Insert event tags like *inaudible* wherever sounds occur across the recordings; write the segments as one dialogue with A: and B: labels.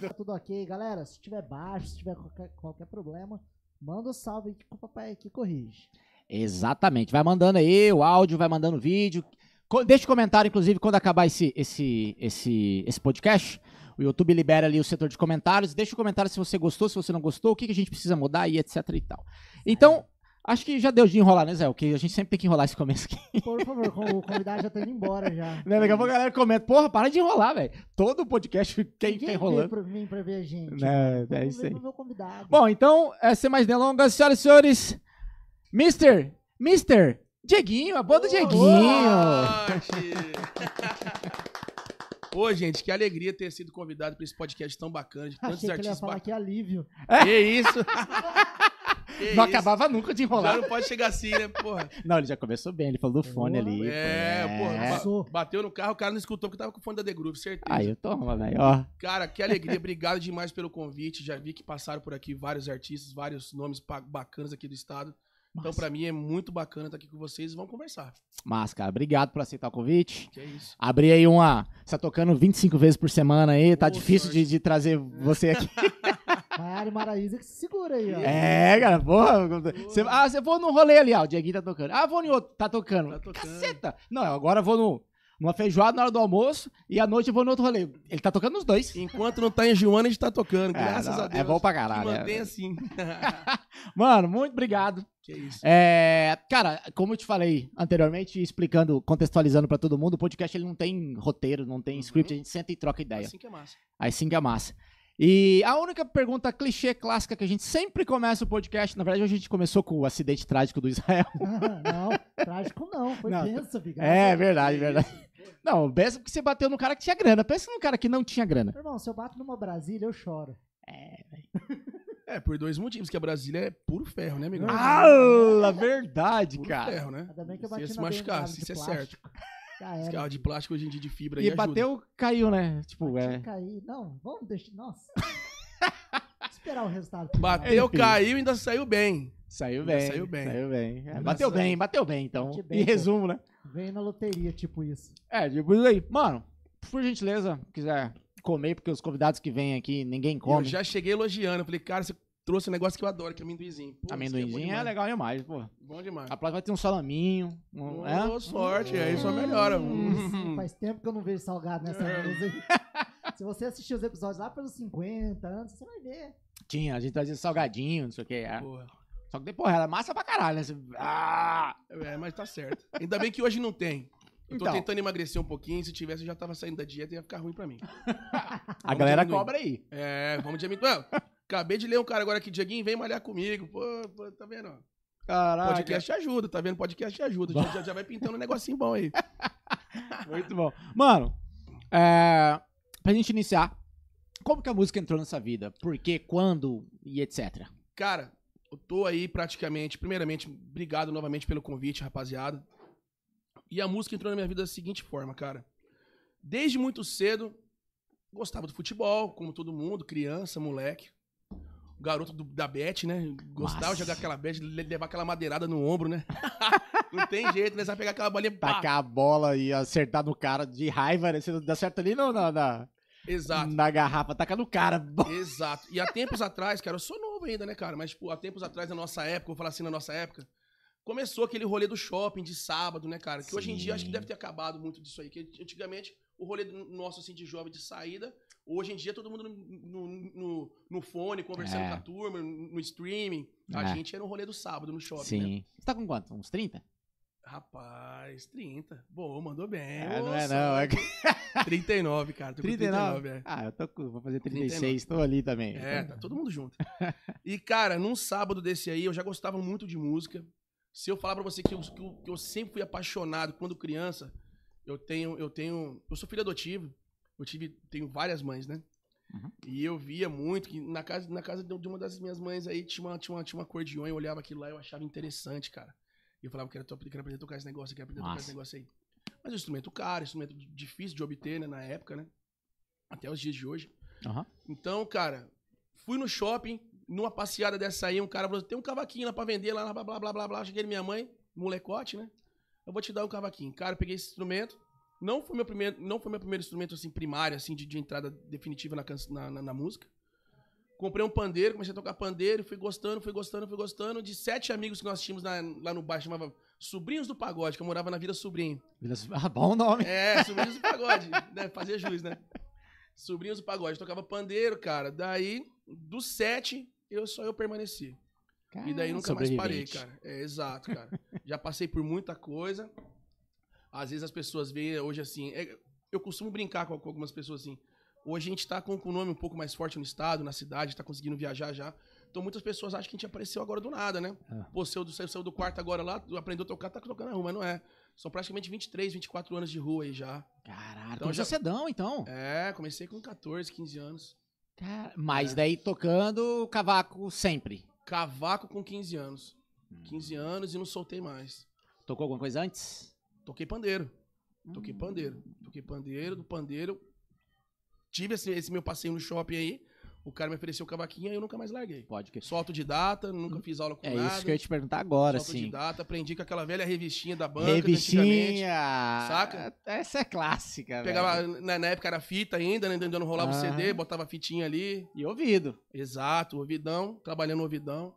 A: tá tudo ok. Galera, se tiver baixo, se tiver qualquer, qualquer problema, manda um salve aqui com o papai que corrige.
B: Exatamente. Vai mandando aí o áudio, vai mandando o vídeo. Co- Deixa o comentário, inclusive, quando acabar esse, esse, esse, esse podcast. O YouTube libera ali o setor de comentários. Deixa o comentário se você gostou, se você não gostou, o que, que a gente precisa mudar e etc e tal. Então, acho que já deu de enrolar, né, Zé? O que a gente sempre tem que enrolar esse começo aqui.
A: Por favor, com- o convidado já tá indo embora já.
B: *laughs* Né, Daqui a pouco a galera comenta, porra, para de enrolar, velho. Todo podcast quem tá
A: Ninguém
B: enrolando.
A: veio pra mim pra ver a gente.
B: Né,
A: Vamos
B: é
A: ver
B: isso aí.
A: pro meu convidado.
B: Bom, então, é, sem mais delongas, senhoras e senhores, Mr. Mr. Dieguinho, a boa do Dieguinho.
C: Forte. Ô, gente, que alegria ter sido convidado pra esse podcast tão bacana, de tantos
A: Achei que ele ia
C: artistas
A: falar
C: bacanas.
A: que é alívio.
C: Que
B: *laughs*
C: isso? que
B: Não
C: isso?
B: acabava nunca de enrolar.
C: Já não pode chegar assim, né, porra?
B: Não, ele já começou bem, ele falou do fone
A: Porra,
B: ali.
C: É, porra. ba-
A: Passou.
C: Bateu no carro, o cara não escutou porque tava com o fone da The Groove, certeza.
B: Aí eu toma, velho, ó.
C: Cara, que alegria. Obrigado demais pelo convite. Já vi que passaram por aqui vários artistas, vários nomes pa- bacanas aqui do estado. Então,
B: Massa.
C: pra mim, é muito bacana estar aqui com vocês. Vamos conversar.
B: Mas, cara, obrigado por aceitar o convite.
C: Que é isso.
B: Abri aí uma. Você tá tocando 25 vezes por semana aí, tá
C: Boa
B: difícil de,
C: sorte.
B: de trazer você aqui.
A: Maiara e Maraísa que se segura aí, ó.
B: É, cara, porra. Você, ah, você vou num rolê ali, ó. O Dieguinho tá tocando. Ah, vou em outro, tá tocando.
C: Tá tocando.
B: Caceta! Não, agora eu vou no, numa feijoada na hora do almoço e à noite eu vou no outro rolê. Ele tá tocando nos dois.
C: Enquanto não tá enjoando, a gente tá tocando. Graças
B: não,
C: a Deus.
B: É bom pra
C: Que
B: caralho.
C: mantém
B: né?
C: assim. *laughs*
B: Mano, muito obrigado.
C: que isso.
B: É, cara, como eu te falei anteriormente, explicando, contextualizando pra todo mundo, o podcast ele não tem roteiro, não tem
C: Uhum.
B: script, a gente senta e troca ideia.
C: Assim que é massa.
B: Aí sim que é massa. E a única pergunta clichê clássica que a gente sempre começa o podcast, na verdade hoje a gente começou com o acidente trágico do Israel.
A: *laughs* não, trágico não. Foi
B: Não,
A: tenso, Vigar.
B: É, verdade, verdade. Não, pensa porque você bateu no cara que tinha grana, pensa num cara que não tinha grana.
A: Irmão, se eu bato numa Brasília, eu choro.
C: É, por dois motivos, que a Brasília é puro ferro, né, amigão?
B: Ah, verdade,
C: puro
B: cara.
C: ferro, né?
A: Ainda bem que eu
C: Se
A: bati
C: ia se
A: na
C: machucar,
A: BMW
C: se
A: de
C: isso é
A: plástico. Já
C: Esse
A: era.
C: carro de plástico hoje em dia de fibra aí
B: E
C: ajuda.
B: bateu, caiu, né? Tipo, é.
A: Caí. Não, vamos deixar.
C: *laughs*
A: Nossa. Esperar o resultado.
C: Bateu,
B: Enfim.
C: caiu e ainda saiu bem.
B: Saiu
C: Ainda
B: bem.
C: saiu bem.
B: Saiu bem. É,
C: Graças
B: bateu
C: a
B: bem,
C: Deus.
B: bateu bem, então.
A: Bate bem,
B: Em
A: pô.
B: resumo, né?
A: Veio na loteria, tipo isso.
B: É, tipo isso aí. Mano, por gentileza, quiser comer, porque os convidados que vêm aqui, ninguém
C: E Eu
B: come.
C: já cheguei elogiando. Falei, cara, você trouxe um negócio que eu adoro, que é amendoinzinho. Pô, isso aqui
B: Amendoinzinho é,
C: bom demais.
B: legal demais, pô.
C: Bom demais.
B: A próxima vai ter um salaminho. Um, é?
C: Boa sorte, aí só é melhora.
A: Hum,
C: Hum.
A: Faz tempo que eu não vejo salgado nessa mesa aí. Se você assistir os episódios lá pelos 50 anos, você vai ver.
B: Tinha, a gente trazia salgadinho, não sei o que. É.
C: Porra.
B: Só que depois era massa pra caralho, né? Você- Ah!
C: É, mas tá certo. Ainda bem que hoje não tem. Eu tô
B: Então.
C: tentando emagrecer um pouquinho. Se tivesse, eu já tava saindo da dieta e ia ficar ruim pra mim.
B: A galera
C: diminuir.
B: cobra aí.
C: É, vamos de amendoim. Acabei de ler um cara agora aqui, Dieguinho, vem malhar comigo. Pô, pô, tá vendo? ó?
B: Caralho.
C: Podcast ajuda, tá vendo? Podcast ajuda. Já, já- já vai pintando um negocinho bom aí.
B: Muito bom. Mano, é, pra gente iniciar, como que a música entrou na sua vida? Por quê, quando e etc.
C: Cara, eu tô aí praticamente. Primeiramente, obrigado novamente pelo convite, rapaziada. E a música entrou na minha vida da seguinte forma, cara. Desde muito cedo, gostava do futebol, como todo mundo, criança, moleque. Garoto do- da Bet, né? Gostava
B: Massa.
C: de jogar aquela Bet, le- levar aquela madeirada no ombro, né? *laughs* Não tem jeito, né? Você vai pegar aquela bolinha. Pá,
B: Tacar a bola e acertar no cara de raiva, né? Se não dá certo ali não, na, na,
C: Exato.
B: na garrafa, tacar no cara. *laughs*
C: Exato. E há tempos atrás, cara, eu sou novo ainda, né, cara? Mas, tipo, há tempos atrás, na nossa época, vou falar assim, na nossa época, começou aquele rolê do shopping de sábado, né, cara? Que hoje em dia acho que
B: Sim.
C: deve ter acabado muito disso aí. Que antigamente, o rolê do- nosso, assim, de jovem de saída, hoje em dia todo mundo no, no- no- no fone, conversando
B: É.
C: com a turma, no, no streaming.
B: É.
C: A gente era um rolê do sábado no shopping, né?
B: Sim. Você tá com quanto? Uns 30?
C: Rapaz, 30. Boa, mandou bem.
B: É, não
C: Ô,
B: é
C: só-
B: não, é que-
C: 39, cara. Tô com 39 é.
B: *laughs* Ah, eu tô com... Vou fazer 36,
C: 36,
B: tô ali também.
C: É, tá todo mundo junto. E, cara, num sábado desse aí, eu já gostava muito de música. Se eu falar pra você que eu, que eu- que eu sempre fui apaixonado quando criança, eu tenho, eu tenho. Eu sou filho adotivo. Eu tive, tenho várias mães, né?
B: Uhum.
C: E eu via muito que na casa, na casa de uma das minhas mães aí tinha uma, tinha uma, tinha uma acordeon, eu olhava aquilo lá e eu achava interessante, cara. E eu falava, quero, to- quero aprender a tocar esse negócio, quero aprender a tocar
B: Massa.
C: esse negócio aí. Mas é um instrumento caro, instrumento difícil de obter, né, na época, né? Até os dias de hoje.
B: Aham.
C: Então, cara, fui no shopping, numa passeada dessa aí, um cara falou: tem um cavaquinho lá pra vender lá, blá blá blá blá blá. Cheguei na minha mãe, molecote, né? Eu vou te dar um cavaquinho. Cara, eu peguei esse instrumento, Não foi meu primeiro, não foi meu primeiro instrumento assim primário assim de, de entrada definitiva na, can- na, na- na música. Comprei um pandeiro, comecei a tocar pandeiro, fui gostando, fui gostando, fui gostando. De sete amigos que nós tínhamos na- lá no bairro, chamava Sobrinhos do Pagode, que eu morava na Vila Sobrinho.
B: *laughs* Ah, bom nome.
C: É, Sobrinhos do Pagode, né? Fazia juiz, né? Sobrinhos do Pagode, tocava pandeiro, cara. Daí, dos sete, eu só eu permaneci. E daí nunca mais parei,
B: Sobrevivente.
C: cara. É, exato, cara. Já passei por muita coisa. Às vezes as pessoas veem hoje assim. é, eu costumo brincar com, com algumas pessoas assim. Hoje a gente tá com, com o nome um pouco mais forte no estado, na cidade, tá conseguindo viajar já. Então muitas pessoas acham que a gente apareceu agora do nada, né?
B: Ah.
C: Pô, saiu do, saiu- saiu do quarto agora lá, aprendeu a tocar, tá tocando na rua, mas não é. São praticamente 23, 24 anos de rua aí já.
B: Caralho,
C: Então
B: começou
C: já-
B: cedão, então.
C: É, comecei com 14, 15 anos.
B: Cara, mas
C: É.
B: daí tocando cavaco sempre.
C: Cavaco com 15 anos.
B: Hum.
C: 15 anos e não soltei mais.
B: Tocou alguma coisa antes?
C: Toquei pandeiro. Toquei
B: Hum.
C: pandeiro. Toquei pandeiro, do pandeiro. Tive esse, esse meu passeio no shopping aí. O cara me ofereceu cavaquinha e eu nunca mais larguei.
B: Pode que.
C: Sou autodidata, nunca fiz aula com
B: É
C: nada.
B: isso que eu ia te perguntar
C: Sou
B: agora, sim.
C: autodidata, aprendi com aquela velha revistinha da banca. de antigamente.
B: Revistinha!
C: saca?
B: Essa é clássica,
C: Pegava,
B: velho.
C: na, na época era fita ainda, né? Ainda não rolava o
B: Aham.
C: CD, botava a fitinha ali.
B: E ouvido.
C: Exato, ouvidão, trabalhando ouvidão.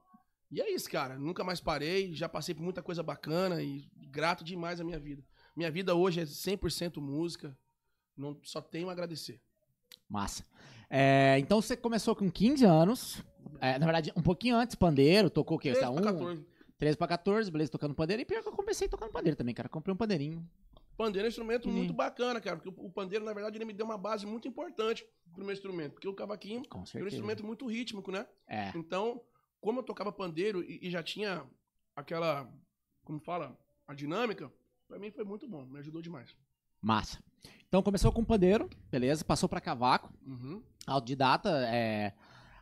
C: E é isso, cara. Nunca mais parei, já passei por muita coisa bacana e grato demais a minha vida. Minha vida hoje é 100% música. Não, só tenho a agradecer.
B: Massa. É, então você começou com 15 anos. É, na verdade, um pouquinho antes, pandeiro, tocou o quê? Você tá
C: Treze
B: um,
C: pra 14.
B: 13 pra 14, beleza, tocando pandeiro. E pior que eu comecei tocando pandeiro também, cara. Comprei um pandeirinho.
C: Pandeiro é um instrumento
B: Uhum.
C: muito bacana, cara. Porque o- o pandeiro, na verdade, ele me deu uma base muito importante pro meu instrumento. Porque o cavaquinho
B: Com
C: é um
B: certeza.
C: instrumento muito rítmico, né?
B: É.
C: Então, como eu tocava pandeiro e, e já tinha aquela, como fala, a dinâmica, pra mim foi muito bom, me ajudou demais.
B: Massa. Então começou com pandeiro, beleza, passou pra cavaco,
C: Uhum.
B: autodidata, é...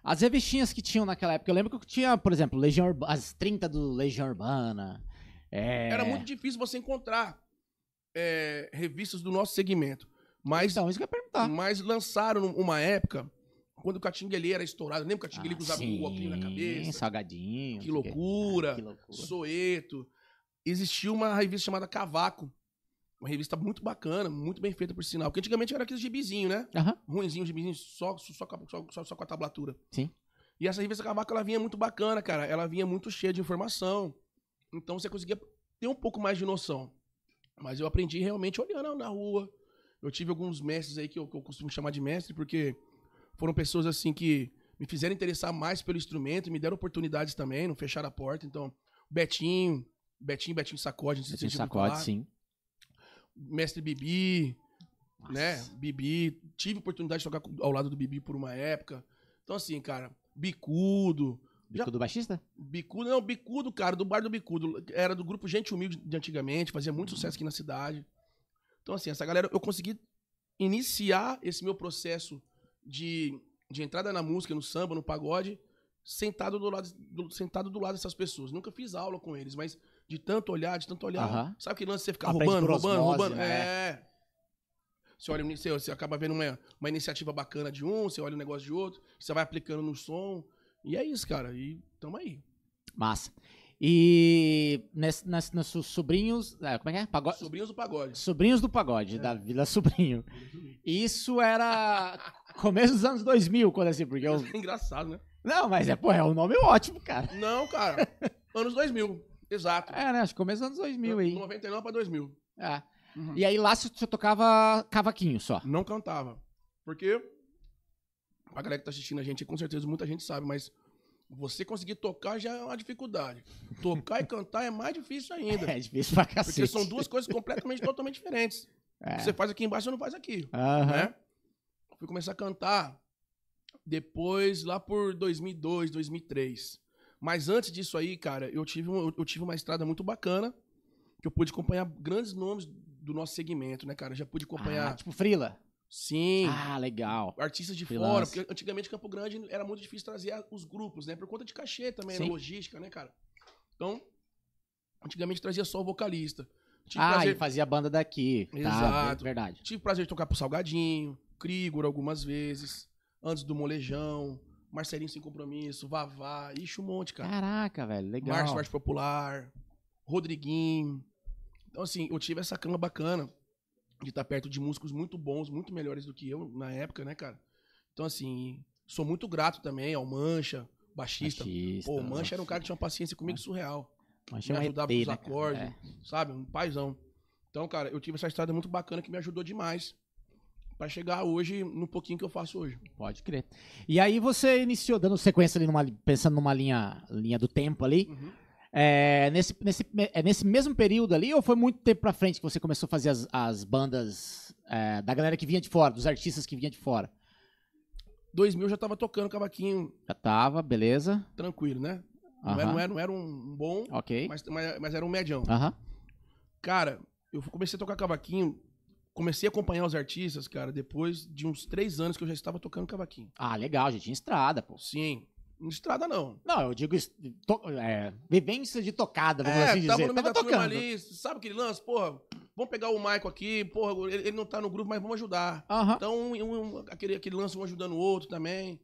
B: As revistinhas que tinham naquela época, eu lembro que tinha, por exemplo, Legião Urba- as 30 do Legião Urbana. é,
C: Era muito difícil você encontrar é, revistas do nosso segmento. Mas,
B: Então, isso que eu ia perguntar.
C: mas lançaram num- uma época, quando o Catinguele era estourado. Lembra que o Catinguele
B: Ah,
C: usava um óculos na
B: sim,
C: cabeça?
B: Salgadinho. não
C: Que
B: sei o quê.
C: loucura.
B: Ah, que loucura.
C: Soeto. Existia uma revista chamada Cavaco. Uma revista muito bacana, muito bem feita, por sinal. Porque antigamente era aqueles gibizinho, né?
B: Aham.
C: Ruinzinho, gibizinho, só, só, com a- só, só, só com a tablatura.
B: Sim.
C: E essa revista Cavaco, ela vinha muito bacana, cara. Ela vinha muito cheia de informação. Então você conseguia ter um pouco mais de noção. Mas eu aprendi realmente olhando na rua. Eu tive alguns mestres aí que eu, que eu costumo chamar de mestre, porque foram pessoas assim que me fizeram interessar mais pelo instrumento, me deram oportunidades também, não fecharam a porta. Então, Betinho, Betinho, Betinho Sacode, não sei
B: Você tinha
C: se você já ouviu
B: sacode,
C: falar.
B: assim, sim.
C: Mestre Bibi,
B: Nossa.
C: né? Bibi, tive oportunidade de tocar com- ao lado do Bibi por uma época. Então, assim, cara, Bicudo.
B: Bico do baixista?
C: Bicudo, não, Bicudo, cara, do bar do Bicudo. Era do grupo Gente Humilde de antigamente, fazia muito sucesso aqui na cidade. Então, assim, essa galera, eu consegui iniciar esse meu processo de, de entrada na música, no samba, no pagode, sentado do lado do- sentado do lado dessas pessoas. Nunca fiz aula com eles, mas de tanto olhar, de tanto olhar.
B: Aham.
C: Sabe que lance de você ficar
B: Aprende
C: roubando,
B: por
C: roubando,
B: osmose,
C: roubando?
B: né?
C: É. Você olha, você, você acaba vendo uma, uma iniciativa bacana de um, você olha um negócio de outro, você vai aplicando no som. E é isso, cara. E tamo aí.
B: Massa. E nesse, nesse- nos seus sobrinhos. é, como é que é? Pago-
C: Sobrinhos do Pagode.
B: Sobrinhos do Pagode,
C: É.
B: da Vila Sobrinho. Isso era começo dos anos 2000, quando assim, porque eu.
C: *laughs* Engraçado,
B: *laughs*
C: né?
B: Não, mas é, pô, é um nome ótimo, cara.
C: Não, cara. Anos 2000. Exato. Tá
B: É, né? Acho que começo dos anos 2000 aí.
C: 99 pra 2000.
B: É.
C: Uhum.
B: E aí lá você só tocava cavaquinho
C: *laughs*
B: só.
C: Não cantava. Porque, a galera que tá assistindo a gente, com certeza muita gente sabe, mas você conseguir tocar já é uma dificuldade. Tocar e cantar é mais difícil ainda.
B: É difícil pra
C: Porque
B: cacete.
C: são duas coisas completamente, totalmente diferentes.
B: É.
C: Você faz aqui embaixo, você não faz aqui,
B: Aham. Ah,
C: né? Fui começar a cantar depois, lá por 2002, 2003. Mas antes disso aí, cara, eu tive, um- eu tive uma estrada muito bacana, que eu pude acompanhar grandes nomes do nosso segmento, né, cara? Já pude acompanhar,
B: Ah, tipo Frila.
C: sim,
B: Ah, legal.
C: artistas de fora,
B: freelance.
C: porque antigamente Campo Grande era muito difícil trazer a- os grupos, né? Por conta de cachê também,
B: Sim.
C: era logística, né, cara? Então, antigamente trazia só o vocalista. Tive
B: Ah,
C: prazer-
B: e fazia banda daqui. Tá,
C: Exato.
B: Verdade.
C: Tive prazer de tocar pro Salgadinho, Krigor algumas vezes, antes do Molejão, Marcelinho Sem Compromisso, Vavá, ixi, um monte, cara.
B: Caraca, velho, Ah, legal.
C: Márcio Arte Popular, Rodriguinho. Então, assim, eu tive essa cama bacana de estar perto de músicos muito bons, muito melhores do que eu na época, né, cara? Então, assim, sou muito grato também ao Mancha, baixista. Pô, o Mancha era um cara que tinha uma paciência comigo surreal.
B: Mancha
C: Me
B: é um
C: ajudava
B: ET,
C: com os
B: né, cara?
C: acordes, sabe? Um paizão. Então, cara, eu tive essa estrada muito bacana que me ajudou demais pra chegar hoje no pouquinho que eu faço hoje.
B: Pode crer. E aí você iniciou dando sequência ali, numa, pensando numa linha, linha do tempo ali.
C: Uhum.
B: É nesse, nesse, é nesse mesmo período ali, ou foi muito tempo pra frente que você começou a fazer as, as bandas é, da galera que vinha de fora, dos artistas que vinha de fora?
C: 2000 eu já tava tocando cavaquinho
B: Já tava, beleza.
C: tranquilo, né? Não,
B: Aham.
C: era, não, era, não era um bom,
B: Ok.
C: mas, mas, mas era um medião.
B: Aham.
C: Cara, eu comecei a tocar cavaquinho, comecei a acompanhar os artistas, cara, depois de uns três anos que eu já estava tocando cavaquinho.
B: Ah, legal, já tinha estrada, pô.
C: Sim, em estrada não.
B: Não, eu digo isso, to- é, vivência de tocada, vamos assim
C: É, tava
B: dizer.
C: no meio da turma ali, sabe aquele lance? Porra, vamos pegar o Maico aqui, porra, ele, ele não tá no grupo, mas vamos ajudar.
B: Aham.
C: Então, um- um- aquele, aquele lance um ajudando o outro também.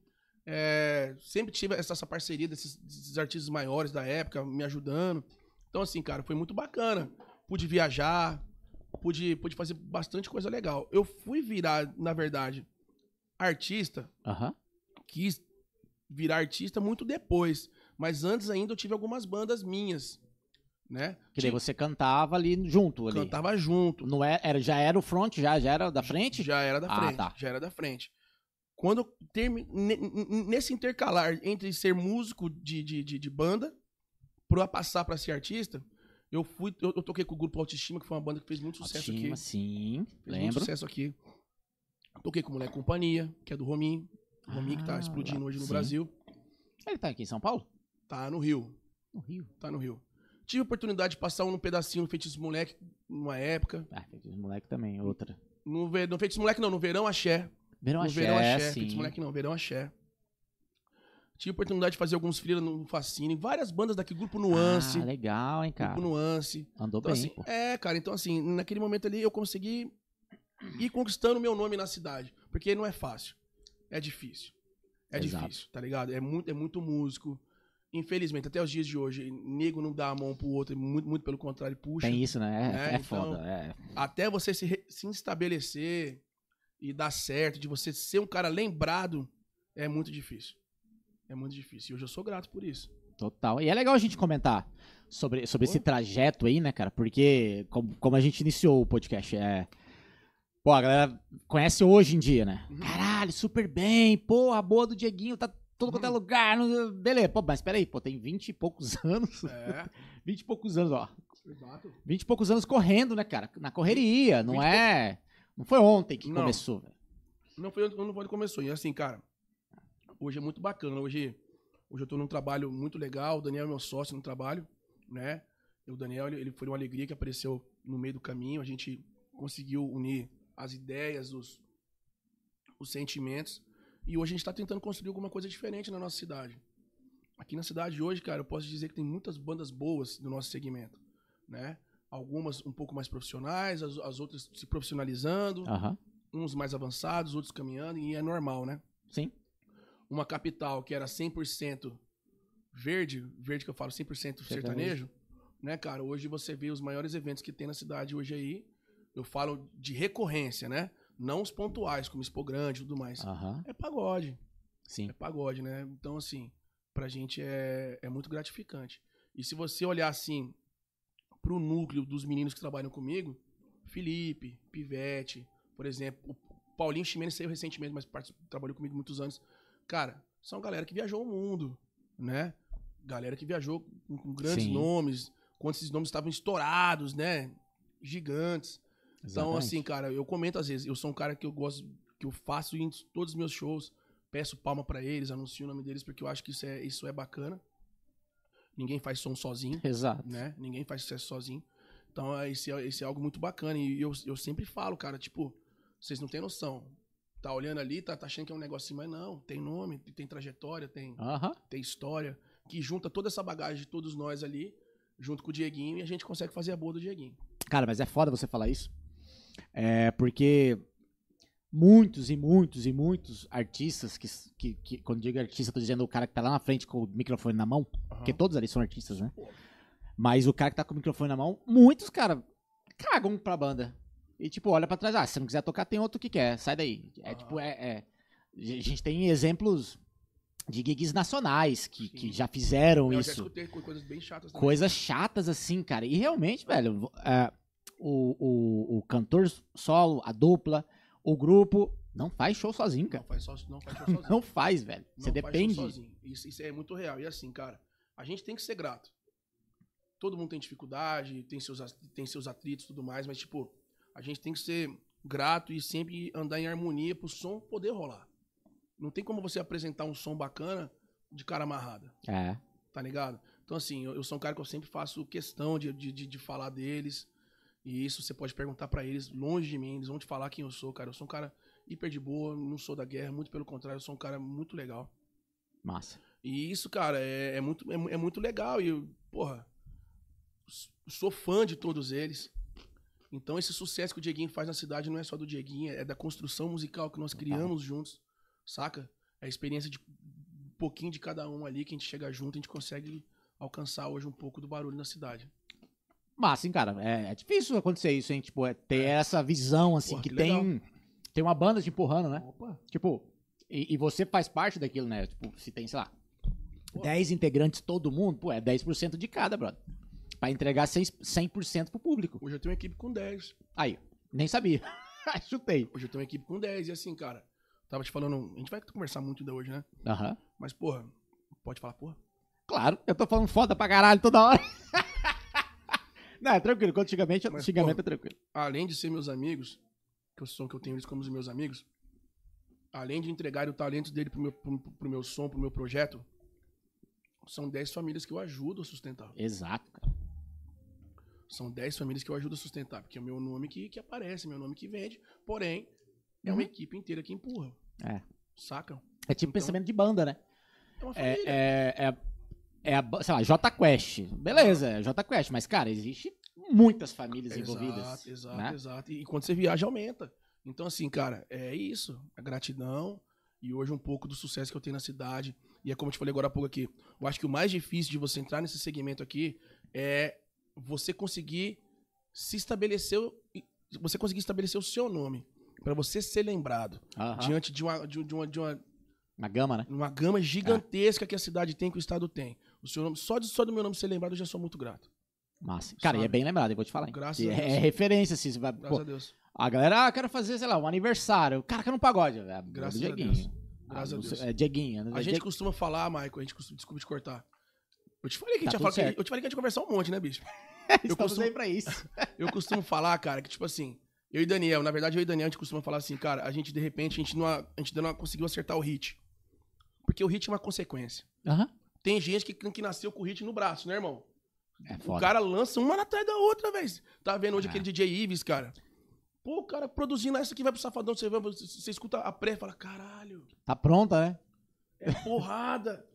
C: É, sempre tive essa, essa parceria desses, desses artistas maiores da época me ajudando. Então, assim, cara, foi muito bacana. Pude viajar, pude, pude fazer bastante coisa legal. Eu fui virar, na verdade, artista,
B: Aham.
C: quis virar artista muito depois. Mas antes ainda eu tive algumas bandas minhas, né?
B: Que daí você cantava ali junto ali.
C: Cantava junto.
B: Não é- era, já era o front, já, já era da frente?
C: Já era da
B: Ah,
C: frente.
B: tá.
C: Já era da frente. Quando eu termi... ne- n- Nesse intercalar entre ser músico de, de, de, de banda pra passar pra ser artista, eu fui. Eu, eu toquei com o grupo Autoestima, que foi uma banda que fez muito sucesso
B: Autoestima,
C: aqui.
B: Ah, Sim,
C: Fez muito
B: lembro.
C: sucesso aqui. Toquei com o Moleque Companhia, que é do Rominho. O Rominho que
B: Ah,
C: tá explodindo
B: lá,
C: hoje no
B: sim.
C: Brasil.
B: Ele tá aqui em São Paulo?
C: Tá no Rio.
B: No Rio.
C: Tá no Rio. Tive a oportunidade de passar um pedacinho no Feitiço Moleque, numa época.
B: Ah, Feitiço Moleque também, outra.
C: No, ve... no Feitiço Moleque, não, no Verão Axé.
B: Verão
C: no
B: Axé,
C: verão axé,
B: É, sim.
C: Fitz moleque não, verão axé. Tive oportunidade de fazer alguns freela no Fascine, várias bandas daqui, Grupo é Nuance,
B: Ah, legal, hein, cara.
C: Grupo Nuance.
B: Andou
C: Então,
B: bem,
C: assim,
B: pô.
C: é, cara, então assim, naquele momento ali eu consegui ir conquistando meu nome na cidade, porque não é fácil. É difícil. É
B: Exato.
C: difícil, tá ligado? É muito, é muito músico. Infelizmente, até os dias de hoje, nego não dá a mão pro outro, muito, muito pelo contrário, puxa.
B: Tem isso, né? É,
C: É,
B: é
C: então-
B: foda. É.
C: até você se, re- se estabelecer e dar certo, de você ser um cara lembrado, é muito difícil. É muito difícil. E hoje eu sou grato por isso.
B: Total. E é legal a gente comentar sobre, sobre
C: Pô.
B: esse trajeto aí, né, cara? Porque, como, como a gente iniciou o podcast, é. Pô, a galera conhece hoje em dia, né?
C: Uhum.
B: Caralho, super bem. Pô, a boa do Dieguinho tá todo quanto é
C: Uhum.
B: lugar. não- Beleza. Pô, mas peraí, pô, tem 20 e poucos *laughs* anos.
C: É,
B: 20 e poucos anos, ó.
C: exato.
B: 20 e poucos anos correndo, né, cara? Na correria, não
C: 20 e
B: é. Não foi ontem que
C: Não.
B: começou, velho.
C: Não foi onde, não foi onde começou. E assim, cara, hoje é muito bacana. Hoje, hoje eu tô num trabalho muito legal. O Daniel é meu sócio no trabalho, né? E o Daniel, ele, ele foi uma alegria que apareceu no meio do caminho. A gente conseguiu unir as ideias, os, os sentimentos. E hoje a gente tá tentando construir alguma coisa diferente na nossa cidade. Aqui na cidade hoje, cara, eu posso dizer que tem muitas bandas boas do nosso segmento, né? Algumas um pouco mais profissionais, as, as outras se profissionalizando
B: Aham.
C: uns mais avançados, outros caminhando, e é normal, né?
B: Sim.
C: Uma capital que era 100% verde, verde que eu falo 100% sertanejo,
B: Sertanejo.
C: né, cara? Hoje você vê os maiores eventos que tem na cidade hoje aí, eu falo de recorrência, né? Não os pontuais, como Expo Grande e tudo mais.
B: Aham.
C: É pagode,
B: Sim.
C: é pagode, né? Então, assim, pra gente é, é muito gratificante. E se você olhar, assim, pro núcleo dos meninos que trabalham comigo, Felipe, Pivete, por exemplo, o Paulinho Chimenez saiu recentemente, mas partic- trabalhou comigo muitos anos. Cara, são galera que viajou o mundo, né? Galera que viajou com, com grandes
B: Sim.
C: nomes, quando esses nomes estavam estourados, né? Gigantes. Então,
B: Exatamente.
C: assim, cara, eu comento às vezes, eu sou um cara que eu gosto, que eu faço em todos os meus shows, peço palma pra eles, anuncio o nome deles, porque eu acho que isso é, isso é bacana. Ninguém faz som sozinho,
B: Exato.
C: né? Ninguém faz sucesso sozinho. Então, é, esse, é, esse é algo muito bacana. E eu, eu sempre falo, cara, tipo, vocês não têm noção. Tá olhando ali, tá, tá achando que é um negocinho, mas não, tem nome, tem trajetória, tem,
B: Aham.
C: tem história, que junta toda essa bagagem de todos nós ali, junto com o Dieguinho, e a gente consegue fazer a boa do Dieguinho.
B: Cara, mas é foda você falar isso. É porque muitos e muitos e muitos artistas que, que, que- quando digo artista, eu tô dizendo o cara que tá lá na frente com o microfone na mão, porque
C: Ah.
B: todos ali são artistas, né? Mas o cara que tá com o microfone na mão, muitos, cara, cagam pra banda. E, tipo, olha pra trás. Ah, se não quiser tocar, tem outro que quer. Sai daí. É,
C: Aham.
B: tipo, é, é- A gente tem exemplos de gigs nacionais que, que
C: Sim.
B: já fizeram
C: Eu já
B: isso.
C: escutei co- coisas bem chatas. também.
B: Coisas chatas assim, cara. E realmente, velho, vo- é, o, o, o cantor solo, a dupla, o grupo, não faz show sozinho,
C: Não
B: cara.
C: faz só, não faz show sozinho.
B: *laughs* Não faz, velho. Você
C: Não faz show
B: depende.
C: sozinho. Isso, isso é muito real. E assim, cara, a gente tem que ser grato. Todo mundo tem dificuldade, tem seus, as- tem seus atritos e tudo mais, mas, tipo, a gente tem que ser grato e sempre andar em harmonia pro som poder rolar. Não tem como você apresentar um som bacana de cara amarrada,
B: É.
C: tá ligado? Então, assim, eu, eu sou um cara que eu sempre faço questão de, de, de, de falar deles. E isso você pode perguntar pra eles, longe de mim, eles vão te falar quem eu sou, cara. Eu sou um cara hiper de boa, não sou da guerra, muito pelo contrário, eu sou um cara muito legal.
B: Massa.
C: E isso, cara, é, é muito, é, mu- é muito legal. E, eu, porra, s- sou fã de todos eles. Então, esse sucesso que o Dieguinho faz na cidade não é só do Dieguinho, é da construção musical que nós criamos juntos, saca? É a experiência de um pouquinho de cada um ali, que a gente chega junto, a gente consegue alcançar hoje um pouco do barulho na cidade.
B: Massa, hein, cara. É, é difícil acontecer isso, hein? Tipo, é ter essa visão, assim,
C: Porra,
B: que,
C: que
B: tem.
C: legal.
B: Tem uma banda te empurrando, né?
A: Opa,
B: Tipo, e, e você faz parte daquilo, né? Tipo, se tem, sei lá,
C: Pô.
B: 10 integrantes todo mundo, pô, é 10% de cada, brother. Pra entregar 6 100% pro público.
C: Hoje eu tenho uma equipe com 10.
B: Aí, nem *laughs* sabia. Chutei.
C: Hoje eu tenho uma equipe com 10. E assim, cara, tava te falando. A gente vai conversar muito ainda hoje, né?
B: Aham.
C: Mas, porra, pode falar, porra?
B: Claro, eu tô falando foda pra caralho toda hora. *laughs* Não, é tranquilo. Quando xingamento,
C: Mas,
B: xingamento
C: pô,
B: é tranquilo.
C: além de ser meus amigos, que eu sou que eu tenho eles como os meus amigos, além de entregar o talento dele pro meu, pro, pro meu som, pro meu projeto, são 10 famílias que eu ajudo a sustentar.
B: Exato, cara.
C: São 10 famílias que eu ajudo a sustentar, porque é o meu nome que, que aparece, meu nome que vende, porém, é uma
B: Uhum.
C: equipe inteira que empurra.
B: É.
C: Saca?
B: É tipo
C: Então-
B: pensamento de banda, né?
C: É uma família.
B: É, é, é, é a, ba- sei lá, J Quest. Beleza, é J Quest, mas, cara, existe muitas famílias envolvidas.
C: Exato, exato,
B: né?
C: exato. E, e quando você viaja, aumenta. Então, assim, cara, é isso. A gratidão e hoje um pouco do sucesso que eu tenho na cidade. E é como eu te falei agora há pouco aqui. Eu acho que o mais difícil de você entrar nesse segmento aqui é você conseguir se estabelecer, o- e- você conseguir estabelecer o seu nome. Pra você ser lembrado
B: Aham.
C: diante de uma, de, um- de uma, de uma,
B: Uma gama, né?
C: uma gama gigantesca que a cidade tem, que o estado tem. O seu nome, só, de, só do meu nome ser lembrado, eu já sou muito grato.
B: Massa. Cara, e é
C: Sabe?
B: bem lembrado, eu vou te falar. hein?
C: Graças
B: Que
C: a
B: é,
C: Deus.
B: é referência, assim. Você vai, pô,
C: Graças a Deus.
B: a galera, ah, quero fazer, sei lá, um aniversário. Cara, quero um pagode. É,
C: Graças
B: do
C: a
B: Dieguinho.
C: Deus.
B: Ah,
C: Graças a
B: não sei-
C: Deus.
B: É Dieguinho. né?
C: A gente
B: Die-
C: costuma falar, Michael, a gente costuma, desculpa te cortar. Eu te falei que
B: Tá
C: a gente ia
B: tudo
C: falar que a gente-
B: certo.
C: eu te falei que a gente ia conversar um monte, né, bicho?
B: Estamos
C: costumo-
B: aí pra isso.
C: Eu costumo falar, cara, que tipo assim, eu e Daniel, na verdade eu e Daniel, a gente costuma falar assim, cara, a gente de repente, a gente não, a gente ainda não conseguiu acertar o hit. Porque o hit é uma consequência.
B: Aham.
C: Tem gente que, que nasceu com o hit no braço, né, irmão?
B: É
C: O
B: foda.
C: cara lança uma atrás da outra, velho. Tá vendo hoje
B: É.
C: aquele DJ Ives, cara? Pô, o cara produzindo essa aqui vai pro Safadão, você, vai, você, você escuta a pré e fala, caralho.
B: Tá pronta, né?
C: É porrada.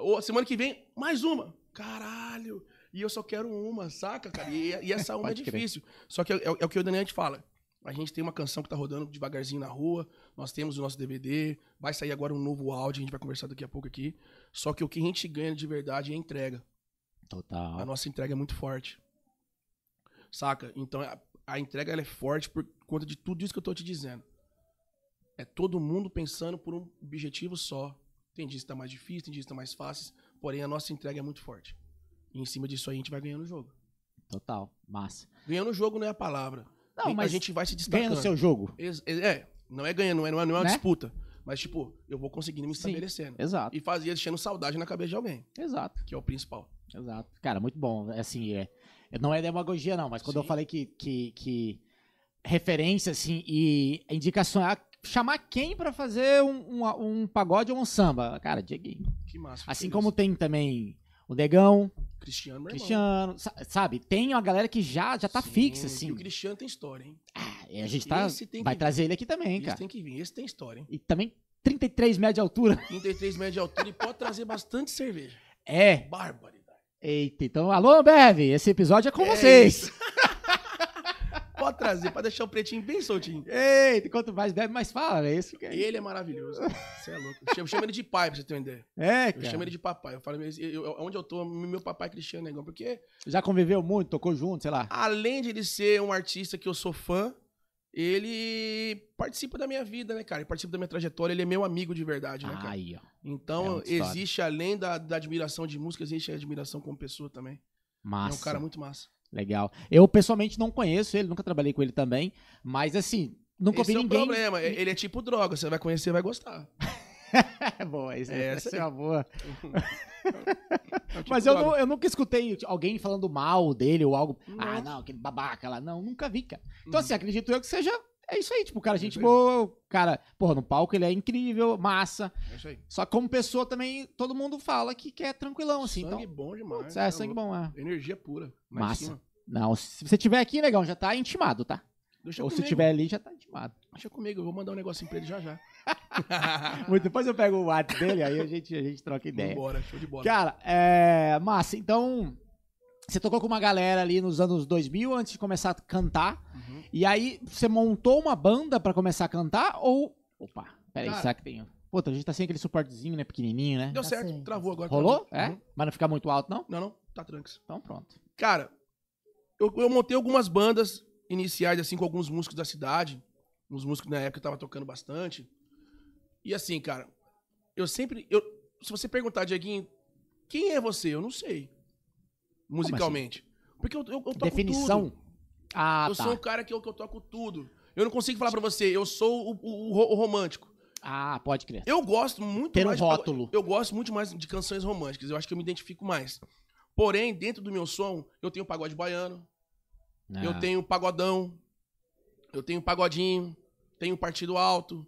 C: Ou semana que vem, mais uma. Caralho. E eu só quero uma, saca, cara? E, e essa uma é
B: Pode crer.
C: difícil. Só que é, é o que o Daniel te fala. A gente tem uma canção que tá rodando devagarzinho na rua. Nós temos o nosso DVD. Vai sair agora um novo áudio. A gente vai conversar daqui a pouco aqui. Só que o que a gente ganha de verdade é a entrega. A
B: Total.
C: nossa entrega é muito forte. Saca? Então a, a entrega ela é forte por conta de tudo isso que eu tô te dizendo. É todo mundo pensando por um objetivo só. Tem dias que tá mais difícil, tem dias que tá mais fácil, porém a nossa entrega é muito forte. E em cima disso aí a gente vai ganhando o jogo.
B: Total. Massa.
C: Ganhando o jogo não é a palavra.
B: Não,
C: A-
B: mas
C: a gente vai se
B: ganha
C: destacando.
B: no seu jogo.
C: Ex- ex- É, não é ganhando, não é, não é uma
B: Né?
C: disputa. Mas tipo, eu vou conseguindo me
B: Sim.
C: estabelecendo.
B: Exato.
C: E fazer deixando saudade na cabeça de alguém,
B: Exato.
C: que é o principal.
B: Exato. Cara, muito bom. Assim, é, não é demagogia, não, mas quando eu
C: Sim.
B: falei que, que, que referência, assim, e indicação é chamar quem pra fazer um, um, um pagode ou um samba? Cara, Dieguinho.
C: Que massa. fico
B: Assim
C: feliz.
B: como tem também o Negão,
C: Cristiano, meu irmão.
B: Cristiano, sa- sabe? Tem uma galera que já, já tá
C: Sim,
B: fixa,
C: E
B: assim.
C: o Cristiano tem história, hein?
B: Ah, e a gente tá,
C: Esse tem que
B: vai
C: vir.
B: trazer ele aqui também,
C: esse
B: cara.
C: tem que vir, esse tem história, hein?
B: E também 33 metros de altura. *laughs*
C: 33 metros de altura e pode trazer bastante cerveja.
B: É.
C: Barbaridade.
B: Eita, então, alô, Bev, esse episódio é com
C: É
B: vocês.
C: Pode trazer, pra deixar o pretinho bem soltinho.
B: Eita, quanto mais bebe, mais fala, é isso que é.
C: Ele é maravilhoso. Você é louco. Eu chamo, eu chamo ele de pai, pra você ter uma ideia.
B: É,
C: Eu
B: cara.
C: chamo ele de papai. Eu falo, eu- eu- onde eu tô, meu papai é Cristiano Negão. Porque
B: Já conviveu muito, tocou junto, sei lá.
C: além de ele ser um artista que eu sou fã, ele participa da minha vida, né, cara? Ele participa da minha trajetória, ele é meu amigo de verdade, né, cara?
B: Ah, Aí, ó. é
C: Então,
B: outra história.
C: existe, além da, da admiração de música, existe a admiração como pessoa também.
B: Massa.
C: É um cara muito massa.
B: Legal. Eu pessoalmente não conheço ele, nunca trabalhei com ele também, mas assim, nunca
C: Esse
B: vi
C: é o
B: ninguém.
C: problema, e- ele é tipo droga, você vai conhecer, vai gostar.
B: *laughs* É boa, isso
C: É,
B: é,
C: essa
B: essa é uma boa.
C: É o tipo
B: Mas eu,
C: droga.
B: não- eu nunca escutei tipo, alguém falando mal dele ou algo. Ah,
C: Não.
B: não, aquele babaca lá. Não, nunca vi, cara. Então,
C: Uhum.
B: assim, acredito eu que seja. É isso aí, tipo, o cara, gente
C: isso aí.
B: boa, o cara, porra, no palco ele é incrível, massa.
C: É isso aí.
B: Só que como pessoa também, todo mundo fala que quer tranquilão, assim.
C: sangue
B: então,
C: bom demais.
B: putz,
C: tá
B: é, sangue
C: louco.
B: bom, é.
C: Energia pura. assim, lá em
B: Massa.
C: cima.
B: Não, se você tiver aqui, negão, já tá intimado, tá?
C: Deixa
B: ou
C: comigo.
B: se tiver ali, já tá intimado.
C: Deixa comigo, eu vou mandar um negocinho pra ele já *laughs* já.
B: *laughs* Muito, depois eu pego o WhatsApp dele, aí a gente, a gente troca ideia.
C: Vambora, show de bola.
B: Cara, é. Massa, então. Você tocou com uma galera ali nos anos 2000 antes de começar a cantar.
C: Uhum.
B: E aí, você montou uma banda pra começar a cantar ou. Opa, peraí,
C: Cara.
B: será que tem. Puta, a gente tá sem aquele suportezinho, né? Pequenininho, né?
C: Deu
A: Tá
C: certo,
A: certo.
C: travou agora.
B: Rolou?
C: travou.
B: É?
C: Uhum.
B: Mas não fica muito alto, não?
C: Não, não, tá tranks.
B: Então pronto.
C: Cara, eu, eu montei algumas bandas iniciais, assim, com alguns músicos da cidade. Uns músicos na época eu tava tocando bastante. E assim, cara, eu sempre. Eu, se você perguntar, Dieguinho, quem é você? Eu não sei. Musicalmente. Porque eu, eu, eu toco
B: assim? Definição.
C: tá tudo.
B: Ah,
C: eu
B: tá.
C: sou o cara que eu, que eu toco tudo. Eu não consigo falar pra você, eu sou o- o- o ro- o romântico.
B: Ah, pode crer.
C: Eu gosto muito
B: Ter um
C: mais.
B: rótulo.
C: Eu, eu gosto muito mais de canções românticas. Eu acho que eu me identifico mais. Porém, dentro do meu som, eu tenho pagode baiano, eu
B: Ah,
C: tenho um pagodão, eu tenho um pagodinho, tenho um partido alto.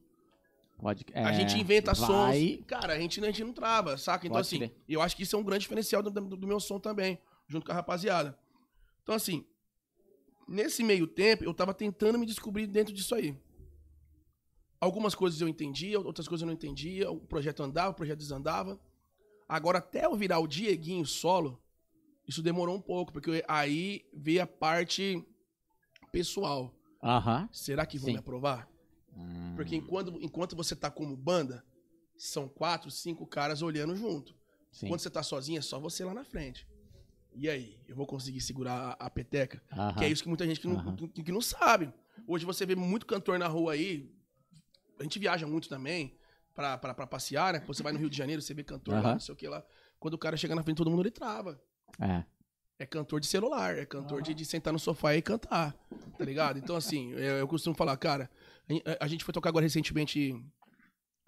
B: Pode,
C: a
B: é,
C: gente inventa
B: vai-
C: sons. Cara, a gente, a gente não trava, saca? Então,
B: Pode
C: assim,
B: crer.
C: eu acho que isso é um grande diferencial do, do- do meu som também, junto com a rapaziada. Então, assim, nesse meio tempo, eu tava tentando me descobrir dentro disso aí. Algumas coisas eu entendia, outras coisas eu não entendia. O projeto andava, o projeto desandava. Agora, até eu virar o Dieguinho solo, isso demorou um pouco, porque aí veio a parte pessoal.
B: Aham.
C: Será que vão
B: Sim.
C: me aprovar?
B: Hum,
C: Porque enquanto, enquanto você tá como banda, são quatro, cinco caras olhando junto.
B: sim.
C: Quando você tá sozinho, é só você lá na frente. E aí, eu vou conseguir segurar a, a peteca?
B: Aham.
C: Que é isso que muita gente que não,
B: Ah. Aham.
C: que, que não sabe. Hoje você vê muito cantor na rua aí. A gente viaja muito também pra, pra, pra passear, né? Você vai no Rio de Janeiro, você vê cantor lá,
B: Aham.
C: não sei o que lá. Quando o cara chega na frente, todo mundo ele trava.
B: É.
C: É cantor de celular, é cantor de,
A: Aham.
C: de sentar no sofá e cantar, tá ligado? Então, assim, eu, eu costumo falar, cara, a, a gente foi tocar agora recentemente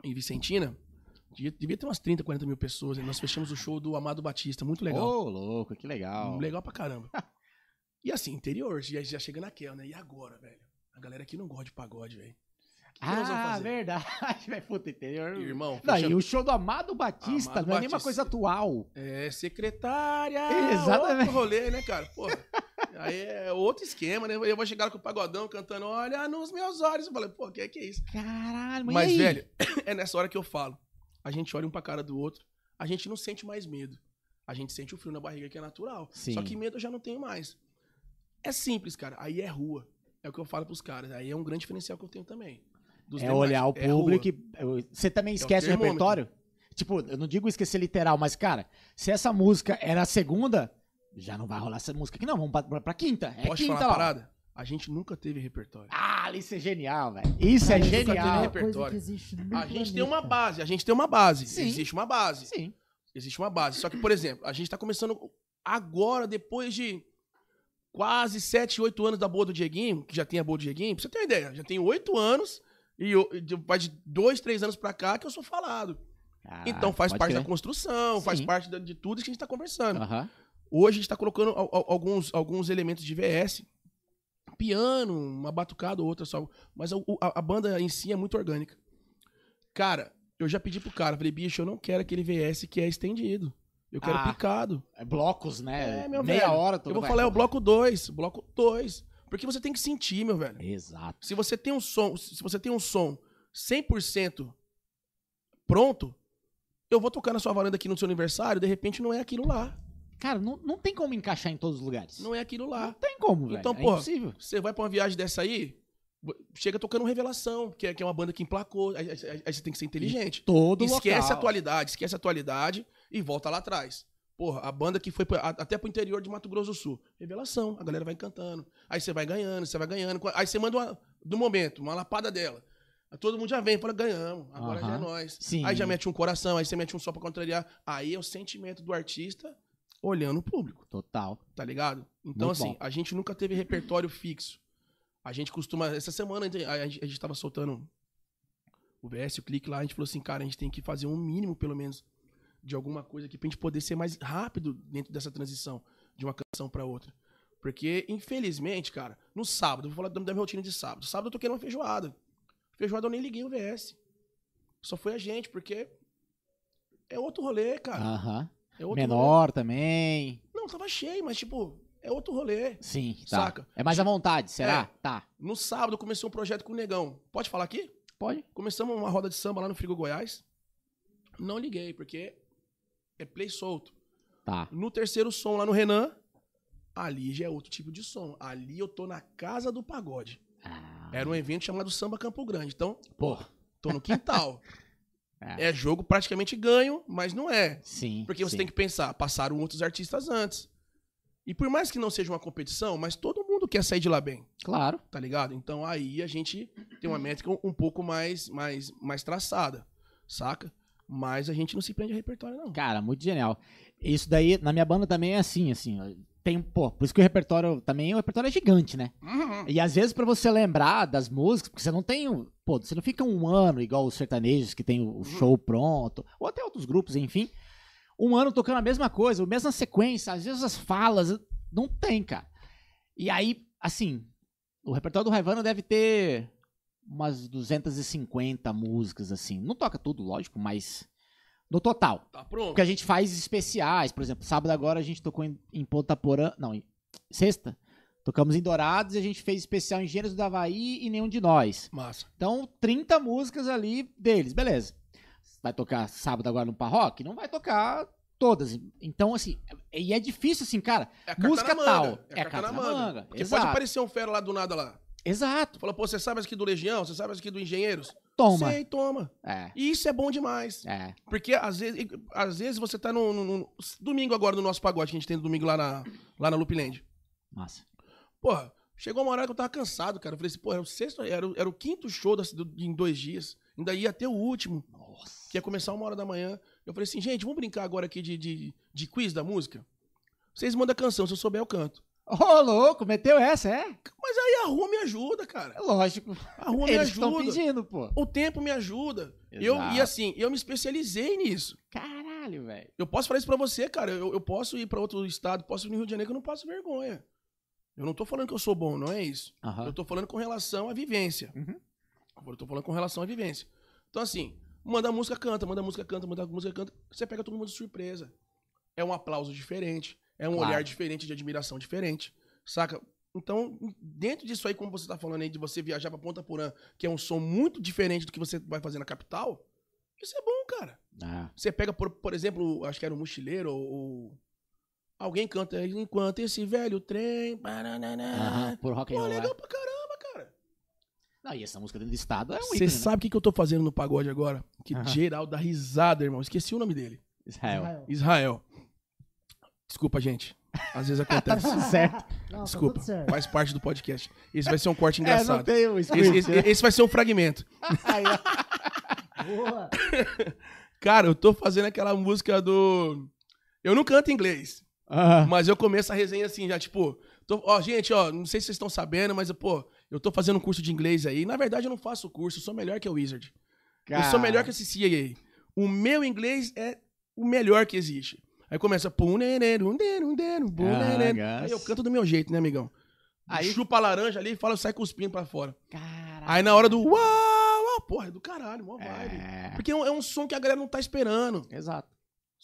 C: em Vicentina, devia, devia ter umas 30, 40 mil pessoas, e nós fechamos o show do Amado Batista, muito legal. Hum,
B: Ô, louco, que legal.
C: Legal pra caramba. E assim, interior, já, já chega naquela, né? E agora, velho? A galera aqui não gosta de pagode, velho. O que, que nós vamos
B: Ah,
C: fazer?
B: verdade. *laughs* Vai puta interior.
C: Irmão,
B: Não, e
C: fechamos-
B: o show do Amado Batista
C: Amado
B: não é nenhuma
C: Batista.
B: coisa atual.
C: É, secretária! é
B: Exatamente.
C: Outro rolê, né, cara? Porra. Aí é outro esquema, né? Eu vou chegar com o pagodão cantando Olha nos meus olhos. Eu falei, pô, que é que é isso?
B: Caralho, e
C: Mas,
B: aí?
C: velho, é nessa hora que eu falo. A gente olha um pra cara do outro, a gente não sente mais medo. A gente sente o frio na barriga que é natural.
B: Sim.
C: Só que medo eu já não tenho mais. É simples, cara. Aí é rua. É o que eu falo pros caras. Aí é um grande diferencial que eu tenho também. Dos
B: É
C: demais.
B: olhar o
C: É rua. É
B: público. e- eu- Você também esquece o,
C: termômetro.
B: repertório? Tipo, eu não digo esquecer literal, mas, cara, se essa música era a segunda, já não vai rolar essa música aqui, não. Vamos pra, pra- pra quinta. É
C: Posso te
B: quinta
C: falar
B: lá.
C: uma parada? A gente nunca teve repertório.
B: Ah, isso é genial, velho. Isso é
A: Cara,
C: nunca teve
B: genial.
A: Uma coisa que
C: repertório.
A: existe no
C: A gente tem
A: planeta.
C: uma base, a gente tem uma base.
B: Sim.
C: Existe uma base.
B: Sim.
C: Existe uma base. Só que, por exemplo, a gente tá começando agora, depois de quase 7, 8 anos da boa do Dieguinho, que já tem a boa do Dieguinho, pra você ter uma ideia, já tem 8 anos e eu- e de- faz de 2, 3 anos pra cá que eu sou falado.
B: Caralho,
C: então faz
B: Ah, pode
C: parte da
B: crer.
C: construção, faz
B: Sim.
C: parte da- de tudo isso que a gente tá conversando.
B: Aham.
C: Hoje a gente tá colocando al- al- alguns, alguns elementos de VS. Piano, uma batucada ou outra só. Mas o- o- a, a banda em si é muito orgânica. Cara, eu já pedi pro cara, falei, bicho, eu não quero aquele VS que é estendido. Eu quero
B: Ah.
C: picado.
B: É Blocos, né?
C: É, meu
B: Meia
C: velho.
B: hora.
C: eu vou falar, é o bloco 2, bloco 2. Porque você tem que sentir, meu velho.
B: Exato.
C: Se você tem um som, se você tem um som 100% pronto, eu vou tocar na sua varanda aqui no seu aniversário, de repente não é aquilo lá.
B: Cara, não, não tem como encaixar em todos os lugares.
C: Não é aquilo lá.
B: Não tem como, velho.
C: Então,
B: é
C: porra,
B: impossível.
C: Você vai pra uma viagem dessa aí, vo- chega tocando um Revelação, que é, que é uma banda que emplacou. Aí, aí- aí você tem que ser inteligente.
B: Todo
C: esquece a
B: local.
C: atualidade, esquece a atualidade e volta lá atrás. Porra, a banda que foi pra- a- até pro interior de Mato Grosso do Sul. Revelação, a galera vai cantando. Aí você vai ganhando, você vai ganhando. Qua- Aí você manda uma, do momento, uma lapada dela. Aí Todo mundo já vem, fala, ganhamos, agora já é
B: Aham.
C: nós.
B: Sim.
C: Aí já mete um coração, aí você mete um só pra contrariar. Aí é o sentimento do artista olhando o público
B: Total.
C: tá ligado? Então,
B: Muito
C: assim,
B: bom.
C: a gente nunca teve repertório fixo. A gente costuma. Essa semana a gente, a gente- a gente tava soltando o VS, o clique lá, a gente falou assim, cara, a gente tem que fazer um mínimo, pelo menos, de alguma coisa aqui pra gente poder ser mais rápido dentro dessa transição de uma canção pra outra. Porque, infelizmente, cara, no sábado, vou falar da da minha rotina de sábado. Sábado eu toquei uma feijoada. Feijoada eu nem liguei o VS. Só foi a gente, porque é outro rolê, cara.
B: Aham.
C: é outro rolê.
B: Ah, Menor também.
C: Não, tava cheio, mas, tipo, é outro rolê.
B: Sim, tá.
C: Saca? Tipo, é.
B: É mais à vontade, será? Tá.
C: No sábado começou um projeto com o Negão. Pode falar aqui?
B: Pode?
C: Começamos uma roda de samba lá no Frigo Goiás. Não liguei, porque é play solto.
B: Tá.
C: No terceiro som lá no Renan, ali já é outro tipo de som. Ali eu tô na casa do pagode.
B: Ah,
C: Era um evento chamado Samba Campo Grande. Então,
B: Porra.
C: tô no quintal.
B: É.
C: é. jogo praticamente ganho, mas não é.
B: Sim.
C: Porque você tem que pensar, passaram outros artistas antes. E por mais que não seja uma competição, mas todo mundo quer sair de lá bem.
B: Claro.
C: tá ligado? Então aí a gente tem uma métrica um, um pouco mais, mais, mais traçada, saca? Mas a gente não se prende a repertório, não.
B: Cara, muito genial. Isso daí, na minha banda também é assim, assim. ó. Tem, pô, por isso que o repertório também, o repertório é gigante, né?
C: Hum.
B: E às vezes pra você lembrar das músicas, porque você não tem, o- pô, você não fica um ano igual os sertanejos que tem o o show pronto, ou até outros grupos, enfim, um ano tocando a mesma coisa, a mesma sequência, às vezes as falas não tem, cara. E aí, assim, o repertório do Raivano deve ter umas 250 músicas assim. Não toca tudo, lógico, mas no total.
C: Tá pronto.
B: Porque a gente faz especiais, por exemplo, sábado agora a gente tocou em, em Ponta Porã, não, em, sexta, tocamos em Dourados e a gente fez especial em Gêneros do Havaí e Nenhum de Nós.
C: Massa.
B: Então, 30 músicas ali deles, beleza. Vai tocar sábado agora no Parrock? Não vai tocar todas. Então, assim, e é difícil assim, cara,
C: É a
B: música
C: na
B: tal,
C: manga. É a carta, na manga. Porque
B: Exato,
C: pode aparecer um fera lá do nada lá.
B: exato,
C: Fala, pô, você sabe essa aqui do Legião? Você sabe essa aqui do Engenheiros?
B: toma.
C: Sei, toma.
B: É,
C: E isso é bom demais.
B: é,
C: Porque às vezes, às vezes você tá no, no- no- Domingo agora no nosso pagode, que a gente tem no domingo lá na, lá na Lupiland.
B: massa.
C: Porra, chegou uma hora que eu tava cansado, cara. Eu falei assim, pô, era o sexto, era, o- era o quinto show da- do- em dois dias. Ainda ia até o último.
B: Nossa.
C: que ia começar uma hora da manhã. Eu falei assim, gente, vamos brincar agora aqui de, de, de quiz da música? Vocês mandam a canção, se eu souber, eu canto.
B: Ô, louco, meteu essa, é?
C: Mas aí a rua me ajuda, cara.
B: É lógico.
C: A rua me
B: Eles estão
C: ajuda.
B: pedindo, pô.
C: O tempo me ajuda. Eu, e
B: Exato.
C: assim, eu me especializei nisso.
B: Caralho, velho.
C: Eu posso falar isso pra você, cara. Eu, eu posso ir pra outro estado, posso ir no Rio de Janeiro que eu não passo vergonha. Eu não tô falando que eu sou bom, não é isso.
B: Tá.
C: Eu tô falando com relação à vivência.
B: Uhum.
C: Eu tô falando com relação à vivência. Então, assim, manda a música, canta, manda a música, canta, manda a música, canta. Você pega todo mundo de surpresa. É um aplauso diferente, é um
B: Claro.
C: olhar diferente, de admiração diferente, saca? Então, dentro disso aí, como você tá falando aí, de você viajar pra Ponta Porã, que é um som muito diferente do que você vai fazer na capital, isso é bom, cara.
B: Ah,
C: Você pega, por, por exemplo, acho que era o Mochileiro ou... ou- Alguém canta, enquanto esse velho trem...
B: aham,
C: Bananana,
B: por rock and
C: Pô,
B: roll.
C: legal
B: é.
C: pra caramba, cara.
B: Não, e essa música dentro do estado é um
C: Você
B: ícone,
C: sabe o que, que eu tô fazendo no pagode agora? Que
B: Aham.
C: geral dá risada, irmão. Esqueci o nome dele.
B: né? Israel.
A: Israel.
C: Israel. Desculpa, gente. Às vezes
B: Tá
C: *laughs* acontece.
B: tudo *laughs* certo.
A: Não, tá
C: Desculpa.
A: tudo certo.
C: Faz parte do podcast. Esse vai ser um corte
B: É, não
C: engraçado.
B: tem o
C: esse, *laughs*
B: script,
C: esse-
B: né?
C: esse vai ser um fragmento.
B: Aí, ó.
A: Boa.
C: Cara, eu tô fazendo aquela música do. Eu não canto inglês,
B: Aham.
C: mas eu começo a resenha assim, já, tipo. tô- Ó, gente, ó, não sei se vocês estão sabendo, mas, pô, eu tô fazendo um curso de inglês aí. Na verdade, eu não faço curso, eu sou melhor que o Wizard. Eu sou melhor que esse CIA. O meu inglês é o melhor que existe. Aí começa. pum, nenero, um, dero, um, dero, bum,
B: Ah,
C: nenero.
B: gás.
C: Aí eu canto do meu jeito, né, amigão?
B: Aí-
C: Chupa a laranja ali e fala, sai cuspindo pra fora.
B: Caralho.
C: Aí na hora do uau, uau, porra, é do caralho, mó vibe.
B: É.
C: Porque é um, é um som que a galera não tá esperando,
B: Exato,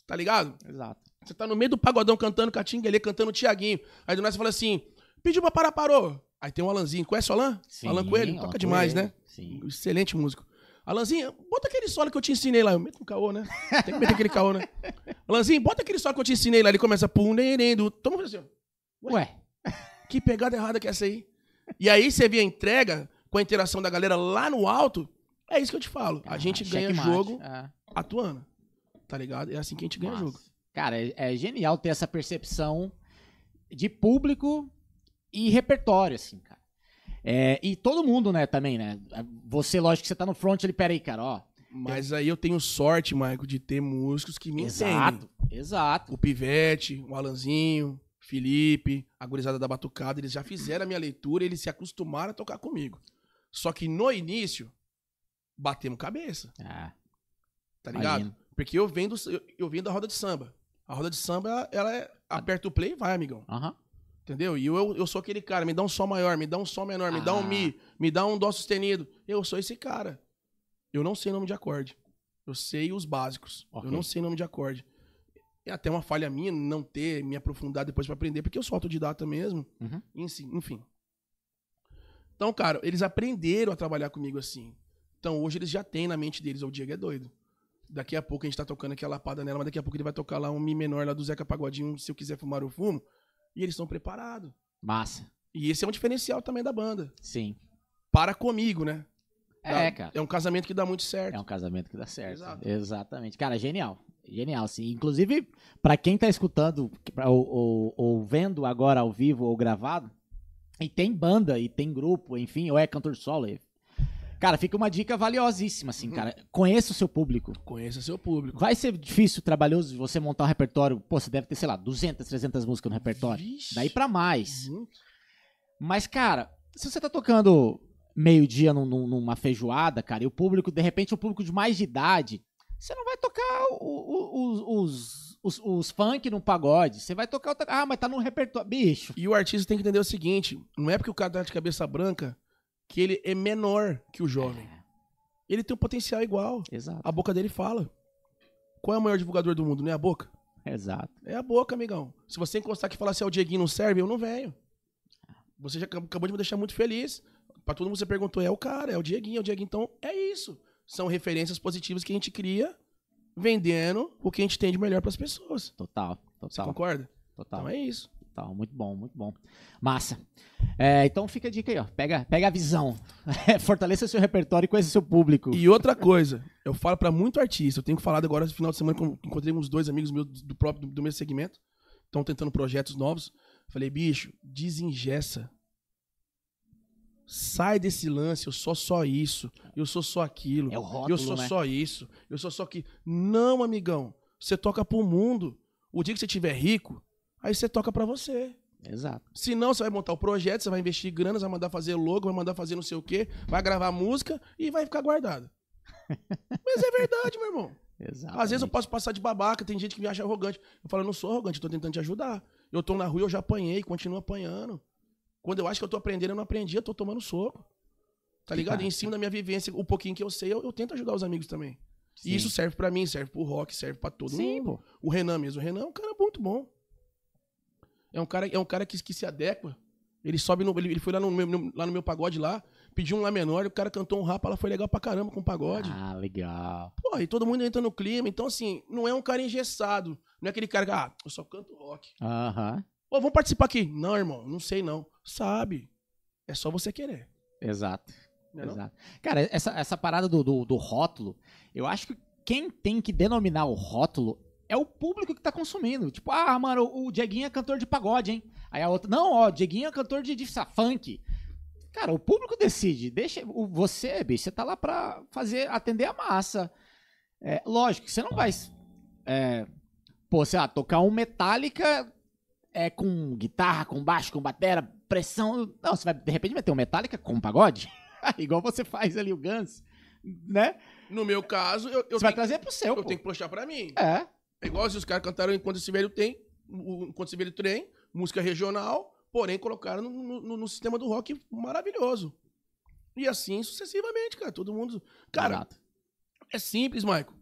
C: tá ligado?
B: exato.
C: Você tá no meio do pagodão cantando Catinguelê, cantando Tiaguinho. Aí do nada você fala assim, pediu pra parar, parou. Aí tem o Alanzinho, conhece o Alan? Alan Coelho, toca demais, né?
B: Sim.
C: Excelente músico. Alanzinho, bota aquele solo que eu te ensinei lá. Eu meto um caô, né? Tem que meter aquele
B: *laughs*
C: caô, né? Alanzinho, bota aquele solo que eu te ensinei lá. Ele começa. pum, neném, do- Todo mundo faz assim, ó.
B: Ué,
C: Que pegada errada que é essa aí? E aí você vê a entrega com a interação da galera lá no alto. É isso que eu te falo. A
B: ah,
C: gente ganha
B: checkmate.
C: jogo
B: É.
C: atuando. Tá ligado? É assim que a gente ganha
B: Massa.
C: jogo.
B: Cara, é, é genial ter essa percepção de público e repertório, assim, cara. É, e todo mundo, né, também, né? Você, lógico que você tá no front ali, peraí, cara, ó.
C: Mas aí eu tenho sorte, Maico, de ter músicos que me entendem.
B: Exato, exato.
C: O Pivete, o Alanzinho, Felipe, a gurizada da Batucada, eles já fizeram a minha leitura, eles se acostumaram a tocar comigo. Só que no início, batemos cabeça,
B: Ah,
C: tá ligado?
B: imagino.
C: Porque eu venho, do- eu, eu venho da roda de samba. A roda de samba, ela é. Aperta o play e vai, amigão.
B: Aham.
C: Entendeu? E eu, eu sou aquele cara, me dá um sol maior, me dá um sol menor, me dá um
B: Ah.
C: mi, me dá um dó sustenido. Eu sou esse cara. Eu não sei nome de acorde. Eu sei os básicos.
B: Ok.
C: Eu não sei nome de acorde. É até uma falha minha não ter me aprofundado depois pra aprender, porque eu sou autodidata mesmo.
B: Uhum.
C: Ensi- Enfim. Então, cara, eles aprenderam a trabalhar comigo assim. Então, hoje eles já têm na mente deles, "Ó, o Diego é doido. Daqui a pouco a gente tá tocando aquela lapada nela, mas daqui a pouco ele vai tocar lá um Mi menor lá do Zeca Pagodinho, se eu quiser fumar eu fumo. E eles estão preparados.
B: Massa.
C: E esse é um diferencial também da banda.
B: Sim.
C: Para comigo, né? Dá-
B: É, cara.
C: É um casamento que dá muito certo.
B: É um casamento que dá certo.
C: Exato.
B: Exatamente. Cara, genial. Genial, sim. Inclusive, pra quem tá escutando pra- ou, ou, ou vendo agora ao vivo ou gravado, e tem banda, e tem grupo, enfim, ou é cantor solo. e- Cara, fica uma dica valiosíssima,
C: Uhum.
B: assim, cara. Conheça o seu público.
C: Conheça seu público.
B: Vai ser difícil, trabalhoso, você montar um repertório. Pô, você deve ter, sei lá, 200, 300 músicas no repertório.
C: Vixe.
B: Daí pra mais.
C: Muito.
B: Mas, cara, se você tá tocando meio-dia num- num- numa feijoada, cara, e o público, de repente, o público de mais de idade, você não vai tocar o- o- o- os, os, os funk num pagode. Você vai tocar outra. Ah, mas tá num repertório. Bicho.
C: E o artista tem que entender o seguinte: não é porque o cara tá de cabeça branca que ele é menor que o jovem. Ele tem um potencial igual.
B: Exato.
C: A boca dele fala. Qual é o maior divulgador do mundo? Não é a boca?
B: Exato.
C: É a boca, amigão. Se você encostar aqui e falar se é o Dieguinho não serve, eu não venho. Você já acab- acabou de me deixar muito feliz. Pra todo mundo você perguntou, é o cara, é o Dieguinho, é o Dieguinho. Então, é isso. São referências positivas que a gente cria vendendo o que a gente tem de melhor pras pessoas.
B: Total,
C: Você
B: total,
C: concorda?
B: total,
C: Então é isso.
B: total. Muito bom, muito bom. Massa. É, então fica a dica aí, ó. Pega, pega a visão. *laughs* Fortaleça seu repertório e conheça seu público.
C: E outra coisa, eu falo pra muito artista, eu tenho falado agora no final de semana, com- encontrei uns dois amigos meus do próprio do mesmo segmento, estão tentando projetos novos. Falei, bicho, desingessa. Sai desse lance, eu sou só isso, eu sou só aquilo,
B: É o rótulo,
C: eu sou
B: né?
C: só isso, eu sou só que. Não, amigão, você toca pro mundo. O dia que você tiver rico, aí você toca pra você.
B: Exato.
C: Se não, você vai montar o projeto, você vai investir grana, você vai mandar fazer logo, vai mandar fazer não sei o quê, vai gravar música e vai ficar guardado. Mas é verdade, meu irmão.
B: Exato.
C: Às vezes eu posso passar de babaca, tem gente que me acha arrogante. Eu falo, eu não sou arrogante, eu tô tentando te ajudar. Eu tô na rua, eu já apanhei, continuo apanhando. Quando eu acho que eu tô aprendendo, eu não aprendi, eu tô tomando soco. Tá ligado? E em cima da minha vivência, o pouquinho que eu sei, eu, eu tento ajudar os amigos também. E isso serve pra mim, serve pro rock, serve pra todo mundo.
B: Sim, pô.
C: O Renan mesmo. O Renan é um cara muito bom. É um cara, é um cara que, que se adequa. Ele sobe no. Ele, ele foi lá no, meu, no- lá no meu pagode lá, pediu um lá menor, o cara cantou um rapa, ela foi legal pra caramba com o pagode.
B: Ah, legal.
C: Porra, e todo mundo entra no clima. Então, assim, não é um cara engessado. Não é aquele cara que, ah, eu só canto rock.
B: Aham.
C: Ô, vamos participar aqui. Não, irmão, não sei não. Sabe. É só você querer.
B: Exato.
C: Né, não?
B: exato. Cara, essa, essa parada do, do, do rótulo, eu acho que quem tem que denominar o rótulo é o público que tá consumindo. Tipo, ah, mano, o, o Dieguinho é cantor de pagode, hein? Aí a outra, não, ó, o Dieguinho é cantor de, de sa- funk. Cara, o público decide. Deixa o, você, bicho, você tá lá pra fazer, atender a massa. É, lógico, que você não vai. é, pô, sei lá, tocar um Metallica é, com guitarra, com baixo, com batera, pressão. Não, você vai de repente meter um Metallica com pagode. Igual você faz ali o Guns, né?
C: No meu caso, eu, eu,
B: você vai
C: tenho,
B: trazer pro seu,
C: eu
B: pô.
C: tenho que puxar pra mim.
B: É,
C: É igual se os caras cantaram Enquanto esse velho tem, o- Enquanto esse velho trem, música regional, porém colocaram no, no- no- no sistema do rock maravilhoso. E assim sucessivamente, cara. Todo mundo. Cara,
B: exato.
C: é simples, Maico.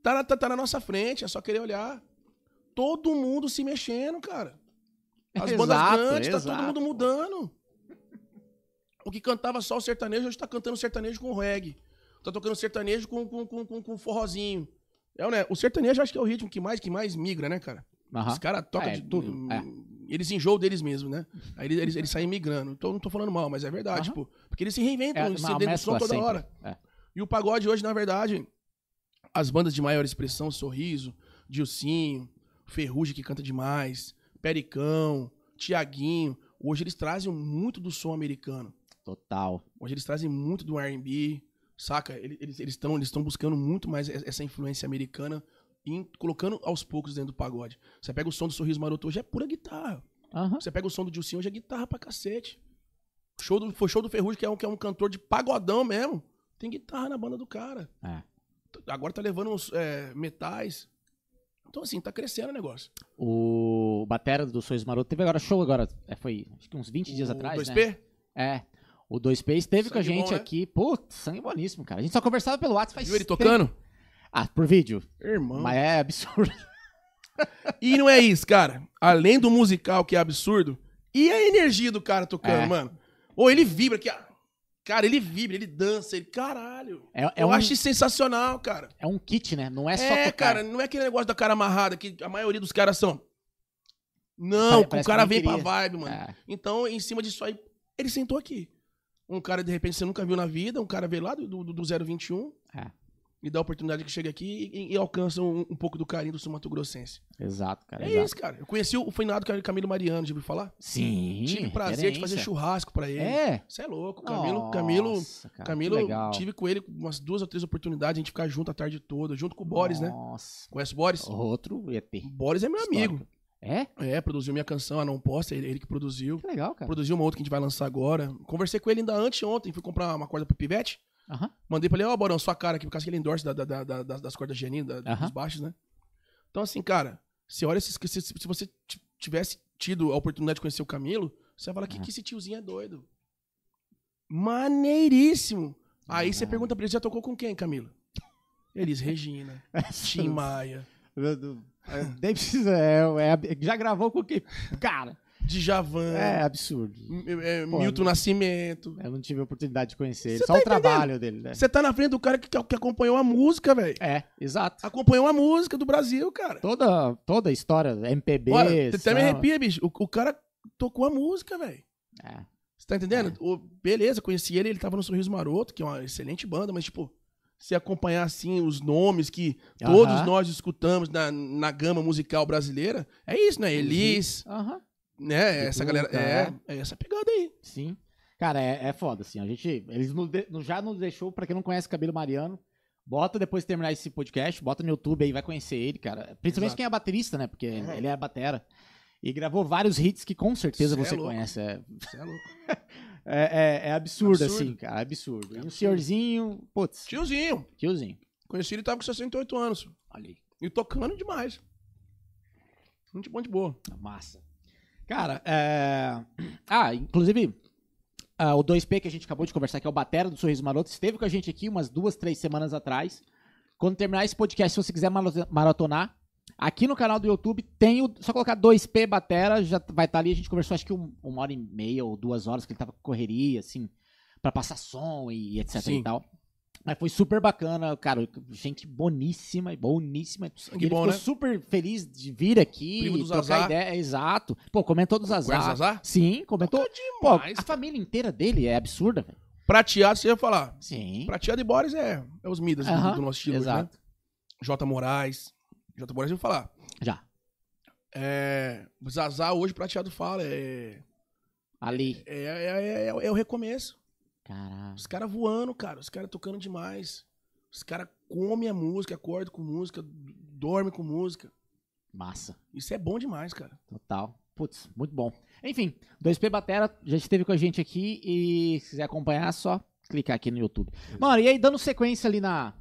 C: Tá, na- tá- tá na nossa frente, é só querer olhar. Todo mundo se mexendo, cara. As bandas
B: Exato,
C: grandes, tá
B: exato.
C: todo mundo mudando. O que cantava só o sertanejo, hoje tá cantando sertanejo com reggae. Tá tocando sertanejo com, com, com, com, com forrozinho. É, né? O sertanejo acho que é o ritmo que mais, que mais migra, né, cara?
B: Aham.
C: Os caras tocam
B: É,
C: de
B: tudo,
C: hum,
B: é.
C: Eles enjoam deles mesmos, né? Aí eles, eles, eles saem migrando. Então não tô falando mal, mas é verdade,
B: Aham.
C: pô. Porque eles se reinventam,
B: É
C: eles se
B: uma
C: dentro do som
B: mescla
C: toda
B: sempre.
C: hora.
B: É.
C: E o pagode hoje, na verdade, as bandas de maior expressão, Sorriso, Dilcinho, Ferrugem, que canta demais, Pericão, Tiaguinho, hoje eles trazem muito do som americano.
B: Total.
C: Hoje eles trazem muito do R&B, saca? Ele- Eles eles estão eles estão buscando muito mais e- essa influência americana e in- colocando aos poucos dentro do pagode. Você pega o som do Sorriso Maroto hoje é pura guitarra.
B: Aham.
C: Você pega o som do Dilcinho hoje é guitarra pra cacete. Show do, foi show do Ferrugem, que é, um, que é um cantor de pagodão mesmo. Tem guitarra na banda do cara.
B: É.
C: T- Agora tá levando uns é, metais. Então, assim, tá crescendo o negócio.
B: O Batera do Sois Maroto teve agora show agora. é, foi acho que uns 20 dias
C: O Tá
B: atrás, né?
C: 2P?
B: É. O 2P esteve com a
C: Sangue
B: gente
C: bom, né?
B: aqui. Putz, sangue boníssimo, cara. A gente só conversava pelo WhatsApp faz
C: Viu ele
B: tempo.
C: tocando?
B: Ah, por vídeo.
C: Irmão.
B: Mas é absurdo. *laughs*
C: E não é isso, cara. Além do musical, que é absurdo, e a energia do cara tocando,
B: É.
C: mano. Ou ele vibra, que. Cara, ele vibra, ele dança, ele. Caralho.
B: É, é
C: eu
B: um,
C: acho isso sensacional, cara.
B: é um kit, né? Não é só
C: É,
B: tocar.
C: cara, não é aquele negócio da cara amarrada que a maioria dos caras são. Não,
B: Parece
C: o cara
B: que nem
C: vem pra
B: queria.
C: vibe, mano.
B: É.
C: Então, em cima disso aí, ele sentou aqui. Um cara, de repente, você nunca viu na vida, um cara veio lá do, do, do 021
B: É.
C: e dá a oportunidade que chega aqui e, e alcança um, um pouco do carinho do Sul Mato Grossense.
B: Exato, cara.
C: É
B: exato.
C: isso, cara. Eu conheci o finado Camilo Mariano, já ouviu falar?
B: Sim.
C: tive o prazer de fazer
B: referência.
C: churrasco pra ele.
B: É.
C: Você é louco. Camilo, Camilo,
B: Nossa, cara, que
C: Camilo,
B: legal.
C: tive com ele umas duas ou três oportunidades, a gente ficar junto a tarde toda, junto com o Boris, né?
B: Nossa.
C: Conhece o Boris?
B: Outro ET.
C: O Boris é meu amigo.
B: Histórico. É?
C: É, produziu minha canção, a Não Posta, ele, ele que produziu.
B: Que legal, cara.
C: Produziu uma outra que a gente vai lançar agora. Conversei com ele ainda antes ontem, fui comprar uma corda pro Pivete.
B: Aham.
C: Mandei pra ele, ó, Borão, sua cara aqui, por causa que ele endorse da- da- da- da- das, das cordas Giannini, da,
B: Aham.
C: dos baixos, né? Então, assim, cara, você olha, esses- se, se, se você t- tivesse tido a oportunidade de conhecer o Camilo, você ia falar que,
B: Aham.
C: que esse tiozinho é doido. Maneiríssimo. Aí você
B: Caralho.
C: pergunta pra ele, já tocou com quem, Camilo? Elis
B: *laughs*
C: Regina, Tim Maia,
B: Do- do- é, Nem precisa. É, é ab- já gravou com o quê? Cara,
C: Djavan,
B: é absurdo.
C: M- é,
B: Pô,
C: Milton Nascimento.
B: Eu não tive a oportunidade de conhecer ele.
C: Cê
B: Só
C: tá
B: o trabalho dele, né?
C: Você tá na frente do cara que, que acompanhou a música, velho.
B: É, exato.
C: Acompanhou a música do Brasil, cara.
B: Toda, toda a história, MPB.
C: Olha, você até
B: samba.
C: me arrepia, bicho. O, o cara tocou a música, velho.
B: É.
C: Você tá entendendo? O- beleza, conheci ele, ele tava no Sorriso Maroto, que é uma excelente banda, mas, tipo, se acompanhar, assim, os nomes que
B: Aham.
C: todos nós escutamos na, na gama musical brasileira, é isso,
B: Uhum.
C: né? Elis,
B: Aham.
C: né? Essa
B: Duca,
C: galera... É, é essa pegada aí.
B: Sim. Cara, é, é foda, assim. A gente. Eles nos de- no- já nos deixou, pra quem não conhece Cabelo Mariano, bota depois de terminar esse podcast, bota no YouTube aí, vai conhecer ele, cara. Principalmente
C: Exato.
B: quem é baterista, né? Porque
C: É.
B: ele é batera. E gravou vários hits que com certeza
C: Cê é
B: você
C: louco.
B: conhece. É,
C: Você é louco.
B: é, é- é absurdo,
C: Absurdo.
B: assim, cara. É absurdo. E um
C: Absurdo.
B: senhorzinho, putz,
C: Tiozinho.
B: tiozinho.
C: Conheci ele, tava com 68 anos.
B: Olha aí,
C: E tocando demais. Muito bom de boa.
B: É massa. Cara, é... *clears throat* Ah, inclusive, ah, o 2P que a gente acabou de conversar, que é o Batera do Sorriso Maroto, esteve com a gente aqui umas duas, três semanas atrás. Quando terminar esse podcast, se você quiser maro- maratonar, aqui no canal do YouTube tem o. Só colocar 2P Batera, já vai estar ali. A gente conversou acho que um- uma hora e meia ou duas horas, que ele tava com correria, assim, pra passar som e etc
C: Sim.
B: e tal. Mas foi super bacana, cara. Gente boníssima, e boníssima.
C: Sangue
B: E ele
C: bom,
B: ficou
C: né?
B: super feliz de vir aqui,
C: Primo do
B: trocar
C: Zazá.
B: ideia. É, Exato. Pô, comentou dos
C: Conhece
B: azar.
C: Zazá?
B: Sim, comentou. Pô,
C: Tá demais,
B: a família inteira dele é absurda, velho.
C: Prateado, você ia falar.
B: Sim.
C: Prateado e Boris é, é os Midas do-
B: Aham,
C: do, nosso estilo, hoje, né?
B: Exato.
C: J. Moraes. J. Moraes eu ia falar.
B: Já.
C: É, Zazá hoje Prateado fala. É,
B: Ali.
C: é, é, é- é o- é o recomeço.
B: Caralho.
C: Os caras voando, cara. Os caras tocando demais. Os caras comem a música, acordam com música, dormem com música.
B: Massa.
C: Isso é bom demais, cara.
B: Total. Putz, muito bom. Enfim, 2P Batera já esteve com a gente aqui e se quiser acompanhar, só clicar aqui no YouTube. Mano, e aí dando sequência ali na,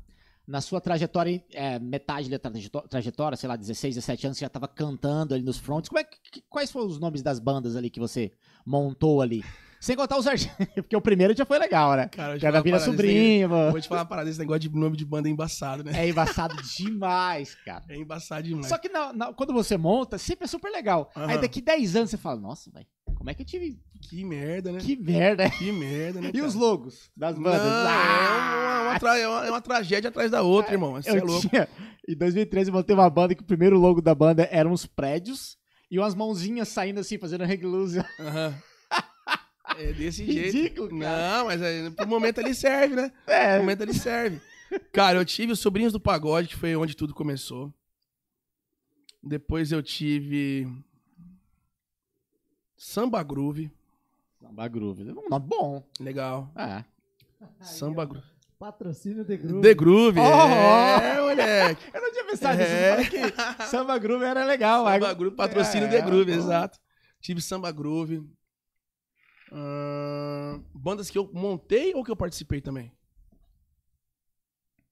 B: na sua trajetória, é, metade da trajeto- trajetória, sei lá, 16, 17 anos, você já tava cantando ali nos fronts. Como é que- que- quais foram os nomes das bandas ali que você montou ali? Sem contar os artistas, *laughs* porque o primeiro já foi legal, né?
C: Cara, eu te
B: Cada
C: falar uma
B: vira
C: parada,
B: sobrinho,
C: esse-
B: mano.
C: Vou te falar uma parada, esse negócio de nome de banda é embaçado, né?
B: É embaçado demais, cara.
C: É embaçado demais.
B: Só que na- na- quando você monta, sempre é super legal. Aí
C: Aham.
B: daqui 10 anos você fala, nossa, velho, como é que eu tive.
C: Que merda, né?
B: Que merda.
C: Que merda,
B: *laughs*
C: né?
B: E
C: cara?
B: os logos das
C: Não,
B: bandas?
C: é, uma, uma tra- é uma- é uma tragédia atrás da outra, irmão. Você é
B: eu
C: louco.
B: tinha, em 2013 eu montei uma banda que o primeiro logo da banda eram uns prédios e umas mãozinhas saindo assim, fazendo hang loose.
C: Aham. É
B: *laughs*
C: desse jeito.
B: Ridículo, cara.
C: Não, mas aí, pro momento ele serve, né? Pro
B: É,
C: momento ele serve. Cara, eu tive os Sobrinhos do Pagode, que foi onde tudo começou. Depois eu tive. Samba Groove. né?
B: Samba Groove. Um nome bom.
C: Legal.
B: É.
C: Samba Groove.
A: Patrocínio de grupo.
C: The Groove. É,
B: Oh!
C: moleque.
B: Eu não tinha pensado nisso.
C: É.
B: Eu falei que Samba Groove era legal.
C: Samba
B: mas-
C: Groove, patrocínio
B: É,
C: The Groove,
B: bom.
C: exato. Tive Samba Groove. Ahn, bandas que eu montei ou que eu participei também?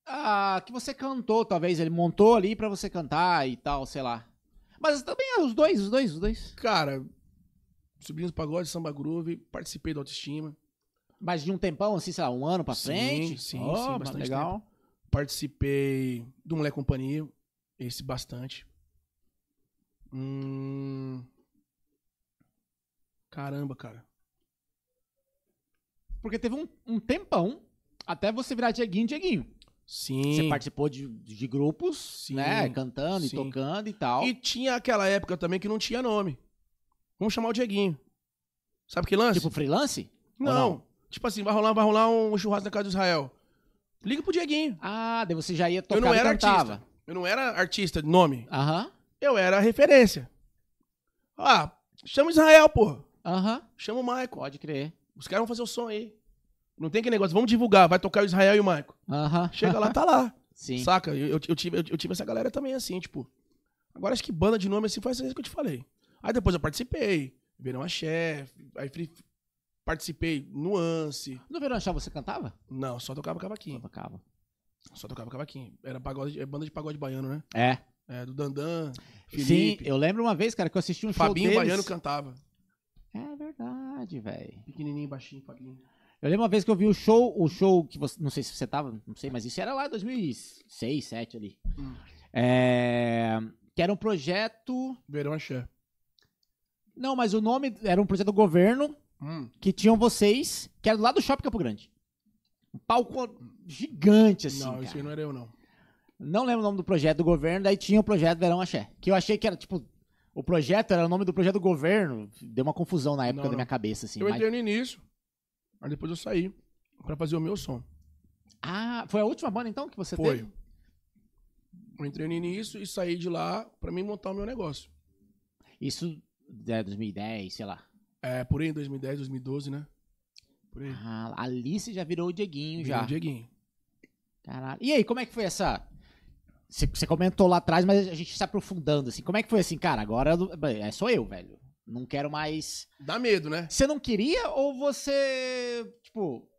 B: Ah, que você cantou, talvez. Ele montou ali pra você cantar e tal, sei lá. Mas também é os dois, os dois, os dois.
C: Cara, Sobrinhos do Pagode, Samba Groove, participei do Autoestima.
B: Mas de um tempão, assim, sei lá, um ano pra
C: Sim,
B: frente.
C: sim,
B: Oh,
C: sim,
B: mas
C: bastante
B: legal.
C: Participei do Mulher Companhia, esse bastante. Hum... Caramba, cara.
B: Porque teve um, um tempão até você virar Dieguinho, Dieguinho.
C: Sim.
B: Você participou de, de grupos,
C: Sim,
B: né? Cantando
C: sim.
B: e tocando e tal.
C: E tinha aquela época também que não tinha nome. Vamos chamar o Dieguinho. Sabe que lance?
B: Tipo freelance? ou
C: não.
B: não?
C: Tipo assim, vai rolar, vai rolar um churrasco na casa do Israel. Liga pro Dieguinho.
B: Ah, daí você já ia tocar
C: eu não
B: e
C: era
B: cantava.
C: artista. Eu não era artista de nome.
B: Aham,
C: Eu era referência. Ah, chama o Israel, porra.
B: aham.
C: Chama o Maico.
B: Pode crer.
C: Os caras vão fazer o som aí. Não tem que negócio, vamos divulgar, vai tocar o Israel e o Maico.
B: Aham.
C: Chega lá, tá lá.
B: *laughs* Sim.
C: Saca? Eu, eu- eu tive, eu, eu tive essa galera também, assim, tipo. Agora acho que banda de nome assim foi essa que eu te falei. Aí depois eu participei. Verão Axé, aí fui- participei nuance.
B: No Verão Chá você cantava?
C: Não, só tocava cavaquinho.
B: Tocava.
C: Só tocava cavaquinho. Era pagode, é banda de pagode baiano, né?
B: É.
C: É, do Dandan,
B: Sim,
C: Felipe.
B: eu lembro uma vez, cara, que eu assisti um
C: Fabinho
B: show
C: Baiano
B: deles.
C: cantava.
B: É verdade, velho.
C: Pequenininho, baixinho, Fabinho.
B: Eu lembro uma vez que eu vi o show, o show que você, não sei se você tava, não sei, mas isso era lá em 2006, 2007 ali.
C: Hum.
B: É, que era um projeto,
C: Verão Axé.
B: não, mas o nome era um projeto do governo
C: Hum.
B: que tinham vocês, que era lá do Shopping Campo Grande. Um palco gigante assim,
C: não,
B: cara.
C: isso aí não era eu, não.
B: Não lembro o nome do projeto do governo, daí tinha o projeto Verão Axé. Que eu achei que era, tipo, o projeto era o nome do projeto do governo. Deu uma confusão na época
C: Não,
B: da
C: não.
B: minha cabeça, assim.
C: eu
B: mas-
C: entrei no início, mas depois eu saí pra fazer o meu som.
B: Ah, foi a última banda então que você
C: Foi.
B: teve?
C: Eu entrei no início e saí de lá pra mim montar o meu negócio.
B: Isso é 2010, sei lá.
C: É, por aí, em 2010, 2012, né? Por aí.
B: Ah, a Alice já virou o Dieguinho
C: Virei
B: já.
C: o Dieguinho.
B: Caralho. E aí, como é que foi essa. Você- Você comentou lá atrás, mas a gente se aprofundando, assim. Como é que foi assim, cara? Agora eu- bem, é só eu, velho. Não quero mais.
C: Dá medo, né?
B: Você não queria ou você. Tipo.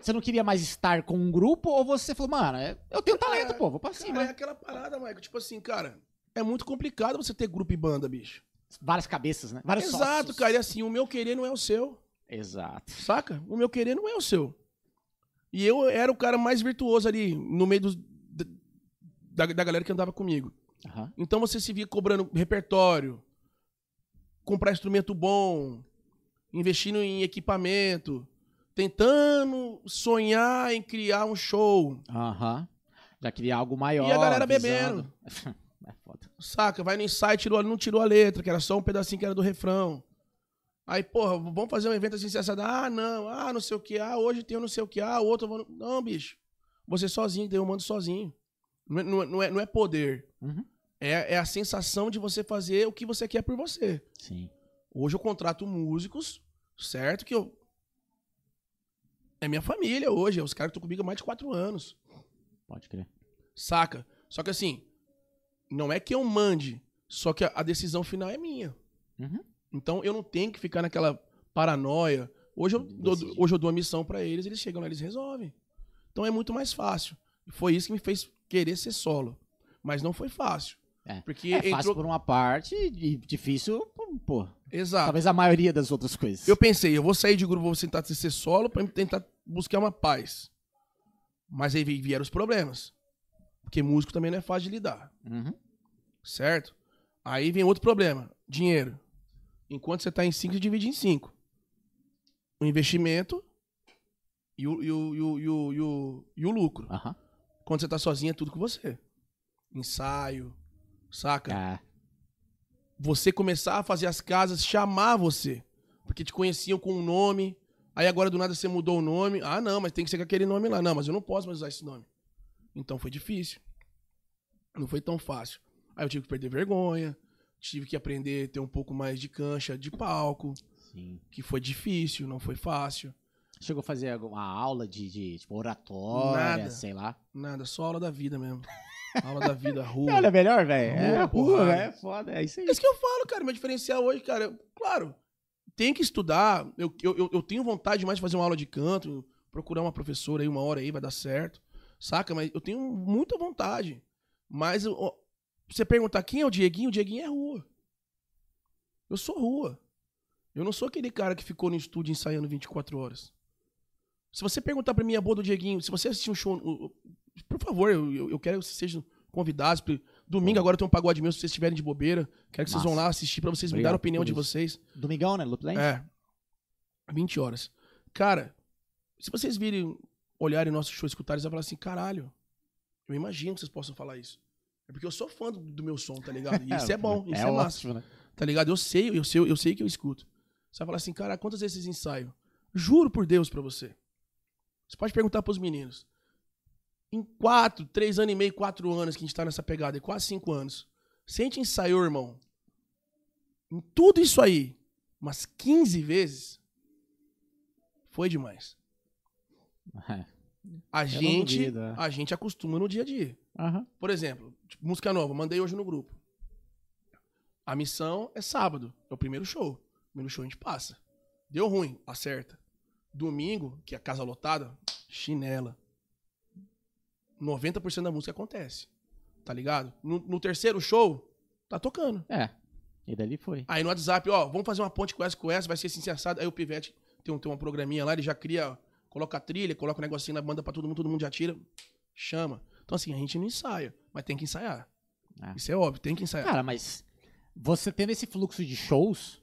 B: Você não queria mais estar com um grupo ou você falou, mano, é- eu tenho talento, pô, vou pra
C: Cara,
B: cima.
C: é aquela parada, Maico. Tipo assim, cara, é muito complicado você ter grupo e banda, bicho.
B: Várias cabeças, né? Vários
C: Exato,
B: sócios.
C: cara. E assim, o meu querer não é o seu.
B: Exato.
C: Saca? O meu querer não é o seu. E eu era o cara mais virtuoso ali, no meio dos, da, da- da galera que andava comigo.
B: Aham.
C: Então você se via cobrando repertório, comprar instrumento bom, investindo em equipamento, tentando sonhar em criar um show.
B: Aham. Já queria algo maior.
C: E a galera
B: visando. é foda.
C: Saca? Vai no ensaio, tirou, a- não tirou a letra, que era só um pedacinho que era do refrão. Aí, porra, vamos fazer um evento assim, cessado. Ah, não, ah, não sei o que, ah, hoje tem um não sei o que, ah, outro. eu vou no- Não, bicho. Você sozinho, daí eu mando sozinho. Não é, não é- não é- não é poder.
B: Uhum.
C: É- é a sensação de você fazer o que você quer por você.
B: Sim.
C: Hoje eu contrato músicos, certo? Que eu. É minha família hoje, é os caras que estão comigo há mais de quatro anos,
B: Pode crer.
C: saca? Só que assim, não é que eu mande, só que a, a decisão final é minha.
B: Uhum.
C: Então eu não tenho que ficar naquela paranoia. Hoje eu, dou,
B: Decide.
C: hoje eu dou a missão pra eles, eles chegam lá, eles resolvem. Então é muito mais fácil. E foi isso que me fez querer ser solo. Mas não foi fácil.
B: É.
C: Porque
B: é
C: entrou.
B: fácil por uma parte e difícil, por- pô.
C: Exato.
B: Talvez a maioria das outras coisas.
C: Ah. Eu pensei, eu vou sair de grupo, vou tentar ser solo pra tentar buscar uma paz. Mas aí vi- vieram os problemas. Porque músico também não é fácil de lidar,
B: Uhum.
C: certo? Aí vem outro problema, dinheiro. Enquanto você tá em 5, você divide em 5. O investimento e o, e o- e o- e o- e o- e o lucro.
B: Aham.
C: Quando você tá sozinho, é tudo com você. Ensaio, saca?
B: É.
C: você começar a fazer as casas chamar você. Porque te conheciam com um nome. Aí agora do nada você mudou o nome. Ah, não, mas tem que ser com aquele nome lá. Não, mas eu não posso mais usar esse nome. Então foi difícil. Não foi tão fácil. Aí eu tive que perder vergonha. Tive que aprender a ter um pouco mais de cancha de palco.
B: Sim.
C: que foi difícil, não foi fácil.
B: Chegou a fazer alguma aula de, de, tipo, oratória,
C: Nada.
B: sei lá.
C: Nada, só aula da vida mesmo. Aula da vida, rua.
B: *laughs* Olha, melhor, velho. É
C: Rua,
B: rua,
C: porrada.
B: velho. É foda, é isso aí.
C: É isso que eu falo, cara. Meu diferencial hoje, cara, eu- claro, tem que estudar. Eu, eu, eu- eu tenho vontade demais de fazer uma aula de canto, procurar uma professora aí, uma hora aí, vai dar certo. Saca? Mas eu tenho muita vontade. Mas eu- ó, você perguntar quem é o Dieguinho, o Dieguinho é rua. Eu sou rua. Eu não sou aquele cara que ficou no estúdio ensaiando 24 horas. Se você perguntar pra mim a boa do Dieguinho, se você assistir um show. o- o- Por favor, eu, eu- eu quero que vocês sejam convidados. pra- Domingo agora tem um pagode meu, se vocês estiverem de bobeira. Quero que vocês vão
B: Massa.
C: lá assistir pra vocês me
B: Obrigado
C: darem a opinião
B: por
C: de
B: isso.
C: vocês.
B: Domingão, né? Loop Lane?
C: É. 20 horas. Cara, se vocês virem, olharem nosso show, escutarem, vocês vão falar assim, caralho, eu imagino que vocês possam falar isso. É porque eu sou fã do, do meu som, tá ligado?
B: *laughs*
C: E isso é bom, isso é, massa,
B: ótimo, né?
C: tá ligado? Eu sei, eu sei, eu sei que eu escuto. Você vai falar assim, cara, quantas vezes vocês ensaiam? Juro por Deus pra você. Você pode perguntar pros meninos. Em quatro, três anos e meio, quatro anos que a gente tá nessa pegada, e quase cinco anos. Se a gente ensaiou, irmão, em tudo isso aí, umas 15 vezes, foi demais.
B: É.
C: A
B: não
C: gente,
B: duvido, é.
C: a gente acostuma no dia a dia.
B: Aham.
C: Por exemplo, tipo, música nova, mandei hoje no grupo. A missão é sábado, é o primeiro show. Primeiro show a gente passa. Deu ruim, acerta. Domingo, que é a casa lotada, chinela. 90% da música acontece. Tá ligado? No, no terceiro show, tá tocando.
B: É. E dali foi.
C: Aí no WhatsApp, ó, vamos fazer uma ponte com essa, com essa, vai ser assim, assim, assado. Aí o Pivete tem, um, tem uma programinha lá, ele já cria, coloca a trilha, coloca um negocinho na banda pra todo mundo, todo mundo já tira, chama. Então assim, a gente não ensaia, mas tem que ensaiar.
B: É.
C: Isso é óbvio, tem que ensaiar.
B: Cara, mas você tendo esse fluxo de shows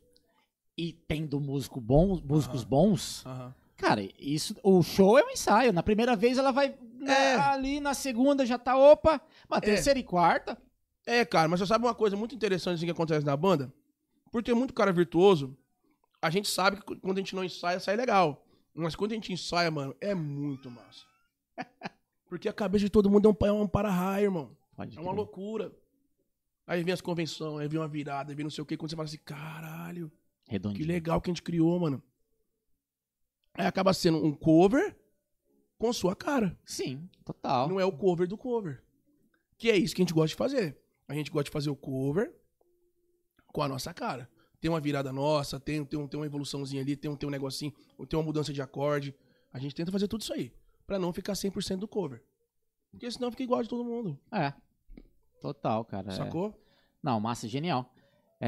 B: e tendo músico bom, músicos
C: Aham.
B: bons,
C: Aham.
B: cara, isso, o show é um ensaio. Na primeira vez ela vai né,
C: É.
B: ali, na segunda já tá, opa. Mas
C: É.
B: terceira e quarta,
C: É, cara, mas você sabe uma coisa muito interessante assim, que acontece na banda? Por ter muito cara virtuoso, a gente sabe que quando a gente não ensaia, sai legal. Mas quando a gente ensaia, mano, é
B: *laughs*
C: muito massa. Porque a cabeça de todo mundo é um, pa- é um para-raio, irmão.
B: pode
C: É uma
B: crer.
C: loucura. Aí vem as convenções, aí vem uma virada, aí vem não sei o que, quando você fala assim, caralho, que
B: redondinho.
C: legal que a gente criou, mano. Aí acaba sendo um cover com sua cara.
B: Sim, total.
C: Não é o cover do cover. Que é isso que a gente gosta de fazer. A gente gosta de fazer o cover com a nossa cara. Tem uma virada nossa, tem, tem, um- tem uma evoluçãozinha ali, tem um, tem um negocinho, ou tem uma mudança de acorde. A gente tenta fazer tudo isso aí, pra não ficar 100% do cover. Porque senão fica igual de todo mundo,
B: É. Total, cara. é.
C: sacou?
B: Não, massa, genial.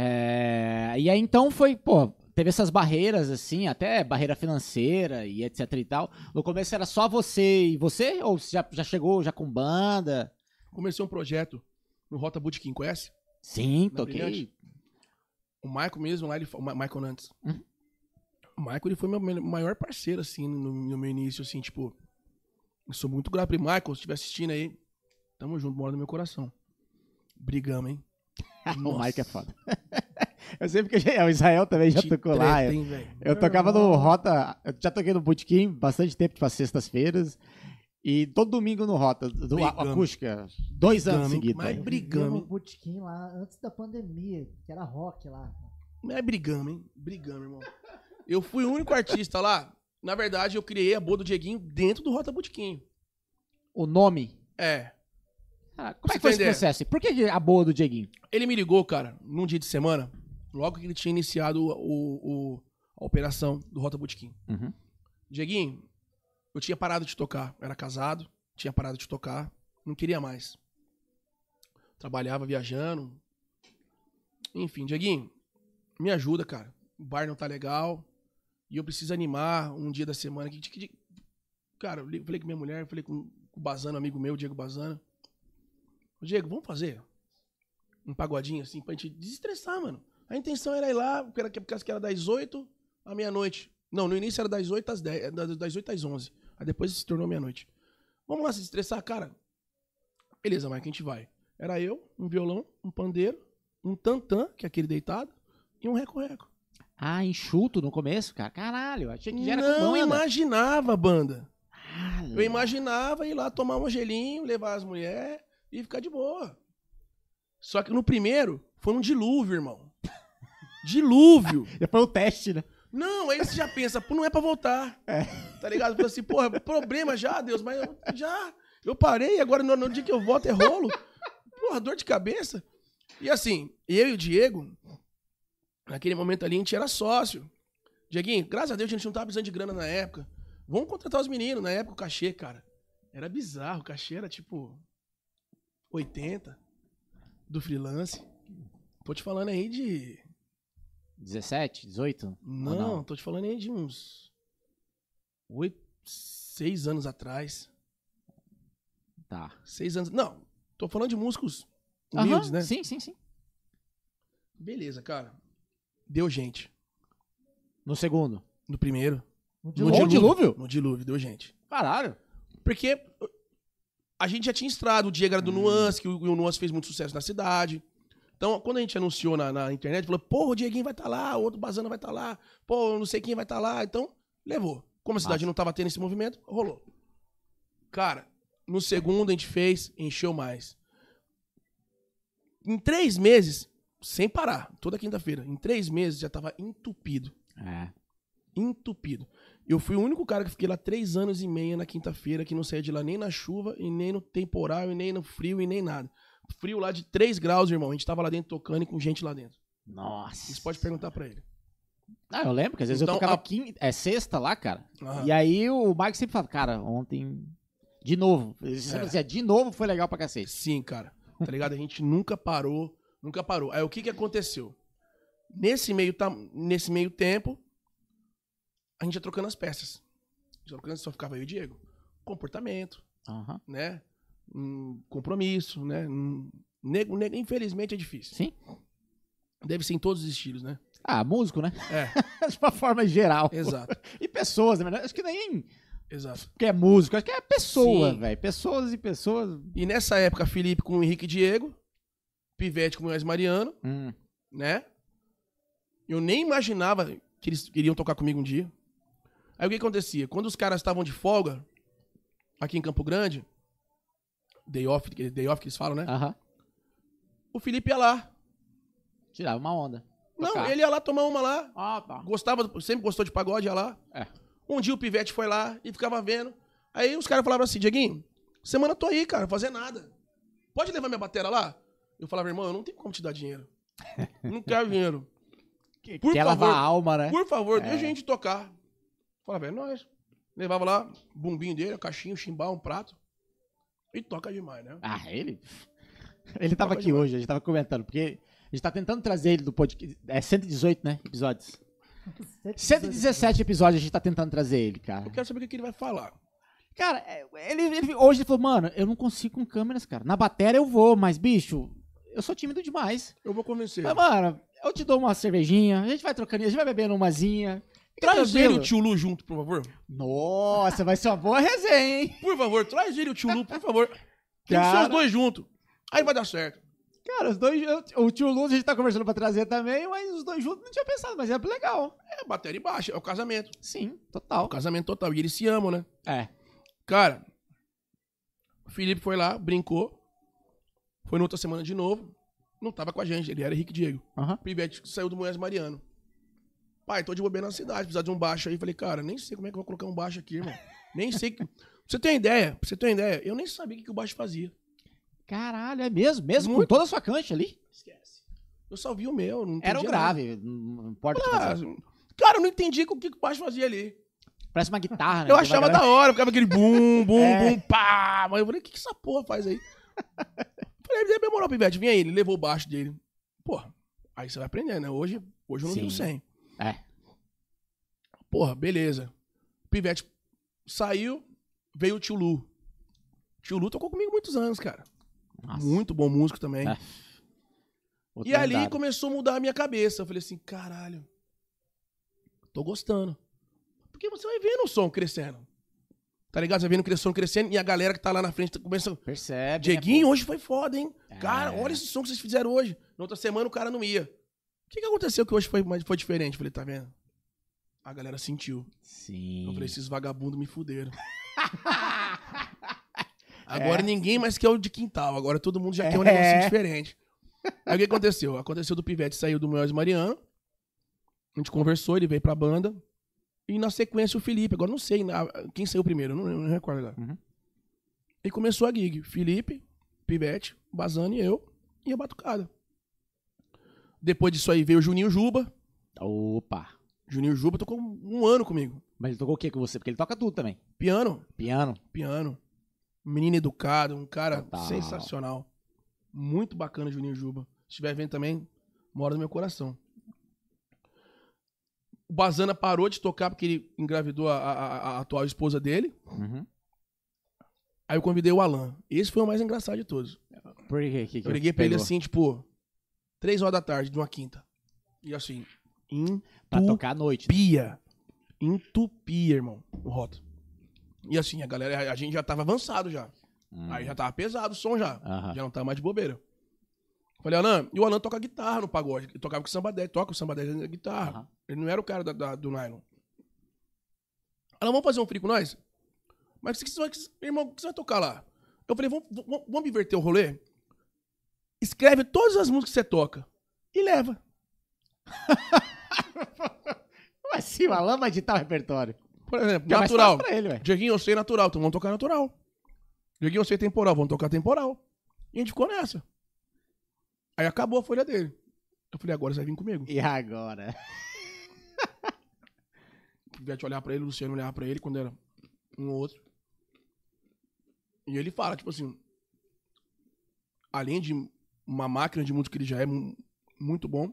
B: É, E aí então foi, pô, teve essas barreiras assim, até barreira financeira e etc e tal. No começo era só você e você? Ou você já, já chegou já com banda?
C: Comecei um projeto no Rota Bootkin, conhece?
B: Sim,
C: Na
B: toquei.
C: Brilhante. O Michael mesmo lá, ele, fa- o Ma- Michael Nantes.
B: Uhum.
C: O Michael ele foi meu mel- maior parceiro, assim, no, no meu início, assim, tipo. Eu sou muito grato pra ele. Michael, se estiver assistindo aí, tamo junto, mora no meu coração. Brigamos, hein?
B: *laughs* o
C: Nossa.
B: Mike é foda. *laughs* eu sei porque já- o Israel também já
C: Que
B: tocou
C: treta,
B: lá. é. Eu,
C: hein, velho?
B: eu tocava no Rota, eu já toquei no Bootkin bastante tempo, tipo às sextas-feiras. E todo domingo no Rota, do a-
C: Brigamos.
B: acústica. Dois anos
C: Brigamos,
B: seguidos.
C: mas
B: aí.
C: brigamos,
A: no
C: hein?
A: botequim lá antes da pandemia, que era rock lá.
C: Mas é brigamos, hein? Brigamos, irmão. Eu fui o único artista lá. Na verdade, eu criei a boa do Dieguinho dentro do Rota Botequim.
B: O nome
C: É,
B: Ah, como é
C: Você
B: que foi esse
C: entendeu?
B: processo? Por que que a boa do Dieguinho?
C: Ele me ligou, cara, num dia de semana, logo que ele tinha iniciado o, o- o- a operação do Rota Botequim.
B: Uhum.
C: Dieguinho, eu tinha parado de tocar. Eu era casado, tinha parado de tocar, não queria mais. Trabalhava viajando. Enfim, Dieguinho, me ajuda, cara. O bar não tá legal. E eu preciso animar um dia da semana. Que, que- que- cara, eu li- falei com minha mulher, falei com o Bazano, amigo meu, Diego Bazano. Ô, Diego, vamos fazer um pagodinho assim pra gente desestressar, mano. A intenção era ir lá, porque era- porque era das 8 à meia-noite. Não, no início era das 8 às 10, eh, das das 8 às 11. Aí depois se tornou meia-noite. Vamos lá se desestressar, cara? Beleza, Mike, a gente vai. Era eu, um violão, um pandeiro, um tantã, que é aquele deitado, e um reco-reco.
B: Ah, enxuto no começo, cara. Caralho, achei que já era com
C: Não
B: banda.
C: imaginava, banda.
B: Ah,
C: Eu imaginava ir lá tomar um gelinho, levar as mulheres e ficar de boa. Só que no primeiro foi um dilúvio, irmão. Dilúvio.
B: Já foi o teste, né?
C: Não, aí você já pensa, pô, não é pra voltar. Tá ligado? Fala assim, porra, problema já, Deus, mas eu já. Eu parei, agora no, no dia que eu volto é rolo. Porra, dor de cabeça. E assim, eu e o Diego, naquele momento ali, a gente era sócio. Dieguinho, graças a Deus a gente não tava precisando de grana na época. Vamos contratar os meninos. Na época o cachê, cara, era bizarro. O cachê era tipo 80 do freelance. Tô te falando aí de
B: 17, 18?
C: não,
B: não?
C: tô te falando aí de uns oito, seis anos atrás.
B: Tá.
C: Seis anos. Não, tô falando de músicos
B: Aham,
C: humildes, né?
B: Sim, sim, sim.
C: Beleza, cara. Deu gente.
B: No segundo.
C: No primeiro.
A: No
B: No dilúvio. um dilúvio?
C: No dilúvio, deu gente.
B: Caralho.
C: Porque a gente já tinha estrado, o Diego era do Nuance, que o, o Nuance fez muito sucesso na cidade. Então, quando a gente anunciou na, na internet, falou, porra, o Dieguinho vai estar lá, o outro Bazana vai estar lá, pô, não sei quem vai estar lá. Então, levou. Como a cidade
B: Massa.
C: não tava tendo esse movimento, rolou. Cara, no segundo a gente fez, encheu mais. Em três meses, sem parar, toda quinta-feira, em três meses já tava entupido
B: É.
C: entupido. Eu fui o único cara que fiquei lá três anos e meio na quinta-feira, que não saía de lá nem na chuva, e nem no temporal, e nem no frio, e nem nada. Frio lá de 3 graus, irmão. A gente tava lá dentro tocando e com gente lá dentro.
B: Nossa.
C: Isso pode perguntar pra ele.
B: Ah, eu lembro que às vezes
C: Então,
B: eu tocava
C: a-
B: quinta, é sexta lá, cara.
C: Ah.
B: E aí o Mike sempre fala, cara, ontem. De novo. Ele sempre
C: É.
B: dizia, de novo foi legal pra cacete.
C: Sim, cara. Tá ligado? A gente nunca parou, nunca parou. Aí o que que aconteceu? Nesse meio, tam- nesse meio tempo, a gente ia trocando as peças. Trocando, só ficava eu e o Diego. Comportamento,
B: Aham.
C: né? Um compromisso, né? Um nego, nego, infelizmente é difícil.
B: Sim.
C: Deve ser em todos os estilos, né?
B: Ah, músico, né?
C: É,
B: *laughs* De uma forma geral.
C: exato, *laughs*
B: E pessoas, na verdade. Acho que nem
C: exato.
B: que é músico, acho que é pessoa,
C: Sim.
B: velho. Pessoas e pessoas.
C: E nessa época, Felipe com o Henrique e Diego, Pivete com o Moisés Mariano,
B: Hum.
C: né? Eu nem imaginava que eles iriam tocar comigo um dia. Aí o que acontecia? Quando os caras estavam de folga, aqui em Campo Grande, day off, que- day off que eles falam, né?
B: Aham.
C: O Felipe ia lá.
B: Tirava uma onda.
C: Não,
B: Tocar.
C: ele ia lá tomar uma lá,
B: Ah, tá.
C: Gostava, do- sempre gostou de pagode, ia lá.
B: É.
C: Um dia o Pivete foi lá e ficava vendo. Aí os caras falavam assim, Dieguinho, semana eu tô aí, cara, fazer nada. Pode levar minha batera lá? Eu falava, irmão, eu não tenho como te
B: *laughs*
C: dar dinheiro. não quero dinheiro.
B: Que,
C: Por
B: quer
C: favor.
B: lavar a alma, né?
C: Por favor, deixa a gente tocar. Falava, é nóis. Levava lá, bumbinho dele, a caixinha, o chimbal, um prato. E toca demais, né?
B: Ah, ele. *laughs* Ele tava
C: Tava
B: aqui
C: demais.
B: hoje, a gente tava comentando, porque a gente tá tentando trazer ele do podcast. É 118, né? Episódios.
A: *laughs*
B: 117 episódios a gente tá tentando trazer ele, cara.
C: Eu quero saber o que que ele vai falar.
B: Cara, é, ele, ele- hoje ele falou, mano, eu não consigo com câmeras, cara. Na bateria eu vou, mas, bicho, eu sou tímido demais.
C: Eu vou convencer.
B: Mas, mano, eu te dou uma cervejinha, a gente vai trocando, a gente vai bebendo umazinha. Fica
C: Traz ele e o
B: tranquilo.
C: tio Lu junto, por favor.
B: Nossa, vai ser uma boa resenha, hein?
C: Por favor, traz ele e o tio Lu, por favor. Tem que ser
B: Cara.
C: os dois juntos. Aí vai dar certo.
B: Cara, os dois. eu- O tio Luz a gente tá conversando pra trazer também, mas os dois juntos não tinha pensado, mas é legal.
C: É, bateria e baixa, é o casamento.
B: Sim,
C: É o
B: total.
C: casamento total. E eles se amam, né?
B: É.
C: Cara, o Felipe foi lá, brincou. Foi na outra semana de novo. Não tava com a gente, ele era Henrique Diego.
B: Aham.
C: O Pivete saiu do Moés Mariano. Pai, tô de bobeira na cidade, precisar de um baixo aí. Falei, cara, nem sei como é que eu vou colocar um baixo aqui, irmão. Nem sei. Que... Pra você ter uma ideia, pra você ter uma ideia, eu nem sabia o que, que o baixo fazia.
B: Caralho, é mesmo, mesmo com
C: Muito.
B: toda a sua cancha ali.
C: Esquece. Eu só vi o meu, não né? entendi
B: Era o
C: nada.
B: grave, não importa o que
C: Ah,
B: fazer.
C: cara, eu não entendi o que, que o baixo fazia ali.
B: Parece uma guitarra, né?
C: Eu achava
B: da
C: da hora, ficava aquele
B: *laughs*
C: bum, bum,
B: É.
C: bum, pá. Mas eu falei, o que, que essa porra faz aí? *laughs* falei, ele demorou, Pivete, vem aí. Ele levou o baixo dele. Porra, aí você vai aprendendo, né? Hoje, hoje eu não
B: Sim.
C: tenho 100.
B: É.
C: Porra, beleza. Pivete saiu, veio o Tio Lu. Tio Lu tocou comigo muitos anos, cara. Muito bom músico também.
B: É.
C: E ali começou a mudar a minha cabeça. Eu falei assim, caralho, tô gostando. Porque você vai vendo o som crescendo. Tá ligado? Você vai vendo o som crescendo e a galera que tá lá na frente tá começando.
B: Percebe. né,
C: Dieguinho, hoje foi foda, hein?
B: pô?
C: Cara,
B: É.
C: olha esse som que vocês fizeram hoje. Na outra semana o cara não ia. O que, que aconteceu que hoje foi, mais- foi diferente? Eu falei, tá vendo? A galera sentiu.
B: Sim.
C: Eu falei, esses vagabundos me fuderam. Agora ninguém mais quer o de quintal, agora todo mundo já quer um
B: É.
C: negocinho diferente. Aí o que aconteceu? Aconteceu do Pivete saiu do Moisés Mariano A gente conversou, ele veio pra banda. E na sequência o Felipe, agora não sei na- quem saiu primeiro, não, não recordo agora.
B: Uhum.
C: E começou a gig. Felipe, Pivete, Bazani, eu e a Batucada. Depois disso aí veio o Juninho Juba.
B: Opa.
C: Juninho Juba tocou um ano comigo.
B: Mas ele tocou o que com você? Porque ele toca tudo também.
C: Piano,
B: Piano.
C: piano. Menino educado, um cara
B: Total.
C: sensacional. Muito bacana, Juninho Juba. Se estiver vendo também, mora no meu coração. O Bazana parou de tocar porque ele engravidou a, a- a- a atual esposa dele.
B: Uhum.
C: Aí eu convidei o Alan. Esse foi o mais engraçado de todos.
B: Por que, que, que
C: eu liguei pra ele
B: pegou?
C: assim, tipo, três horas da tarde de uma quinta. E assim,
B: Pra tocar à noite. né?
C: entupia. Entupia, irmão, o rótulo. E assim, a galera, a gente já tava avançado já.
B: Hum.
C: Aí já tava pesado o som já.
B: Aham.
C: Já não tava mais de bobeira. Falei, Alan, e o Alan toca guitarra no pagode. Ele tocava com o samba 10, toca o samba 10 na guitarra.
B: Aham.
C: Ele não era o cara da- da- do nylon. Alan, vamos fazer um free com nós? Mas o que você vai, irmão, o que você vai tocar lá? Eu falei, vamos, vamos, vamos inverter o rolê? Escreve todas as músicas que você toca e leva.
B: Mas sim, o Alan vai editar o repertório.
C: Por exemplo,
B: Fica mais
C: natural.
B: fácil Pra ele, velho.
C: Dieguinho, eu sei natural, então vamos tocar natural. Dieguinho, eu sei temporal, vamos tocar temporal. E a gente ficou nessa. Aí acabou a folha dele. Eu falei, agora você vai vir comigo.
B: E agora?
C: O Pivete olhava pra ele, o Luciano olhava pra ele, quando era um ou outro. E ele fala, tipo assim, além de uma máquina de música que ele já é mu- muito bom,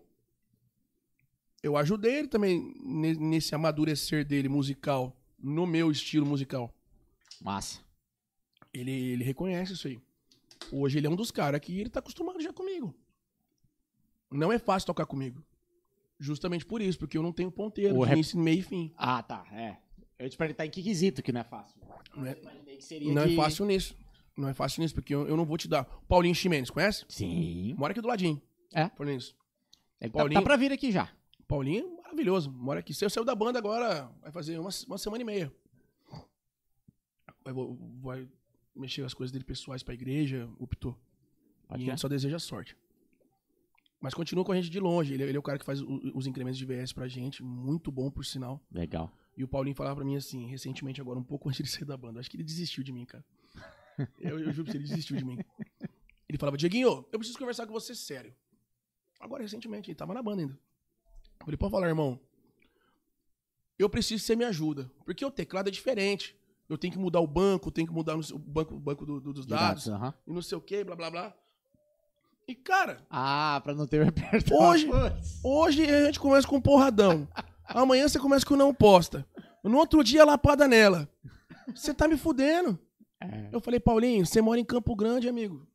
C: eu ajudei ele também ne- nesse amadurecer dele musical, no meu estilo musical.
B: Massa.
C: Ele, ele reconhece isso aí. Hoje ele é um dos caras que ele tá acostumado já comigo. Não é fácil tocar comigo. Justamente por isso, porque eu não tenho ponteiro,
B: O
C: de
B: rep-
C: início, meio e fim.
B: Ah, tá. É. Eu ia te perguntar em que quesito que não é fácil.
C: Não é,
B: Eu imaginei que seria
C: não
B: de-
C: é fácil nisso. Não é fácil nisso, porque eu, eu não vou te dar. Paulinho Ximenes, conhece?
B: Sim.
C: Mora aqui do ladinho.
B: É.
C: Paulinho.
B: Ele tá,
C: Paulinho-
B: tá pra vir aqui já.
C: Paulinho é maravilhoso. Mora aqui. Saiu, saiu da banda agora, vai fazer uma, uma semana e meia. Vai, vo- vai mexer as coisas dele pessoais pra igreja, optou.
B: Pode
C: e
B: crer.
C: a gente só deseja sorte. Mas continua com a gente de longe. Ele, ele é o cara que faz o- os incrementos de VS pra gente. Muito bom, por sinal.
B: Legal.
C: E o Paulinho falava pra mim assim, recentemente agora, um pouco *laughs* antes de sair da banda. Acho que ele desistiu de mim, cara. Eu, eu juro pra você, ele desistiu de mim. Ele falava, Dieguinho, eu preciso conversar com você sério. Agora, recentemente, ele tava na banda ainda. Eu falei, pode falar, irmão. Eu preciso que você me ajuda. Porque o teclado é diferente. Eu tenho que mudar o banco, tenho que mudar no- o banco, o banco do- do- dos
B: De
C: dados,
B: aham.
C: e não sei o que, blá, blá, blá. E, cara,
B: Ah, pra não ter o repertório.
C: Hoje-
B: Putz.
C: Hoje a gente começa com um porradão. Amanhã você começa com um não posta. No outro dia, lapada nela. Você tá me fudendo.
B: É.
C: Eu falei, Paulinho, você mora em Campo Grande, amigo.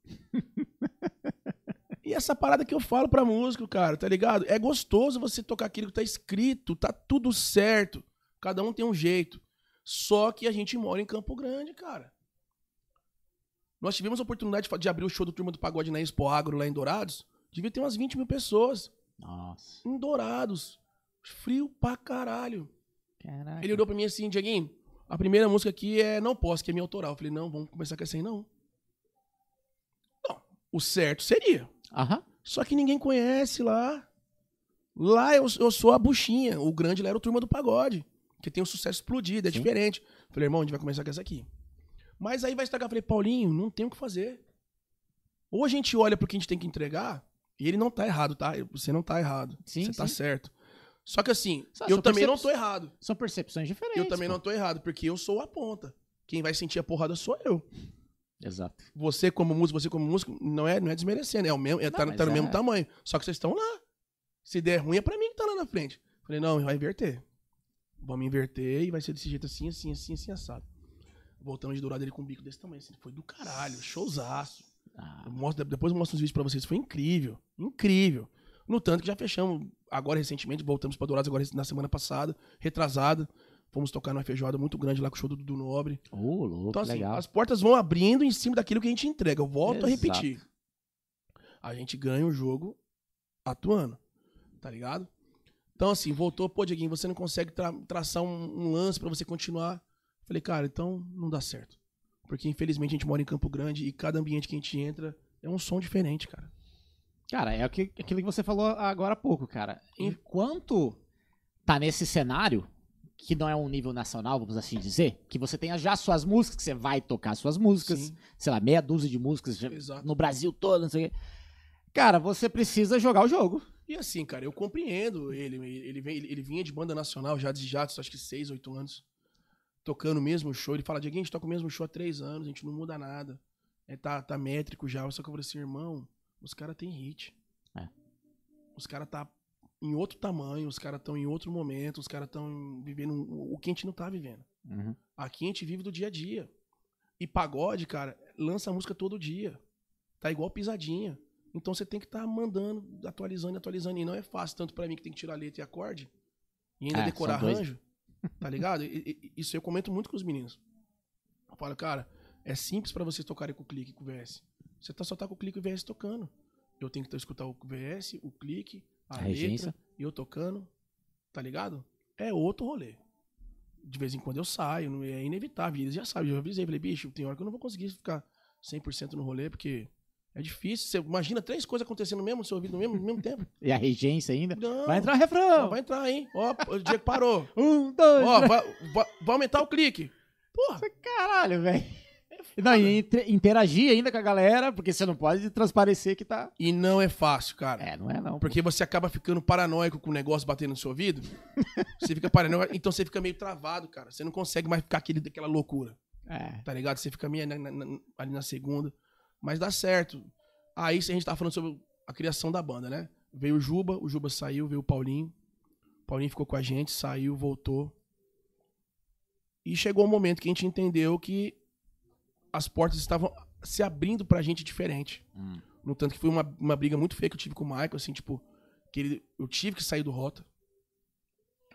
C: E essa parada que eu falo pra músico, cara, tá ligado? É gostoso você tocar aquilo que tá escrito, tá tudo certo. Cada um tem um jeito. Só que a gente mora em Campo Grande, cara. Nós tivemos a oportunidade de fa- de abrir o show do Turma do Pagode na Expo Agro, lá em Dourados. Devia ter umas 20 mil pessoas
B: Nossa.
C: em Dourados. Frio pra caralho.
B: Caraca.
C: Ele olhou pra mim assim, Dieguinho, a primeira música aqui é Não Posso, que é minha autoral. Eu falei, não, vamos começar com essa aí, não. Não, o certo seria.
B: Aham.
C: Só que ninguém conhece lá. Lá eu, eu sou a buchinha. O grande lá era o Turma do Pagode. Que tem um sucesso explodido, é
B: Sim.
C: diferente. Eu Falei, irmão, a gente vai começar com essa aqui. Mas aí vai estragar. Eu Falei, Paulinho, não tem o que fazer. Ou a gente olha pro que a gente tem que entregar, e ele não tá errado, tá? Você não tá errado.
B: Sim,
C: Você tá
B: sim.
C: certo. Só que assim,
B: Só-
C: eu
B: só
C: também
B: percep-
C: não tô errado.
B: São percepções diferentes.
C: Eu também
B: É pô.
C: não tô errado, porque eu sou a ponta. Quem vai sentir a porrada sou eu.
B: Exato.
C: Você como músico, você como músico, não é, não é desmerecendo, é o mesmo, é, tá,
B: Não,
C: tá no
B: mas
C: mesmo
B: é.
C: tamanho. Só que vocês estão lá. Se der ruim, é pra mim que tá lá na frente. Falei, não, vai inverter. Vamos inverter e vai ser desse jeito assim, assim, assim, assim, assado. Voltamos de dourado ele com um bico desse tamanho. Assim, foi do caralho, showzaço.
B: Ah,
C: Eu mostro- depois eu mostro uns vídeos pra vocês. Foi incrível. Incrível. No tanto que já fechamos agora recentemente, voltamos pra Dourados agora na semana passada, retrasada. Fomos tocar numa feijoada muito grande lá com o show do Dudu Nobre.
B: Ô, louco,
C: Então, assim,
B: legal.
C: as portas vão abrindo em cima daquilo que a gente entrega. Eu volto a repetir. A gente ganha o jogo atuando. Tá ligado? Então, assim, voltou, pô, Dieguinho, você não consegue tra- traçar um, um lance pra você continuar. Falei, cara, então não dá certo. Porque, infelizmente, a gente mora em Campo Grande e cada ambiente que a gente entra é um som diferente, cara.
B: Cara, é o que- aquilo que você falou agora há pouco, cara.
C: Hum.
B: Enquanto tá nesse cenário, que não é um nível nacional, vamos assim dizer, que você tenha já suas músicas, que você vai tocar suas músicas,
C: Sim.
B: sei lá, meia dúzia de músicas já-
C: Exato.
B: no Brasil todo, não sei o quê. Cara, você precisa jogar o jogo.
C: E assim, cara, eu compreendo ele. Ele, vem, ele, ele vinha de banda nacional já de jatos, acho que seis, oito anos, tocando o mesmo show. Ele fala, Dieguinho, a gente toca o mesmo show há três anos, a gente não muda nada. É, tá, tá métrico já. Só que eu falei assim, irmão, os caras têm hit.
B: É.
C: Os caras tá em outro tamanho, os caras estão em outro momento, os caras estão vivendo um- o que a gente não tá vivendo. Aqui a gente vive do dia a dia. E pagode, cara, lança música todo dia. Tá igual pisadinha. Então você tem que estar mandando, atualizando, atualizando. E não é fácil, tanto pra mim que tem que tirar letra e acorde. E ainda
B: É,
C: decorar
B: são dois.
C: arranjo. Tá ligado? E- e- isso eu comento muito com os meninos. Eu falo, cara, é simples pra vocês tocarem com o clique e com o VS. Você tá, só tá com o clique e o VS tocando. Eu tenho que escutar o VS, o clique, a,
B: A regência.
C: letra, e eu tocando. Tá ligado? É outro rolê. De vez em quando eu saio, não- é inevitável. Eles já sabem, eu já avisei, falei, bicho, tem hora que eu não vou conseguir ficar 100% no rolê, porque é difícil. Você imagina três coisas acontecendo no mesmo no seu ouvido no mesmo, no mesmo tempo.
B: E a regência ainda.
C: Não,
B: *laughs* Vai entrar o
C: não,
B: refrão!
C: vai entrar, hein? Ó, o Diego
B: *laughs*
C: parou.
B: Um, dois,
C: Ó, vai, vai- vai aumentar o clique. Porra,
B: três. Caralho, velho.
C: É
B: Não, e inter- interagir ainda com a galera, porque você não pode transparecer que tá.
C: E não é fácil, cara.
B: É, não é não.
C: Porque você acaba ficando paranoico com o negócio batendo no seu ouvido. você fica paranoico, então você fica meio travado, cara. Você não consegue mais ficar aquele, aquela loucura,
B: É.
C: tá ligado? Você fica meio na- na- na- ali na segunda. Mas dá certo. Aí se a gente tá falando sobre a criação da banda, né? Veio o Juba, o Juba saiu, veio o Paulinho. O Paulinho ficou com a gente, saiu, voltou. E chegou o momento que a gente entendeu que as portas estavam se abrindo pra gente diferente.
B: Hum.
C: No tanto que foi uma, uma briga muito feia que eu tive com o Michael, assim, tipo, que ele, eu tive que sair do Rota.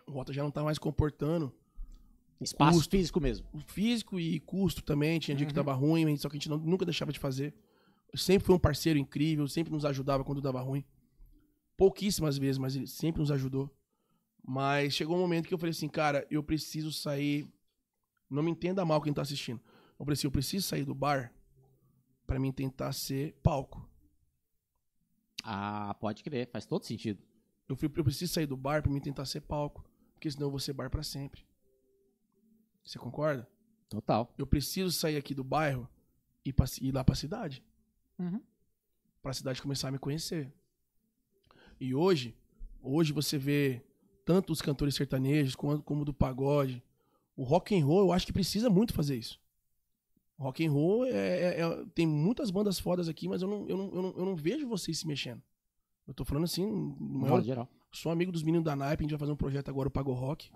C: O Rota já não tá mais comportando.
B: Espaço
C: Custo.
B: físico mesmo.
C: O físico e custo também, tinha dia que
B: Uhum.
C: tava ruim, mas só que a gente não- nunca deixava de fazer. Sempre foi um parceiro incrível, sempre nos ajudava quando dava ruim. Pouquíssimas vezes, mas ele sempre nos ajudou. Mas chegou um momento que eu falei assim, cara, eu preciso sair. Não me entenda mal quem tá assistindo. Eu falei assim, eu preciso sair do bar pra mim tentar ser palco.
B: Ah, pode crer, faz todo sentido.
C: Eu, fui, eu preciso sair do bar pra mim tentar ser palco, porque senão eu vou ser bar pra sempre. Você concorda?
B: Total.
C: Eu preciso sair aqui do bairro e pra, ci- ir lá pra cidade,
B: Uhum.
C: pra cidade começar a me conhecer. E hoje, hoje você vê tanto os cantores sertanejos quanto como do pagode, o rock and roll eu acho que precisa muito fazer isso. O rock and roll é, é- é- tem muitas bandas fodas aqui, mas eu não, eu não, eu não, eu não vejo vocês se mexendo. Eu tô falando assim, no
B: De
C: maior
B: modo geral.
C: Sou amigo dos meninos da Naipe, a gente vai fazer um projeto agora, o Pago Rock.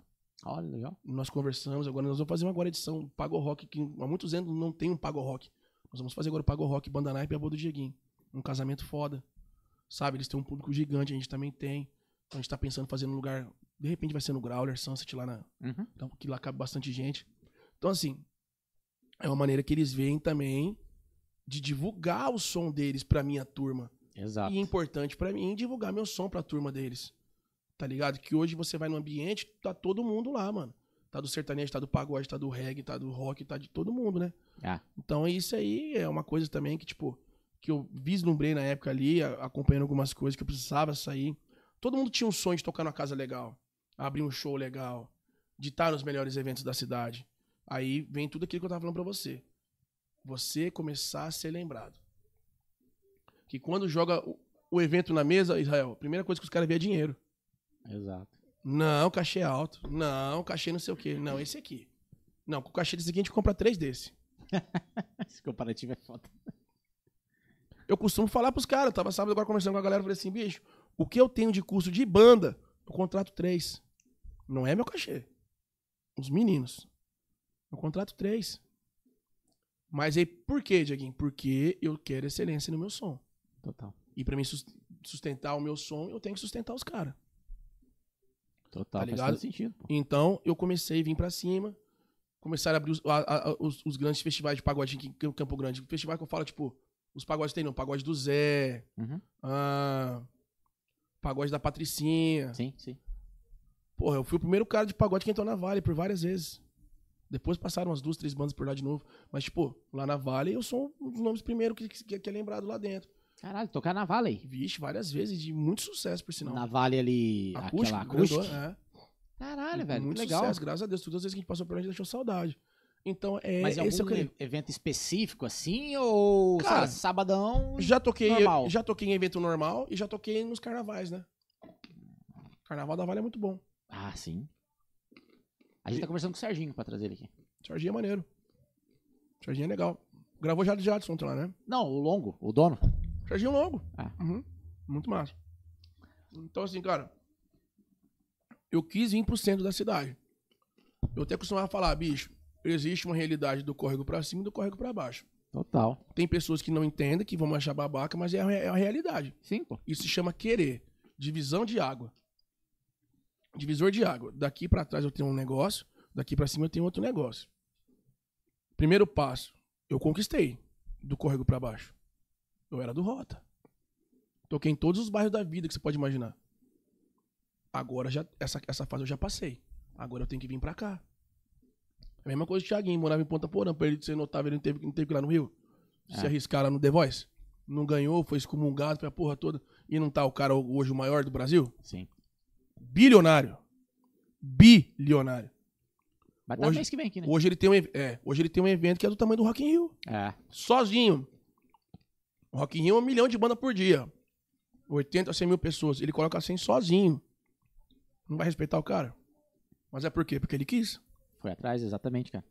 B: Olha, legal.
C: Nós conversamos, agora nós vamos fazer uma agora edição Pago Rock, que há muitos anos não tem um Pago Rock. Nós vamos fazer agora o Pago Rock, Banda Naipe e a Boa do Dieguinho. Um casamento foda. Sabe, eles têm um público gigante, a gente também tem. Então a gente tá pensando em fazer num lugar, de repente vai ser no Growler, Sunset, lá na,
B: Uhum.
C: então, que lá cabe bastante gente. Então, assim, é uma maneira que eles veem também de divulgar o som deles pra minha turma
B: Exato.
C: e é importante pra mim divulgar meu som pra turma deles. Tá ligado? Que hoje você vai no ambiente, tá todo mundo lá, mano. Tá do sertanejo, tá do pagode, tá do reggae, tá do rock, tá de todo mundo, né?
B: Ah.
C: Então isso aí é uma coisa também que, tipo, que eu vislumbrei na época ali, a- acompanhando algumas coisas que eu precisava sair. Todo mundo tinha um sonho de tocar numa casa legal, abrir um show legal, de estar nos melhores eventos da cidade. Aí vem tudo aquilo que eu tava falando pra você. Você começar a ser lembrado. Que quando joga o- o evento na mesa, Israel, a primeira coisa que os caras vê é dinheiro.
B: Exato. *laughs*
C: Não, cachê é alto. Não, cachê não sei o quê. Não, esse aqui. Não, com o cachê desse aqui a gente compra três desse.
B: Esse comparativo é foda.
C: Eu costumo falar pros caras, eu tava sábado agora conversando com a galera, eu falei assim, bicho, o que eu tenho de custo de banda, eu contrato três. Não é meu cachê. Os meninos. Eu contrato três. Mas aí, por quê, Dieguinho? Porque eu quero excelência no meu som.
B: Total.
C: E pra mim sus- sustentar o meu som, eu tenho que sustentar os caras.
B: Total, faz
C: Tá ligado?
B: todo sentido. pô.
C: Então, eu comecei a vir pra cima. Começaram a abrir os, a- a- os- os grandes festivais de pagode aqui em Campo Grande. Festival que eu falo, tipo, os pagodes tem não. Pagode do Zé.
B: Uhum.
C: ah, pagode da Patricinha.
B: Sim, sim.
C: Porra, eu fui o primeiro cara de pagode que entrou na Vale por várias vezes. Depois passaram umas duas, três bandas por lá de novo. Mas, tipo, lá na Vale eu sou um dos nomes primeiro que, que- que é lembrado lá dentro.
B: Caralho, tocar na Vale.
C: Vixe, várias vezes, de muito sucesso, por sinal.
B: Na Vale ali,
C: Acústico,
B: aquela acústica.
C: grandona, é.
B: Caralho, velho.
C: Muito
B: que legal.
C: sucesso, graças a Deus. Todas as vezes que a gente passou por lá, a gente deixou saudade. Então, é,
B: Mas em
C: esse é o
B: algum
C: caminho.
B: e- evento específico, assim, ou sei
C: Cara,
B: lá, sabadão.
C: Já toquei,
B: Normal.
C: já toquei em evento normal e já toquei nos carnavais, né? Carnaval da Vale é muito bom.
B: Ah, sim. A gente tá conversando com o Serginho pra trazer ele aqui.
C: Jorginho é maneiro. Jorginho é legal. Gravou já de Jadson lá, né?
B: Não, o Longo, o dono.
C: Jorginho Longo.
B: Ah.
C: Uhum. Muito massa. Então, assim, cara, eu quis ir pro centro da cidade. Eu até costumava falar, bicho, existe uma realidade do córrego pra cima e do córrego pra baixo.
B: Total.
C: Tem pessoas que não entendem, que vão achar babaca, mas é a, é a realidade.
B: Sim, pô.
C: Isso se chama querer. Divisão de água. Divisor de água. Daqui pra trás eu tenho um negócio, daqui pra cima eu tenho outro negócio. Primeiro passo, eu conquistei do córrego pra baixo. Eu era do Rota. Toquei em todos os bairros da vida que você pode imaginar. Agora já essa, essa fase eu já passei. Agora eu tenho que vir pra cá. É A mesma coisa do Thiaguinho, morava em Ponta Porã, pra ele ser notável, ele não teve, não teve que ir lá no Rio. Se
B: É.
C: arriscar lá no The Voice. Não ganhou, foi excomungado pra porra toda. E não tá o cara hoje o maior do Brasil?
B: Sim.
C: Bilionário. Bilionário.
B: Vai estar
C: Hoje-
B: mês que vem aqui, né?
C: Hoje ele, tem um, ev- é, hoje ele tem um evento que é do tamanho do Rock in Rio.
B: É.
C: Sozinho. O Rock in Rio é um milhão de banda por dia. 80 a 100 mil pessoas. Ele coloca 100 sozinho. Não vai respeitar o cara. Mas é por quê? Porque ele quis.
B: Foi atrás, exatamente, cara.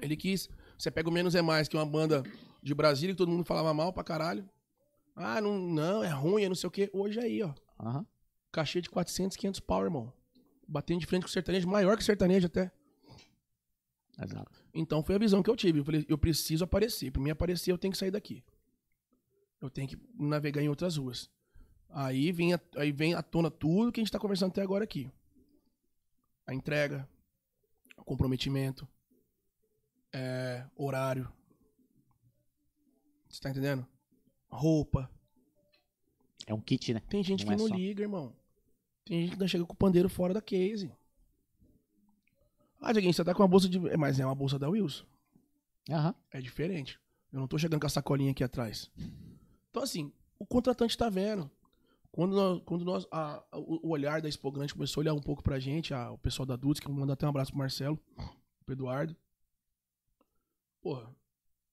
C: Ele quis. Você pega o Menos é Mais, que é uma banda de Brasília que todo mundo falava mal pra caralho. Ah, não, não é ruim, é não sei o quê. Hoje é aí, ó.
B: Aham.
C: Cachê de 400, 500 pau, irmão. Batendo de frente com o sertanejo, maior que o sertanejo até.
B: Exato.
C: Então foi a visão que eu tive. Eu falei, eu preciso aparecer. Pra mim aparecer, eu tenho que sair daqui. Eu tenho que navegar em outras ruas. Aí vem, a- aí vem à tona tudo que a gente tá conversando até agora aqui. A entrega, o comprometimento, é, horário. Você tá entendendo? Roupa.
B: É um kit, né?
C: Tem gente
B: Não
C: que
B: é
C: não
B: só.
C: liga, irmão. Tem gente que não chega com o pandeiro fora da case. Ah, Dieguinho, você tá com uma bolsa de... é, Mas é uma bolsa da Wilson.
B: Aham.
C: É diferente. Eu não tô chegando com a sacolinha aqui atrás. Então, assim, o contratante tá vendo. Quando nós, quando nós a- a- o o olhar da Expo Grande começou a olhar um pouco pra gente, a- o pessoal da Dudes, que eu vou mandar até um abraço pro Marcelo, pro Eduardo. Porra,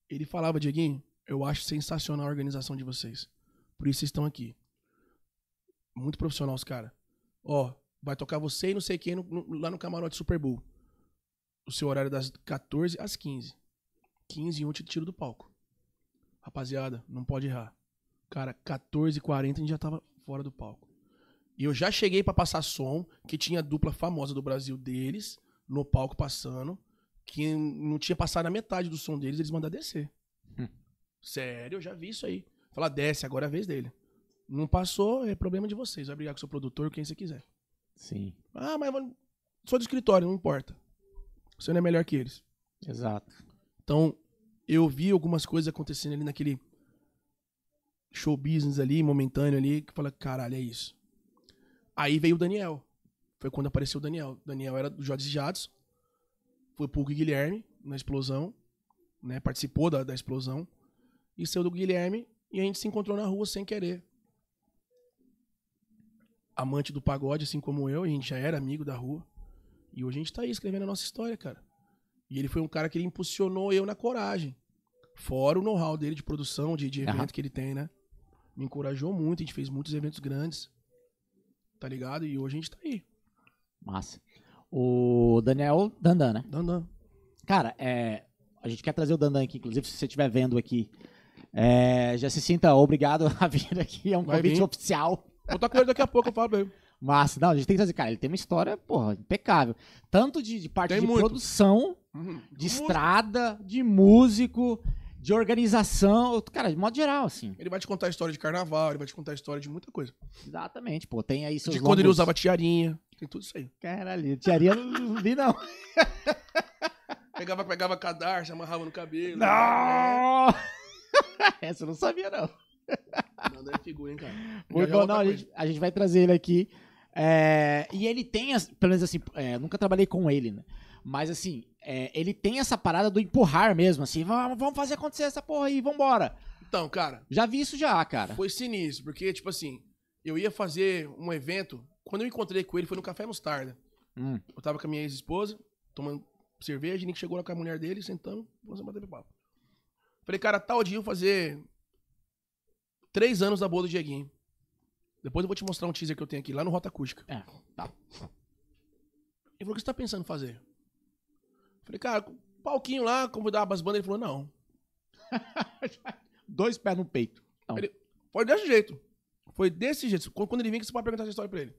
C: ele falava, Dieguinho, eu acho sensacional a organização de vocês. Por isso vocês estão aqui. Muito profissional os caras. Ó, vai tocar você e não sei quem no- no- lá no camarote Super Bowl. O seu horário é das 14 às 15. 15 e 1 te um tiro do palco. Rapaziada, não pode errar. Cara, 14 h 40 a gente já tava fora do palco. E eu já cheguei pra passar som, que tinha a dupla famosa do Brasil deles, no palco passando, que não tinha passado a metade do som deles, eles mandaram descer.
B: Hum.
C: Sério, eu já vi isso aí. Falar, desce, agora é a vez dele. Não passou, é problema de vocês. Vai brigar com seu produtor, quem você quiser.
B: Sim.
C: Ah, mas eu sou do escritório, não importa. Você não é melhor que eles.
B: Exato.
C: Então, eu vi algumas coisas acontecendo ali naquele show business ali, momentâneo ali, que fala, caralho, é isso. Aí veio o Daniel. Foi quando apareceu o Daniel. O Daniel era do Jorge Jados. Foi pro Guilherme na explosão, né? Participou da, da explosão. E saiu do Guilherme e a gente se encontrou na rua sem querer. Amante do pagode, assim como eu, e a gente já era amigo da rua. E hoje a gente tá aí escrevendo a nossa história, cara. E ele foi um cara que ele impulsionou eu na coragem. Fora o know-how dele de produção, de, de evento
B: Aham.
C: que ele tem, né? Me encorajou muito, a gente fez muitos eventos grandes. Tá ligado? E hoje a gente tá aí.
B: Massa. O Daniel Dandan, né?
C: Dandan.
B: Cara, é, a gente quer trazer o Dandan aqui, inclusive, se você estiver vendo aqui. é, já se sinta obrigado *laughs* a vir aqui, é um
C: Vai
B: convite
C: vir.
B: oficial.
C: Outra coisa daqui a pouco eu falo pra ele.
B: Massa, não, a gente tem que trazer. Cara, ele tem uma história, porra, impecável. Tanto de, de parte
C: Tem
B: de
C: muito.
B: produção, de estrada, de músico, de organização. Cara, de modo geral, assim.
C: Ele vai te contar a história de carnaval, ele vai te contar a história de muita coisa.
B: Exatamente, pô. Tem aí seus
C: de quando ele
B: longos-
C: usava tiarinha. Tem tudo isso aí.
B: Caralho, tiaria eu não vi, não.
C: Pegava, pegava cadarço, amarrava no cabelo.
B: Não! *laughs* Essa eu não sabia, não.
C: É, Dandan é figura, hein, cara. Já
B: Muito
C: já
B: bom,
C: outra
B: não, a
C: coisa.
B: gente, a gente vai trazer ele aqui. É, e ele tem, as- pelo menos assim, é, nunca trabalhei com ele, né? Mas assim, é, ele tem essa parada do empurrar mesmo, assim, vamos, vamos fazer acontecer essa porra aí, vambora.
C: Então, cara,
B: Já vi isso já, cara.
C: foi sinistro, porque, tipo assim, eu ia fazer um evento Quando eu encontrei com ele, foi no Café Mostarda.
B: Hum.
C: Eu tava com a minha ex-esposa, tomando cerveja, nem chegou lá com a mulher dele, sentamos, começamos a bater papo. Falei, cara, tal dia eu vou fazer três anos da boa do Dieguinho. Depois eu vou te mostrar um teaser que eu tenho aqui, lá no Rota Acústica.
B: É,
C: tá. Ele falou, o que você tá pensando em fazer? Falei, cara, palquinho lá, convidar umas bandas. Ele falou, não,
B: Dois pés no peito.
C: Foi desse jeito. Foi desse jeito. Qu- Quando ele vinha, que você pode perguntar essa história pra ele.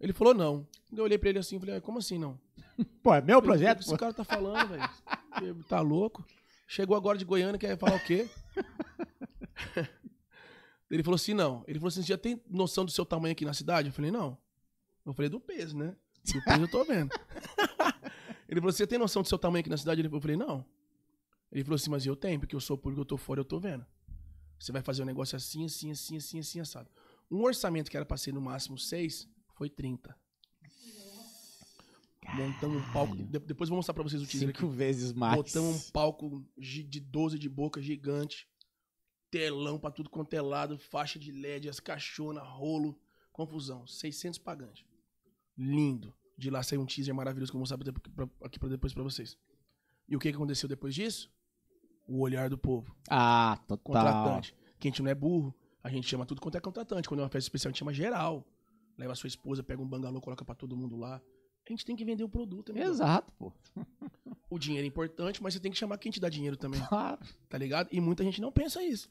C: Ele falou não. Eu olhei pra ele assim e falei, "Ah, como assim não?
B: Pô, é meu
C: Eu falei, O que
B: projeto,
C: esse cara tá falando, velho? Tá louco? Chegou agora de Goiânia, quer falar o quê? *laughs* ele falou assim, não. Ele falou assim, você já tem noção do seu tamanho aqui na cidade? Eu falei, não. Eu falei, do peso, né? Do peso eu tô vendo. ele falou, você tem noção do seu tamanho aqui na cidade? Ele- Eu falei, não. Ele falou assim, mas eu tenho, porque eu sou público, eu tô fora, eu tô vendo. Você vai fazer um negócio assim, assim, assim, assim, assim, assado. Um orçamento que era pra ser no máximo seis foi 30. Montamos um palco. de- depois eu vou mostrar pra vocês o teaser aqui.
B: Cinco vezes mais.
C: Botamos um palco gi- de 12 de boca gigante. Telão pra tudo quanto é lado, faixa de LED, as caixonas, rolo, confusão. 600 pagantes. Lindo. De lá saiu um teaser maravilhoso que eu vou mostrar pra- pra- aqui pra depois pra vocês. E o que que aconteceu depois disso? O olhar do povo.
B: Ah, total.
C: Contratante. Que a gente não é burro. A gente chama tudo quanto é contratante. Quando é uma festa especial, a gente chama geral. Leva a sua esposa, pega um bangalô, coloca pra todo mundo lá. A gente tem que vender o produto. amigão.
B: Exato, pô.
C: O dinheiro é importante, mas você tem que chamar quem te dá dinheiro também
B: Claro.
C: tá ligado? E muita gente não pensa isso.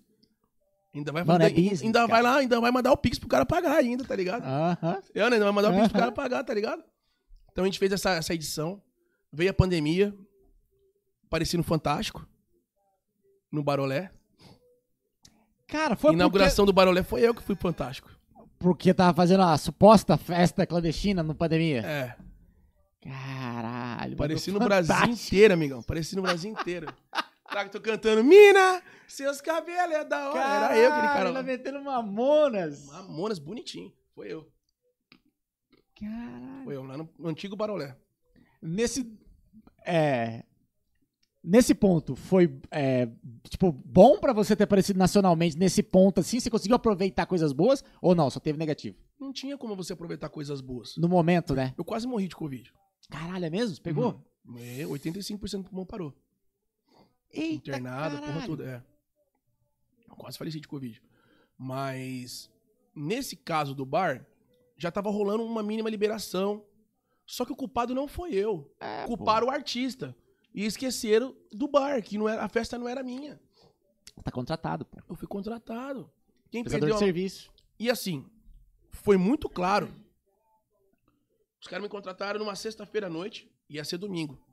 C: Ainda vai,
B: Mano, é
C: ainda,
B: business,
C: ainda vai
B: cara.
C: lá, ainda vai mandar o Pix pro cara pagar ainda, tá ligado?
B: Aham.
C: Eu, né, ainda vai mandar o Pix pro
B: Aham.
C: cara pagar, tá ligado? Então a gente fez essa, essa edição, veio a pandemia, parecendo fantástico, no Barolé.
B: Cara, foi porque,
C: Inauguração do Barolé foi eu que fui fantástico.
B: porque tava fazendo a suposta festa clandestina no pandemia.
C: É,
B: Caralho.
C: parecia no
B: mano,
C: Brasil
B: fantástico.
C: inteiro, amigão, parecia no Brasil inteiro. Tá, que tô cantando, Mina, seus cabelos é da hora. Era eu aquele cara
B: Caralho,
C: lá.
B: Ele metendo mamonas.
C: Mamonas, bonitinho, foi eu.
B: Caralho.
C: Foi eu, lá no no antigo Barolé.
B: Nesse. É. Nesse ponto, foi, é, tipo, bom pra você ter aparecido nacionalmente nesse ponto, assim? Você conseguiu aproveitar coisas boas ou não? Só teve negativo?
C: Não tinha como você aproveitar coisas boas.
B: No momento, né?
C: Eu quase morri de Covid.
B: Caralho, é mesmo? Você Pegou?
C: Uhum. É, 85% do pulmão parou.
B: Eita,
C: Internado,
B: caralho.
C: porra toda. É. Eu quase faleci de Covid. Mas, nesse caso do bar, já tava rolando uma mínima liberação. Só que o culpado não foi eu.
B: É,
C: Culparam o artista. E esqueceram do bar, que não era, a festa não era minha.
B: pô. Tá contratado, pô.
C: Eu fui contratado. Quem
B: Prestador de
C: perdeu a
B: serviço.
C: E assim, foi muito claro. Os caras me contrataram numa sexta-feira à noite, ia ser domingo.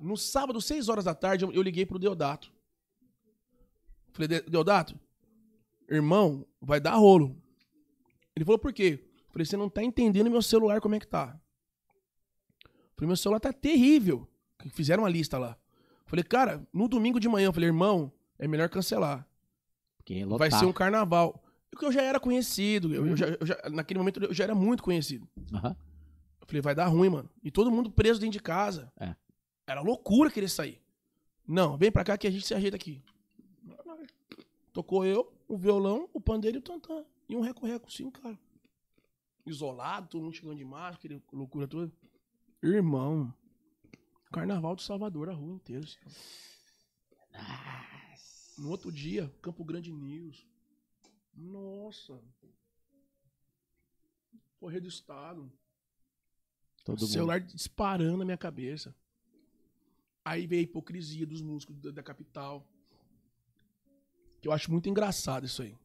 C: No sábado, seis horas da tarde, eu, eu liguei pro Deodato. Falei, "De- Deodato, irmão, vai dar rolo. Ele falou, por quê? Falei, você não tá entendendo meu celular como é que tá. Falei, meu celular tá terrível. Fizeram uma lista lá. Falei, cara, no domingo de manhã, eu falei, irmão, é melhor cancelar.
B: Porque é lotado.
C: Vai ser um carnaval. Porque eu já era conhecido. eu- eu já- eu já- naquele momento eu já era muito conhecido.
B: Aham.
C: Eu falei, vai dar ruim, mano. E todo mundo preso dentro de casa.
B: É.
C: Era loucura querer sair. Não, vem pra cá que a gente se ajeita aqui. Tocou eu, o violão, o pandeiro e o tantã. E um reco-reco, cinco cara. Isolado, todo mundo chegando de máscara, aquele loucura toda. Irmão, carnaval de Salvador, a rua inteira. assim. No outro dia, Campo Grande News. Nossa. Correio do Estado.
B: Todo
C: O
B: mundo.
C: celular disparando na minha cabeça. Aí veio a hipocrisia dos músicos da, da capital. Que eu acho muito engraçado isso aí.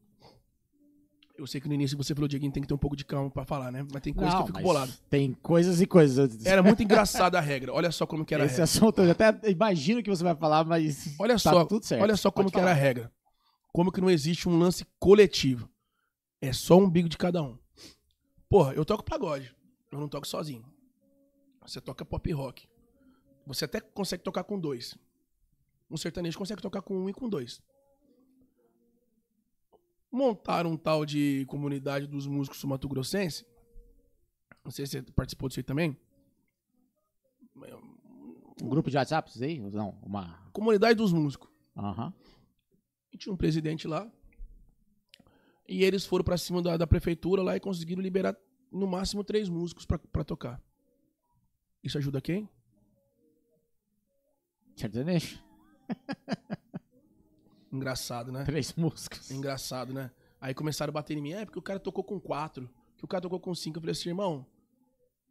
C: Eu sei que no início você falou, Dieguinho, tem que ter um pouco de calma pra falar, né? Mas tem coisa que eu fico
B: mas
C: bolado.
B: Tem coisas e coisas.
C: Era muito engraçada a regra. Olha só como que era a
B: Esse
C: regra.
B: assunto eu até imagino que você vai falar, mas.
C: Olha
B: tá
C: só,
B: tudo certo.
C: Olha só como
B: Pode
C: que era a
B: falar.
C: regra. Como que não existe um lance coletivo. É só um bico de cada um. Porra, eu toco pagode. Eu não toco sozinho. Você toca pop rock. Você até consegue tocar com dois. Um sertanejo consegue tocar com um e com dois. Montaram um tal de comunidade dos músicos Mato Grossense. Não sei se você participou disso aí também.
B: Um grupo de WhatsApp, isso aí? Não, uma.
C: Comunidade dos músicos.
B: Aham.
C: E tinha um presidente lá. E eles foram pra cima da, da prefeitura lá e conseguiram liberar no máximo três músicos pra, pra tocar. Isso ajuda quem?
B: Sertanejo.
C: Engraçado, né?
B: *laughs* Três músicos.
C: Engraçado, né? Aí começaram a bater em mim, é porque o cara tocou com quatro, que o cara tocou com cinco. Eu falei assim, irmão,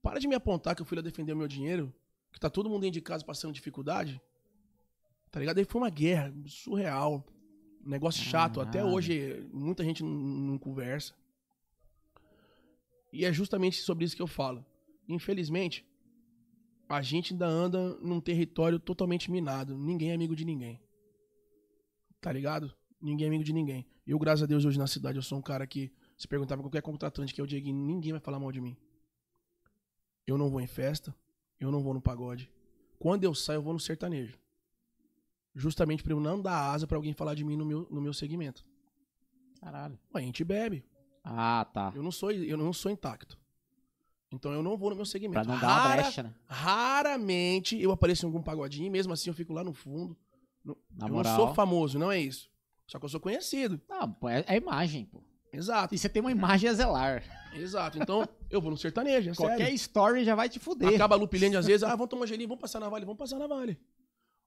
C: para de me apontar que eu fui lá defender o meu dinheiro, que tá todo mundo dentro de casa passando dificuldade. Tá ligado? Aí foi uma guerra surreal. Um negócio chato. Até
B: Caralho.
C: hoje, muita gente não- não conversa. E é justamente sobre isso que eu falo. Infelizmente, a gente ainda anda num território totalmente minado. Ninguém é amigo de ninguém. Tá ligado? Ninguém é amigo de ninguém. Eu, graças a Deus, hoje na cidade, eu sou um cara que, se perguntar pra qualquer contratante que é o Dieguinho, ninguém vai falar mal de mim. Eu não vou em festa, eu não vou no pagode. Quando eu saio, eu vou no sertanejo. Justamente pra eu não dar asa pra alguém falar de mim no meu, no meu segmento.
B: Caralho.
C: A gente bebe.
B: Ah, tá.
C: Eu não sou, eu não sou intacto. Então eu não vou no meu
B: Pra
C: segmento.
B: não dar uma
C: Rara-
B: brecha, né?
C: Raramente eu apareço em algum pagodinho, e mesmo assim eu fico lá no fundo.
B: Na
C: eu
B: moral.
C: não sou famoso, não é isso. Só que eu sou conhecido.
B: Não, pô, é, é imagem, pô.
C: Exato,
B: E você tem uma imagem a zelar.
C: exato. Então eu vou no sertanejo, é
B: Qualquer
C: sério.
B: story já vai te fuder.
C: Acaba lupilhando às vezes, ah, vamos tomar um gelinho, vamos passar na Vale, vamos passar na Vale.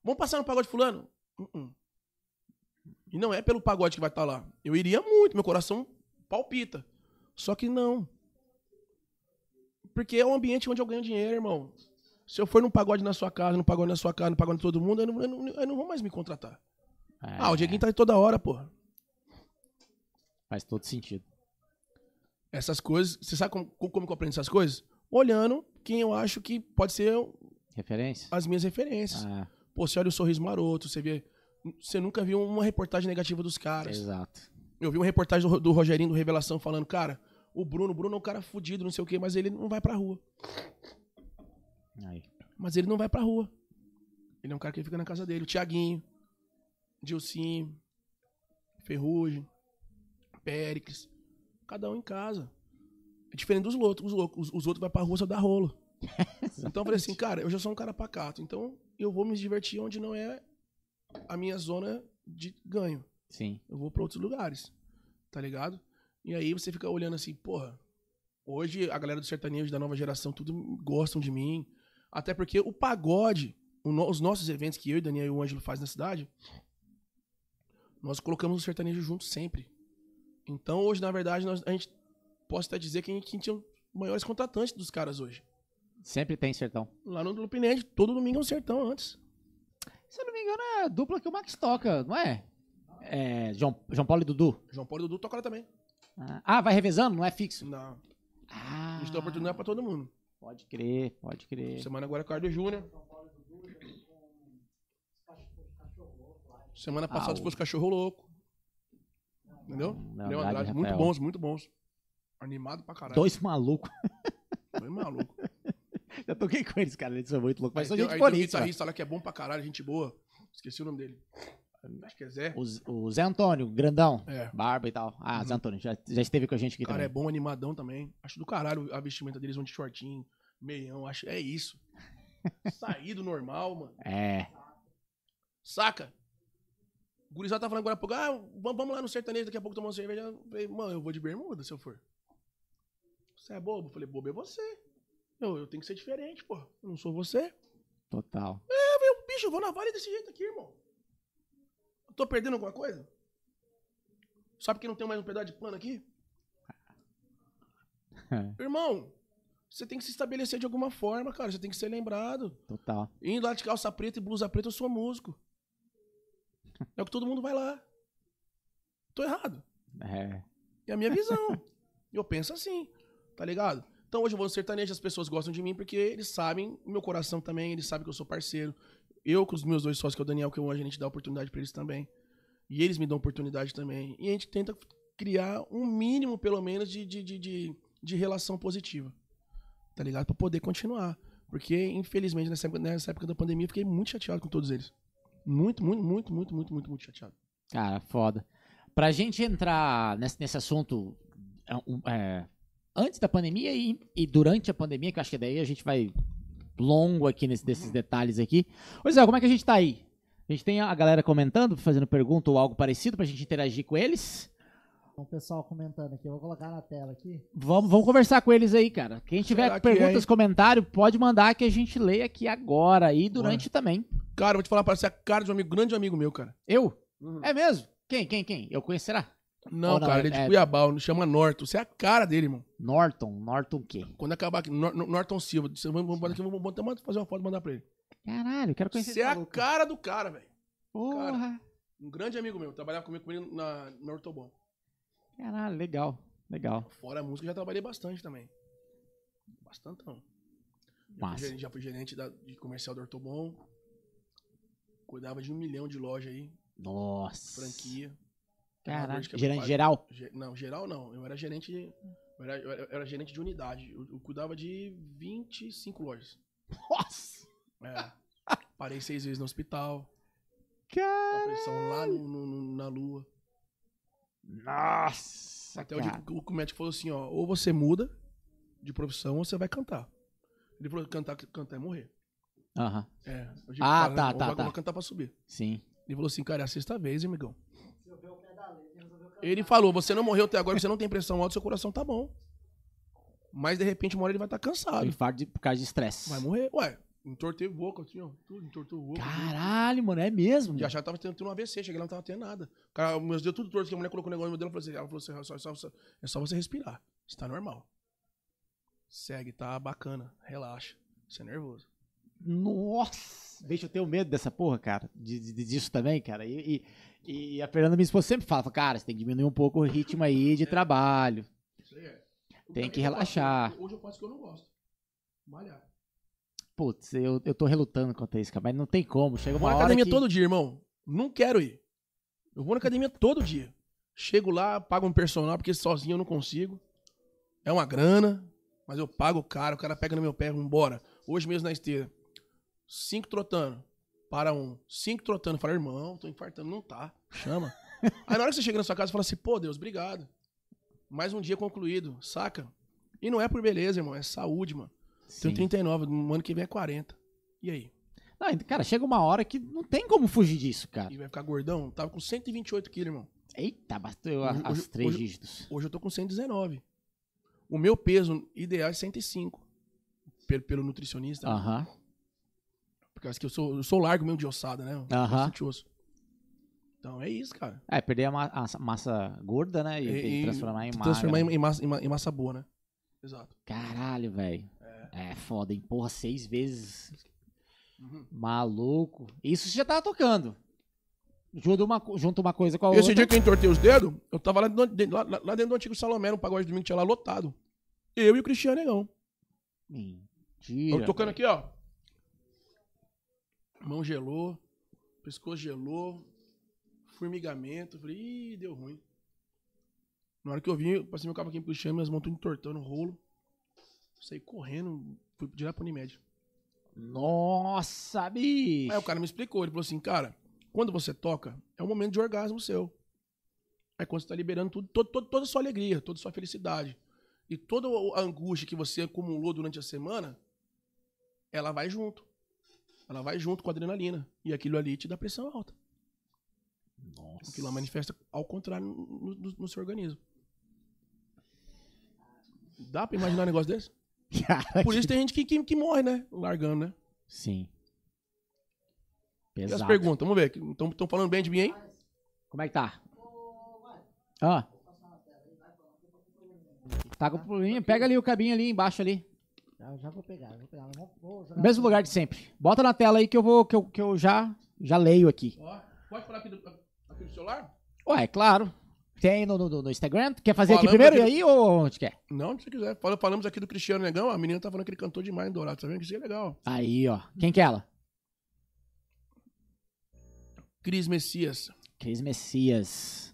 C: Vamos passar no pagode fulano? Uh-uh. E não é pelo pagode que vai estar lá. Eu iria muito, meu coração palpita. Só que não. Porque é um ambiente onde eu ganho dinheiro, irmão. Se eu for num pagode na sua casa, num pagode na sua casa, num pagode de todo mundo, eu não, eu não- eu não vou mais me contratar.
B: É,
C: Ah, o Dieguinho tá aí toda hora, pô.
B: Faz todo sentido.
C: Essas coisas, você sabe como, como que eu aprendo essas coisas? Olhando quem eu acho que pode ser
B: Referência?
C: as minhas referências.
B: Ah,
C: Pô, você olha o sorriso maroto, você vê. Você nunca viu uma reportagem negativa dos caras.
B: exato.
C: Eu vi uma reportagem do, Ro- do Rogerinho do Revelação falando, cara, o Bruno, o Bruno é um cara fudido, não sei o quê, mas ele não vai pra rua.
B: Aí.
C: Mas ele não vai pra rua. Ele é um cara que fica na casa dele. O Tiaguinho, Dilcinho, Ferrugem, Péricles. Cada um em casa. É diferente dos loucos. Os, loucos, os, os outros vão pra rua só dar rolo. então eu falei assim, cara, eu já sou um cara pacato. Então eu vou me divertir onde não é a minha zona de ganho.
B: Sim.
C: Eu vou pra outros lugares. Tá ligado? E aí você fica olhando assim, porra. Hoje a galera do sertanejo da nova geração tudo gostam de mim. Até porque o pagode, o no- os nossos eventos que eu e Daniel e o Ângelo faz na cidade, nós colocamos o sertanejo junto sempre. Então hoje, na verdade, nós- a gente posso até dizer que a gente, que a gente é os maiores contratantes dos caras hoje.
B: Sempre tem sertão.
C: Lá no Lupinete, todo domingo é um sertão antes.
B: Se eu não me engano, é a dupla que o Max toca, não é? É. João, João Paulo e Dudu.
C: João Paulo e Dudu tocam lá também.
B: Ah, Ah, vai revezando? Não é fixo?
C: Não,
B: Ah.
C: a gente dá oportunidade é pra todo mundo.
B: Pode crer, pode crer.
C: Semana agora é Carlos Júnior. Semana
B: Ah,
C: passada
B: o-
C: foi os cachorro louco. Entendeu?
B: Hum,
C: Leandro
B: Andrade,
C: Andrade, muito
B: Rafael.
C: bons, muito bons. Animado pra caralho.
B: Dois malucos.
C: Foi maluco.
B: *laughs* Eu toquei com eles, cara. Eles são muito loucos. *laughs* Mas são
C: Aí tem-
B: gente
C: aí tem um
B: bonita.
C: guitarrista lá que é bom pra caralho, gente boa. Esqueci o nome dele. Acho que é Zé.
B: O Z- O Zé Antônio, grandão.
C: É.
B: Barba e tal. Ah, Zé Antônio, já, já esteve com a gente aqui
C: O cara é
B: também.
C: bom, animadão também. Acho do caralho a vestimenta deles, vão de shortinho, meião, acho.
B: *laughs*
C: É isso. Sair do normal, mano.
B: É.
C: Saca? O gurizada tá falando agora há pouco, ah, vamos vamos lá no sertanejo, daqui a pouco tomar uma cerveja. Eu falei, mano, eu vou de bermuda se eu for. Você é bobo? Eu falei, bobo é você. Eu, eu tenho que ser diferente, pô. Eu não sou você.
B: total.
C: Bicho, eu vou na vale desse jeito aqui, irmão. Eu tô perdendo alguma coisa? Sabe que não tem mais um pedaço de pano aqui? Irmão, você tem que se estabelecer de alguma forma, cara. Você tem que ser lembrado.
B: Total.
C: Indo lá de calça preta e blusa preta, eu sou músico. É o que todo mundo vai lá. Tô errado.
B: É.
C: É a minha visão. eu penso assim, tá ligado? Então hoje eu vou no sertanejo, as pessoas gostam de mim porque eles sabem, o meu coração também, eles sabem que eu sou parceiro. Eu com os meus dois sócios, que é o Daniel que é o Anjo, a gente dá oportunidade pra eles também. E eles me dão oportunidade também. E a gente tenta criar um mínimo, pelo menos, de, de, de, de, de relação positiva. Tá ligado? Pra poder continuar. Porque, infelizmente, nessa época, nessa época da pandemia, eu fiquei muito chateado com todos eles. Muito, muito, muito, muito, muito, muito, muito chateado.
B: Cara, foda. Pra gente entrar nesse, nesse assunto é, um, é, antes da pandemia e, e durante a pandemia, que eu acho que daí a gente vai longo aqui nesse, desses detalhes aqui. Ô Zé, como é que a gente tá aí? A gente tem a galera comentando, fazendo pergunta ou algo parecido pra gente interagir com eles?
A: o um pessoal comentando aqui. Eu vou colocar na tela aqui.
B: Vamos, vamos conversar com eles aí, cara. Quem tiver
C: Será que
B: perguntas,
C: é,
B: comentário, pode mandar que a gente leia aqui agora e durante também.
C: Cara, eu vou te falar, parece a cara de um amigo, grande amigo meu, cara.
B: Eu?
C: Uhum.
B: É mesmo? Quem, quem, quem? Eu conhecerá?
C: Não,
B: Ou não,
C: cara, ele é de
B: é-
C: Cuiabá, ele chama Norton. Você é a cara dele, irmão.
B: Norton, Norton o quê?
C: Quando acabar aqui, Nor- Nor- Norton Silva, você vai vamos botar aqui, vamos botar- manda fazer uma foto e mandar pra ele.
B: Caralho, eu quero conhecer
C: Você é
B: esse
C: a
B: maluco.
C: cara do cara, velho.
B: Porra,
C: Um grande amigo meu, trabalhava comigo, comigo na, na Ortobon.
B: caralho, legal, legal.
C: Fora a música, eu já trabalhei bastante também. Bastante não.
B: Massa.
C: Já fui gerente da- de comercial da Ortobon. Cuidava de um milhão de loja aí,
B: Nossa.
C: franquia.
B: Caralho,
C: Acho que é
B: gerente
C: meu
B: geral.
C: Ge- Não, geral não. Eu era gerente. Eu era, eu era- eu era gerente de unidade. Eu, eu cuidava de 25 lojas.
B: Nossa.
C: É. Parei seis vezes no hospital.
B: Cara.
C: Com a pressão lá no- no- no- na lua.
B: Nossa,
C: Até o dia que o que o médico falou assim, ó, ou você muda de profissão ou você vai cantar. Ele falou, cantar, cantar é morrer.
B: Aham,
C: É. Eu
B: Ah,
C: "Cara,
B: tá,
C: eu
B: tá,
C: vou,
B: tá.
C: vou cantar pra subir.
B: sim.
C: Ele falou assim, cara, é a sexta vez, hein, amigão. Ele falou, você não morreu até agora, você não tem pressão alta, seu coração tá bom. Mas de repente uma hora ele vai estar
B: Um
C: cansado.
B: infarto de- por causa de estresse.
C: Vai morrer. Ué, entortei o boca, assim, ó. Tudo, entortou o boca.
B: Caralho, mano, é mesmo?
C: E achava que tava tendo, tendo um AVC, cheguei lá não tava tendo nada. O Cara, meus dedos tudo torto, que a mulher colocou o negócio no meu dedo, ela falou assim, ela falou assim, "É só- só- só- é só você respirar, você tá normal. Segue, tá bacana, relaxa, você é nervoso.
B: Nossa. Deixa eu ter medo dessa porra, cara. De, de- disso também, cara. E, e- e a Fernanda, minha esposa, sempre fala: fala, cara, você tem que diminuir um pouco o ritmo aí
C: É.
B: de trabalho.
C: Isso aí é.
B: Tem
C: Eu-
B: que
C: eu faço-
B: relaxar.
C: hoje eu faço o que eu não gosto. Malhar.
B: Putz, eu, eu tô relutando contra isso, cara, mas não tem como. Chega
C: Eu
B: uma
C: vou na
B: hora
C: academia
B: que...
C: todo dia, irmão. Não quero ir. Eu vou na academia todo dia. Chego lá, pago um personal, porque sozinho eu não consigo. É uma grana, mas eu pago caro. O cara pega no meu pé, vambora. Hoje mesmo na esteira. Cinco trotando. Para um. Cinco trotando. Fala, irmão, tô infartando. Não tá.
B: *laughs*
C: Chama. Aí na hora que você chega na sua casa, você fala assim, pô, Deus, obrigado. Mais um dia concluído, saca? E não é por beleza, irmão. É saúde, mano.
B: Sim.
C: Tenho 39, no ano que vem é 40. E aí?
B: Não, cara, chega uma hora que não tem como fugir disso, cara.
C: E vai ficar gordão? Tava com 128 quilos, irmão.
B: Eita, bateu
C: Hoje-
B: a- as
C: hoje-
B: três
C: hoje-
B: dígitos.
C: Hoje eu tô com 119. O meu peso ideal é 105. Pelo, pelo nutricionista. né?
B: Aham.
C: Porque eu acho que eu sou, eu sou largo mesmo de ossada, né? Eu tenho
B: Aham.
C: Bastante osso. Então é isso, cara.
B: É, perder a, ma- a massa- massa gorda, né? E, e transformar em magra.
C: É,
B: né?
C: transformar em, em massa, em ma- em massa boa, né? Exato.
B: Caralho, velho. É. foda, empurra seis vezes.
C: Uhum.
B: Maluco. Isso você já tava tocando. Junta uma, co- junta uma coisa com a
C: Esse
B: outra.
C: dia que eu entortei os dedos, eu tava lá dentro, lá- lá dentro do antigo Salomé, num pagode de domingo que tinha lá lotado. Eu e o Cristiano Negão.
B: Mentira.
C: Eu tocando aqui, ó. Mão gelou, pescoço gelou, formigamento. Falei, ih, deu ruim. Na hora que eu vim, eu passei meu cavaquinho pro chão, minhas mãos tudo entortando, rolo. Saí correndo, fui direto pra Unimed.
B: Nossa, bicho.
C: Aí o cara me explicou, ele falou assim, cara, quando você toca, é um momento de orgasmo seu. É quando você tá liberando tudo, todo- todo- toda a sua alegria, toda a sua felicidade. E toda o- a angústia que você acumulou durante a semana, ela vai junto. Ela vai junto com a adrenalina. E aquilo ali te dá pressão alta.
B: Nossa.
C: Aquilo lá é manifesta ao contrário no, no- no seu organismo. Dá pra imaginar um negócio desse?
B: *laughs* Cara,
C: Por
B: que-
C: isso tem gente que, que, que morre, né? Largando, né?
B: Sim.
C: E as
B: Pesado.
C: perguntas? Vamos ver. Estão falando bem de mim, hein?
B: Como é que tá? Ah. Tá com probleminha. Pega ali o cabinho ali embaixo ali.
A: tá? Já, já vou pegar, já vou pegar. Vou, vou jogar
B: No mesmo lugar de sempre. Bota na tela aí que eu vou que eu, que eu já já leio aqui.
C: Ó, pode falar aqui do, aqui do celular?
B: Ué, é claro. Tem no, no, no Instagram? Quer fazer aqui
C: Falando
B: primeiro
C: daquele-
B: e aí ou onde é? quer?
C: Não, onde você quiser. Fala- falamos aqui do Cristiano Negão, a menina tá falando que ele cantou demais em Dourado, tá vendo? Que isso é legal.
B: Aí, ó. Quem que é ela?
C: Cris Messias.
B: Cris Messias.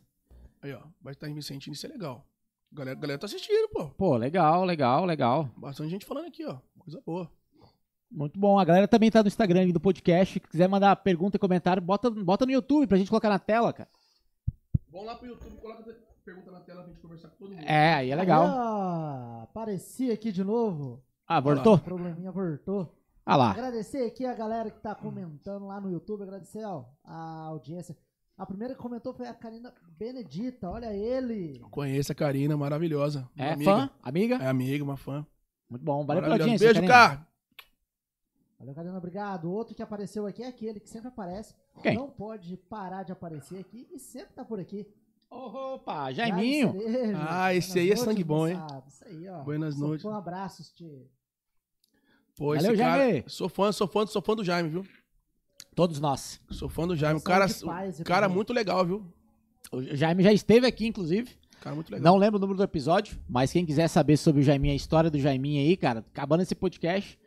C: Aí, ó, vai estar em Vicentino, isso é legal. Galera, galera tá assistindo, pô.
B: Pô, legal, legal, legal.
C: Bastante gente falando aqui, ó. Coisa boa.
B: Muito bom. A galera também tá no Instagram ali do podcast. Se quiser mandar pergunta e comentário, bota, bota no YouTube pra gente colocar na tela, cara.
C: Vamos lá pro YouTube, coloca a pergunta na tela pra gente conversar com todo mundo.
B: É, aí é legal.
A: Aí, ó, apareci aqui de novo.
B: Ah, voltou?
A: O probleminha voltou.
B: Ah lá.
A: Agradecer aqui a galera que tá comentando lá no YouTube. Agradecer ó, a audiência. A primeira que comentou foi a Karina Benedita. Olha ele.
C: Conheço a Karina, maravilhosa.
B: É
C: Uma amiga.
B: fã? Amiga?
C: É amiga, uma fã.
B: Muito bom. Valeu pela
C: Maravilhosa.
B: audiência,
C: Beijo,
B: Karina.
C: cara.
A: Valeu, Karina. Obrigado. Outro que apareceu aqui é aquele que sempre aparece.
B: Quem?
A: Não pode parar de aparecer aqui e sempre tá por aqui.
B: Opa, Jaiminho.
A: Jaime Cerejo.
C: Ah, esse
A: Boa
C: aí é
A: noite,
C: sangue bom, hein?
A: moçada. Isso aí, ó.
C: Buenas
A: Sou
C: noites.
A: fã, abraços, tio.
C: Pô,
B: Valeu,
C: esse cara.
B: Jaime.
C: Sou fã, sou fã, sou fã do Jaime, viu?
B: Todos nós.
C: Sou fã do Jaime. O
A: São
C: É um cara,
A: de paz,
C: o cara
A: irmão.
C: muito legal, viu?
B: O Jaime já esteve aqui, inclusive.
C: Cara muito legal.
B: Não lembro o número do episódio, mas quem quiser saber sobre o Jaiminho, a história do Jaiminho aí, cara, acabando esse podcast,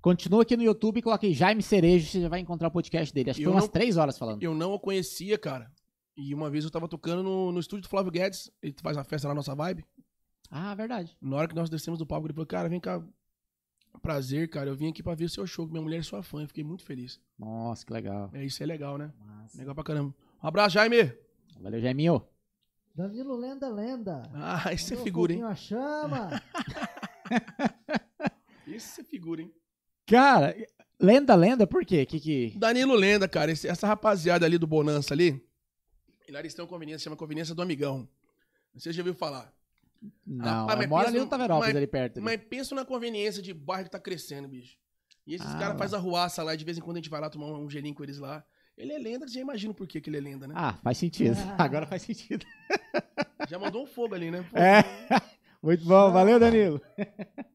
B: continua aqui no YouTube e coloque Jaime Cerejo, você já vai encontrar o podcast dele. Acho que
C: Eu
B: foi umas
C: não-
B: três horas falando.
C: Eu não o conhecia, cara. E uma vez eu tava tocando no, no estúdio do Flávio Guedes. Ele faz uma festa lá na nossa vibe.
B: Ah, verdade.
C: Na hora que nós descemos do palco, ele falou: Cara, vem cá. Prazer, cara. Eu vim aqui pra ver seu show. que Minha mulher é sua fã. Eu fiquei muito feliz.
B: Nossa, que legal.
C: É, isso é legal, né?
A: Massa.
C: Legal pra caramba. Um abraço, Jaime.
B: Valeu, Jaiminho.
A: Danilo Lenda Lenda.
C: Ah, *laughs* isso é
A: Mandou
C: figura, hein?
A: foguinho à
C: *laughs*
A: chama.
C: Isso é figura, hein?
B: Cara, lenda, lenda, por quê? Que que...
C: Danilo Lenda, cara, esse- essa rapaziada ali do Bonança ali, eles têm uma conveniência, chama Conveniência do Amigão. Não sei se já ouviu falar.
B: Não,
C: Ah, mas
B: mora
C: pensa
B: ali no
C: no-
B: Taverópolis,
C: mas-
B: ali perto. ali.
C: Mas pensa na conveniência de bairro que tá crescendo, bicho. E esses
B: Ah,
C: caras
B: lá.
C: fazem arruaça lá, e de vez em quando a gente vai lá tomar um gelinho com eles lá. Ele é lenda, já imagino por que que ele é lenda, né?
B: Ah, faz sentido.
A: Ah.
B: *laughs* Agora faz sentido.
C: Já mandou um fogo ali, né? Pô,
B: É. *laughs* Muito bom, valeu, Danilo.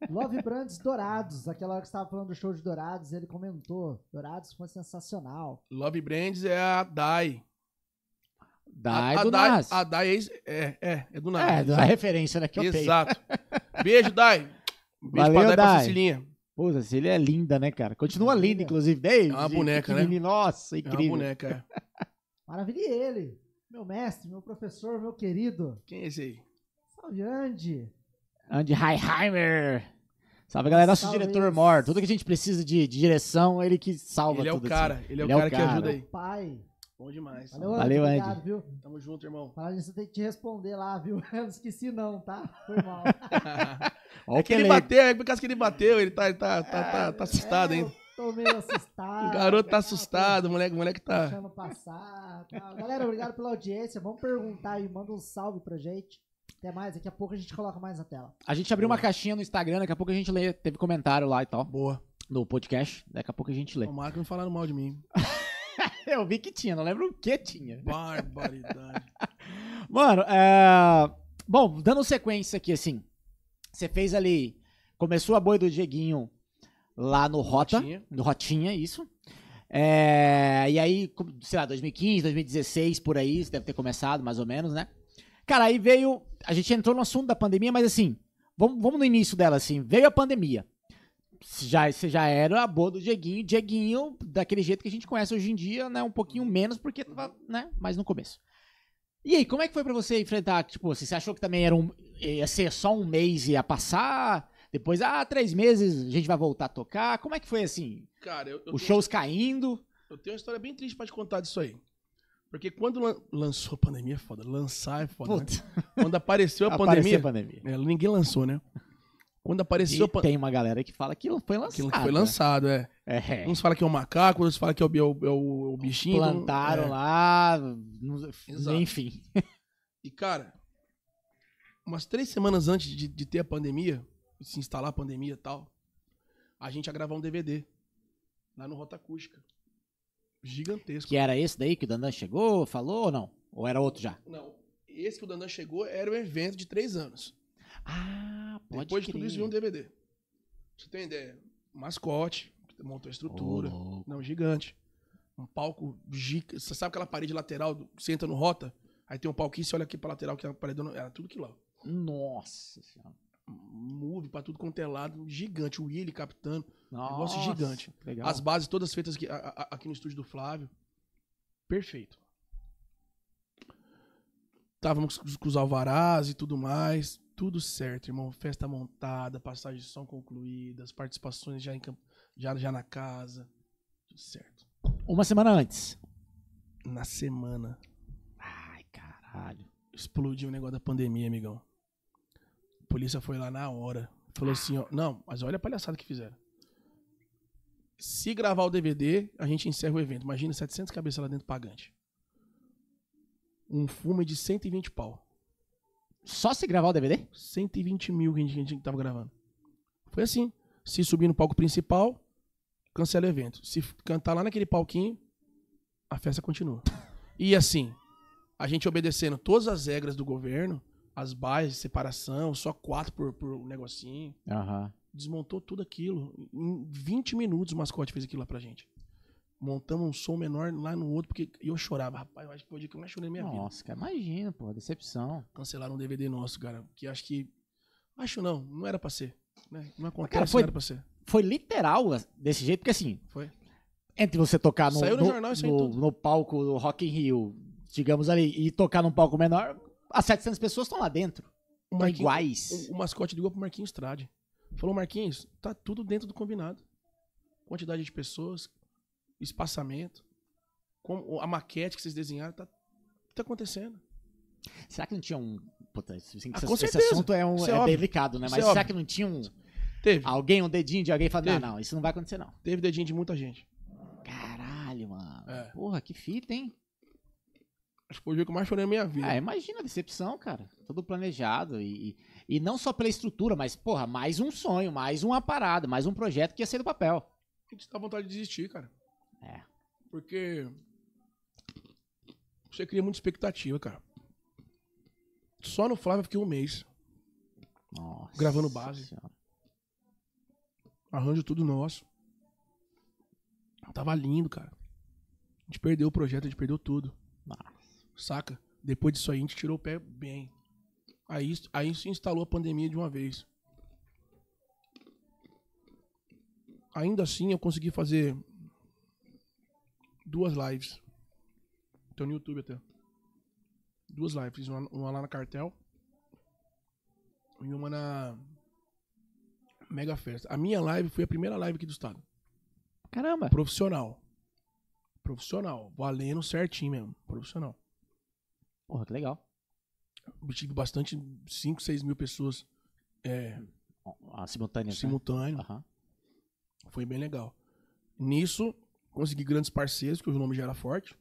A: Love Brands Dourados. Aquela hora que você estava falando do show de Dourados, ele comentou. Dourados foi sensacional.
C: Love Brands é a Dai.
B: Dai
C: a, a
B: do
C: Dai,
B: Nas.
C: a Dai é, ex- é, é, é do Nas.
B: É, da referência, né, que eu tenho.
C: Exato. Beijo, Dai. Beijo
B: Valeu,
C: pra Dai, pra
B: Dai.
C: Cecilinha.
B: Pô, Cecília é linda, né, cara? Continua
A: Linda.
B: linda, inclusive. Desde
C: É uma boneca, né?
B: pequenininha. Nossa,
C: É uma
B: incrível.
C: boneca. é.
A: Maravilha e ele. Meu mestre, meu professor, meu querido.
C: Quem é esse aí?
A: Salve, Andy.
B: Andy Highheimer. Salve, galera. Nosso
A: Salve.
B: diretor Mor. Tudo que a gente precisa de, de direção, ele que salva
C: ele é o
B: tudo.
C: cara, ele é o cara, que ajuda
A: Meu
C: aí.
A: pai.
C: Bom demais.
A: Valeu, Andy.
B: Valeu, Andy.
A: Obrigado, viu?
C: Tamo
A: *laughs*
C: junto, irmão.
A: Falar nisso, eu tenho que te responder lá, viu? *laughs* Eu não esqueci não, tá? Foi mal.
B: assim. Ó, o
C: é que ele
B: Pelego.
C: bateu, é por causa que ele bateu, ele tá, ele tá, tá, tá, tá *laughs* assustado,
A: É,
C: hein?
A: eu Tô meio assustado.
C: O garoto tá
A: Ah,
C: assustado, o moleque, o moleque
A: tô
C: tá.
A: Deixando passar. Tá. Galera, obrigado pela audiência. Vamos perguntar aí. Manda um salve pra gente. Até mais. Daqui a pouco a gente coloca mais na tela.
B: A gente abriu uma caixinha no Instagram, daqui a pouco a gente lê. Teve comentário lá e tal,
C: Boa.
B: no podcast. Daqui a pouco a gente
C: *laughs*
B: lê.
C: Tomara que não falaram mal de mim.
B: Eu vi que tinha, não lembro o que tinha.
C: Barbaridade.
B: Mano, é... Bom, dando sequência aqui, assim. Você fez ali... Começou a boi do Dieguinho lá no Rota.
C: Tinha.
B: No Rotinha, isso. É, e aí, com- sei lá, 2015, 2016, por aí, isso deve ter começado, mais ou menos, né? Cara, aí veio. A gente entrou no assunto da pandemia, mas assim, vamos, vamos no início dela, assim. Veio a pandemia. Já, você já era a boa do Dieguinho. Dieguinho, daquele jeito que a gente conhece hoje em dia, né? Um pouquinho menos, porque tava, né? Mas no começo. E aí, como é que foi pra você enfrentar? Tipo, assim, você achou que também era um, ia ser só um mês e ia passar? Depois, ah, três meses, a gente vai voltar a tocar. Como é que foi assim?
C: Cara, eu, eu
B: Os
C: tenho-
B: shows caindo.
C: eu tenho uma história bem triste pra te contar disso aí. Porque quando lan- lançou a pandemia, é foda. Lançar é foda. né?
B: Puta,
C: Quando apareceu a
B: apareceu
C: pandemia.
B: a pandemia.
C: É, ninguém lançou, né? Quando apareceu a
B: E
C: pandemia.
B: tem uma galera que fala que foi lançado. né?
C: Aquilo que foi é lançado, é.
B: É.
C: Uns falam que é o macaco, outros falam que é o, bi- é o- é o- o bichinho.
B: Plantaram
C: é.
B: lá. não-
C: Exato.
B: Enfim.
C: E, cara, umas três semanas antes de, de ter a pandemia, de se instalar a pandemia e tal, a gente ia gravar um DVD lá no Rota Acústica. Gigantesco.
B: Que é- era esse daí que o Dandan chegou, falou ou não? Ou era outro já?
C: Não, esse que o Dandan chegou era um evento de três anos.
B: Ah, pode
C: Depois de
B: crer.
C: tudo isso, veio um DVD. Pra você ter uma ideia, mascote, que montou a estrutura.
B: Ô, louco.
C: Não, gigante. Um palco gigante. Você sabe aquela parede lateral, do- você entra no rota, aí tem um palquinho, você olha aqui pra lateral, que é a parede era tudo que lá.
B: Nossa senhora.
C: Move pra tudo quanto é lado, gigante. O Willy capitano,
B: Nossa,
C: gigante.
B: que Legal.
C: as bases todas feitas aqui, a- a- aqui no estúdio do Flávio. Perfeito. Estávamos com os alvarás e tudo mais. Tudo certo, irmão. Festa montada, passagem de som concluídas, participações já, em, camp- já, já na casa. Tudo certo.
B: Uma semana antes.
C: Na semana
B: Ai, caralho.
C: explodiu o negócio da pandemia, amigão. A polícia foi lá na hora. Falou assim, ó. Não, mas olha a palhaçada que fizeram. Se gravar o DVD, a gente encerra o evento. Imagina 700 cabeças lá dentro pagante. um fume de 120 pau.
B: Só se gravar o DVD?
C: 120 mil que a gente, a gente tava gravando. Foi assim. Se subir no palco principal, cancela o evento. Se f- cantar lá naquele palquinho, a festa continua. E assim, a gente obedecendo todas as regras do governo, as baias de separação, só quatro por, por negocinho,
B: Aham.
C: desmontou tudo aquilo. Em 20 minutos o mascote fez aquilo lá pra gente. Montamos um som menor lá no outro, porque eu chorava. Rapaz, eu acho que foi o dia que eu mais chorei na minha vida
B: Nossa, cara, imagina, pô, decepção.
C: cancelaram um DVD nosso, cara. Que acho que. Acho não, não era pra ser. Né? Não acontece,
B: cara, foi-
C: não era pra ser.
B: Foi literal as- desse jeito, porque assim,
C: Foi.
B: entre você tocar no,
C: Saiu no
B: no,
C: jornal isso aí
B: no,
C: tudo.
B: no palco do Rock in Rio, digamos ali, e tocar num palco menor, as 700 pessoas estão lá dentro.
C: O,
B: Tão
C: Marquinhos-
B: iguais.
C: o- o mascote ligou pro Marquinhos Trade. Falou, Marquinhos, tá tudo dentro do combinado. Quantidade de pessoas, espaçamento, como, a maquete que vocês desenharam, tá, tá acontecendo.
B: Será que não tinha um. Puta, esse, esse-
C: Ah, com
B: esse
C: certeza.
B: assunto é, um,
C: Isso é
B: é,
C: óbvio.
B: delicado, né?
C: Isso
B: Mas
C: é
B: será
C: óbvio.
B: que não tinha um,
C: Teve,
B: alguém, um dedinho de alguém falando,
C: Teve.
B: não, não, isso não vai acontecer, não.
C: teve dedinho de muita gente.
B: Caralho, mano.
C: É.
B: Porra, que fita, hein?
C: Acho que foi o dia que eu mais chorei na minha vida.
B: Ah, imagina a decepção, cara. Tudo planejado e, e, e não só pela estrutura, mas, porra, mais um sonho, mais uma parada, mais um projeto que ia ser do papel.
C: a gente dá vontade de desistir, cara.
B: É.
C: Porque você cria muita expectativa, cara. Só no Flávio eu fiquei um mês.
B: Nossa.
C: Gravando base.
B: Senhora.
C: Arranjo tudo nosso. Tava lindo, cara. A gente perdeu o projeto, a gente perdeu tudo.
B: Nossa.
C: Saca? Depois disso aí, a gente tirou o pé bem. Aí, isso- aí se instalou a pandemia de uma vez. Ainda assim, eu consegui fazer duas lives. Tô no YouTube até. Duas lives. Fiz uma, uma lá na Cartel e uma na Mega Festa. A minha live foi a primeira live aqui do estado.
B: Caramba.
C: Profissional. Profissional. Valendo certinho mesmo. Profissional.
B: Porra, que legal.
C: tive bastante 5, 6 mil pessoas é,
B: Ah, simultâneo. Simul...
C: simultâneo. Foi bem legal. Nisso, consegui grandes parceiros, que o nome já era forte.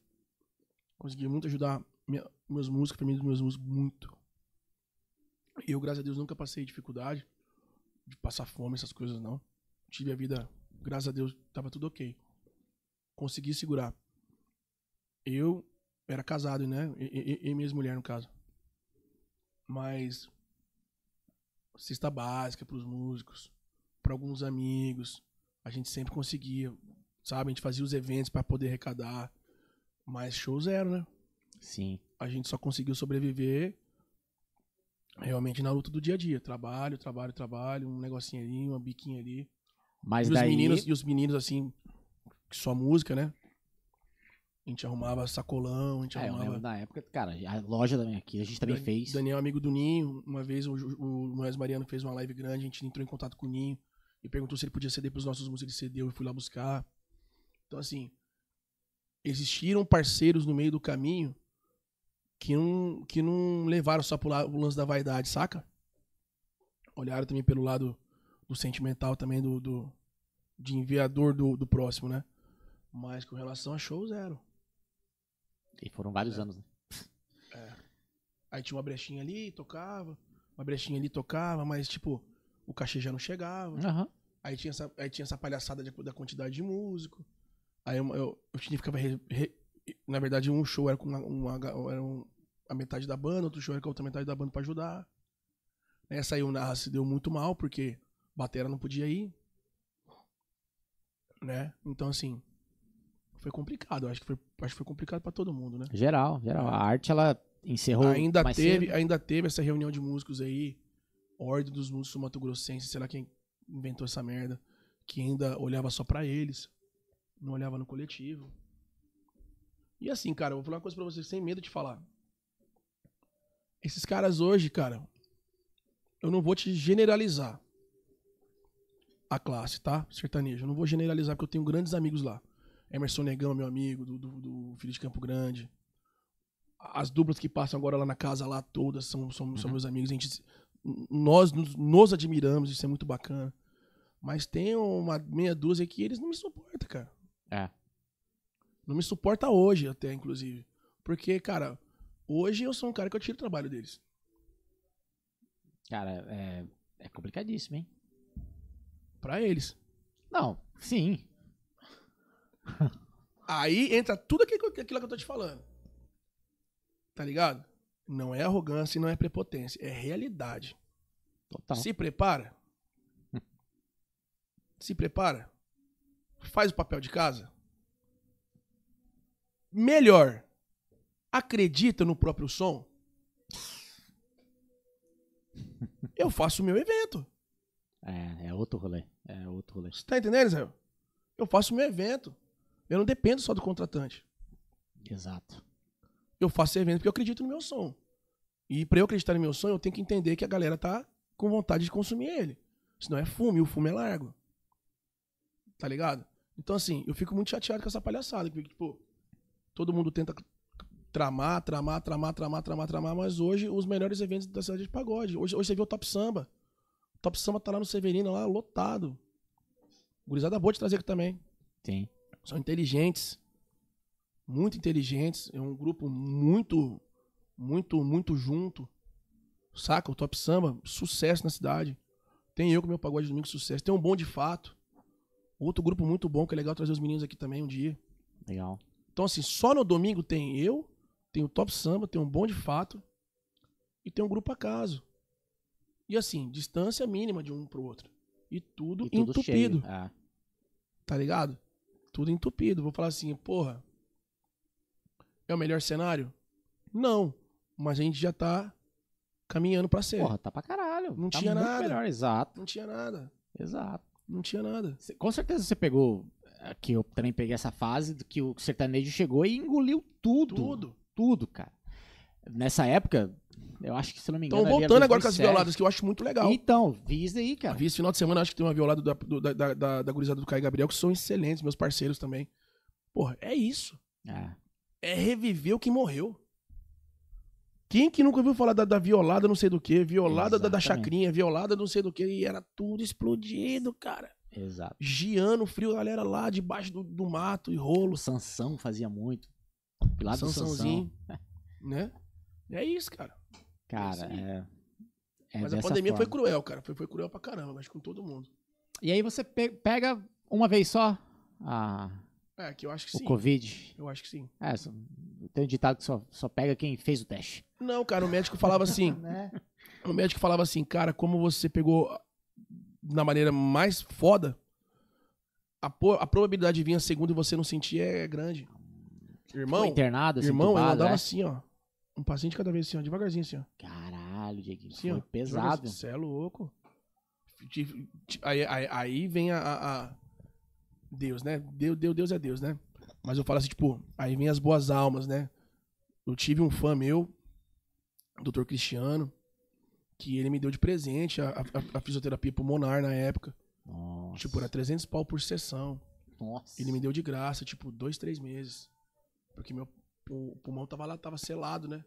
C: Consegui muito ajudar minha- meus músicos, a família dos meus músicos, muito. E eu, graças a Deus, nunca passei dificuldade de passar fome, essas coisas, não. Tive a vida, graças a Deus, tava tudo ok. Consegui segurar. Eu era casado, né? E, e, e minha mulher no caso. Mas. Cesta básica pros músicos, para alguns amigos. A gente sempre conseguia, sabe? A gente fazia os eventos para poder arrecadar. Mas show zero, né?
B: Sim.
C: A gente só conseguiu sobreviver realmente na luta do dia a dia. Trabalho, trabalho, trabalho, um negocinho ali, uma biquinha ali.
B: Mas
C: E os,
B: daí.
C: meninos, e os meninos, assim, que só música, né? A gente arrumava sacolão, a gente
B: É, eu
C: arrumava.
B: lembro da época, cara, a loja também aqui, a gente também
C: Dan-
B: fez.
C: Daniel, amigo do Ninho, uma vez o, Ju- o Moisés Mariano fez uma live grande, a gente entrou em contato com o Ninho e perguntou se ele podia ceder pros nossos músicos, ele cedeu, eu fui lá buscar. Então, assim, existiram parceiros no meio do caminho que não, que não levaram só pro la- o lance da vaidade, saca? Olharam também pelo lado do sentimental também, do, do- de enviador do, do próximo, né? Mas com relação a show, zero.
B: E foram
C: É.
B: vários anos, né?
C: Aí tinha uma brechinha ali, tocava, uma brechinha ali, tocava, mas tipo, o cachê já não chegava.
B: Aham.
C: Aí tinha essa, aí tinha essa palhaçada de- da quantidade de músico. Aí eu, eu, eu tinha ficava. re- re- na verdade, um show era com uma, uma ga- era um- a metade da banda, outro show era com a outra metade da banda pra ajudar. Nessa aí o Narra se deu muito mal, porque batera não podia ir. Né? Então, assim. Foi complicado. eu Acho que foi, acho que foi complicado pra todo mundo, né?
B: Geral, geral. A arte, ela encerrou.
C: Ainda
B: mais
C: teve,
B: cedo.
C: ainda teve essa reunião de músicos aí, Ordem dos Músicos do Mato Grossense, sei lá quem inventou essa merda, que ainda olhava só pra eles, não olhava no coletivo. E assim, cara, eu vou falar uma coisa pra vocês sem medo de falar. Esses caras hoje, cara, eu não vou te generalizar a classe, tá? Sertanejo. Eu não vou generalizar porque eu tenho grandes amigos lá. Emerson Negão, meu amigo, do, do, do Filho de Campo Grande. As duplas que passam agora lá na casa, lá todas, são, são, são
B: Uhum.
C: meus amigos. A gente, nós nos, nos admiramos, isso é muito bacana. Mas tem uma meia dúzia que eles não me suportam, cara.
B: É.
C: Não me suporta hoje, até, inclusive. Porque, cara, Hoje eu sou um cara que eu tiro o trabalho deles.
B: Cara, é, é complicadíssimo, hein?
C: Pra eles.
B: Não, sim.
C: Aí entra tudo aquilo que aquilo que eu tô te falando. Tá ligado? Não é arrogância e não é prepotência. É realidade.
B: Total.
C: Se prepara. *laughs* Se prepara. Faz o papel de casa. Melhor. Acredita no próprio som. Eu faço o meu evento.
B: É, é outro rolê. É outro rolê.
C: Você tá entendendo, Israel? Eu faço o meu evento. Eu não dependo só do contratante.
B: Exato.
C: eu faço evento porque eu acredito no meu som. E pra eu acreditar no meu som, eu tenho que entender que a galera tá com vontade de consumir ele. Senão é fumo, e o fumo é largo. Tá ligado? Então, assim, eu fico muito chateado com essa palhaçada. Que, tipo, todo mundo tenta tramar, tramar, tramar, tramar, tramar, tramar, mas hoje os melhores eventos da cidade é de pagode. Hoje, hoje você vê o Top Samba. O Top Samba tá lá no Severino, lá lotado. Gurizada boa de trazer aqui também
B: Sim.
C: são inteligentes, muito inteligentes, é um grupo muito, muito, muito junto, saca? O Top Samba, sucesso na cidade. Tem eu com meu pagode de domingo, sucesso. Tem um Bom de Fato, outro grupo muito bom, que é legal trazer os meninos aqui também um dia.
B: Legal.
C: Então, assim, só no domingo tem eu, tem o Top Samba, tem um Bom de Fato e tem um grupo acaso. E assim, distância mínima de um pro outro. E tudo,
B: E tudo
C: entupido
B: cheio. Ah,
C: tá ligado? Tudo entupido. Vou falar assim, porra, é o melhor cenário? Não, mas a gente já tá caminhando pra ser.
B: porra, tá pra caralho.
C: É. Não
B: tá
C: tinha
B: muito
C: nada.
B: melhor. Exato.
C: Não tinha nada,
B: Exato.
C: não tinha nada.
B: Cê- Com certeza você pegou. é, Que eu também peguei essa fase do que o sertanejo chegou e engoliu tudo.
C: Tudo.
B: Tudo, cara. Nessa época, eu acho que se eu não me engano.
C: Então,
B: ali era
C: voltando agora com as
B: 2007.
C: violadas, que eu acho muito legal.
B: Então, vi isso aí, cara.
C: Vi esse final de semana, acho que tem uma violada da, do- da, da, da, da gurizada do Caio Gabriel, que são excelentes, meus parceiros também. Porra, é isso.
B: Ah,
C: É reviver o que morreu. Quem que nunca ouviu falar da, da violada não sei do que, violada da, da
B: Exatamente.
C: chacrinha, violada não sei do que, e era tudo explodido, cara.
B: exato.
C: Giano, frio, a galera lá debaixo do, do mato e
B: O
C: rolos.
B: Sansão fazia muito. Pilar do Sansão. *laughs*
C: Sansãozinho. Né? É isso, cara.
B: Cara,
C: É isso
B: é. é
C: mas a
B: dessa
C: pandemia foi
B: forma.
C: cruel, cara. Foi, foi cruel pra caramba, mas com todo mundo.
B: E aí você pe- pega uma vez só a-
C: É, que eu acho que
B: o
C: sim.
B: Covid.
C: Eu acho que sim.
B: É, só- tem um ditado que só, só pega quem fez o teste.
C: Não, cara, o médico falava assim.
A: Né?
C: o médico falava assim, cara, como você pegou na maneira mais foda, a, po- a probabilidade de vir a segunda e você não sentir é grande.
B: Ficou
C: Irmão,
B: internado, assim,
C: irmão, eu
B: entubado,
C: andava
B: é.
C: assim, ó. Um paciente cada vez assim, ó, devagarzinho assim, ó.
B: Caralho, Dieguinho,
C: Sim,
B: foi
C: ó.
B: pesado.
C: Você é louco. Ti- ti- Aí, aí- aí vem a, a- a- Deus, né? Deus, Deus, Deus é Deus, né? Mas eu falo assim, tipo, aí vem as boas almas, né? Eu tive um fã meu, Dr. Cristiano, que ele me deu de presente a, a- a fisioterapia pulmonar na época.
B: Nossa.
C: Tipo, era 300 pau por sessão.
B: nossa.
C: Ele me deu de graça, tipo, dois, três meses. Porque meu pu- pulmão tava lá, tava selado, né?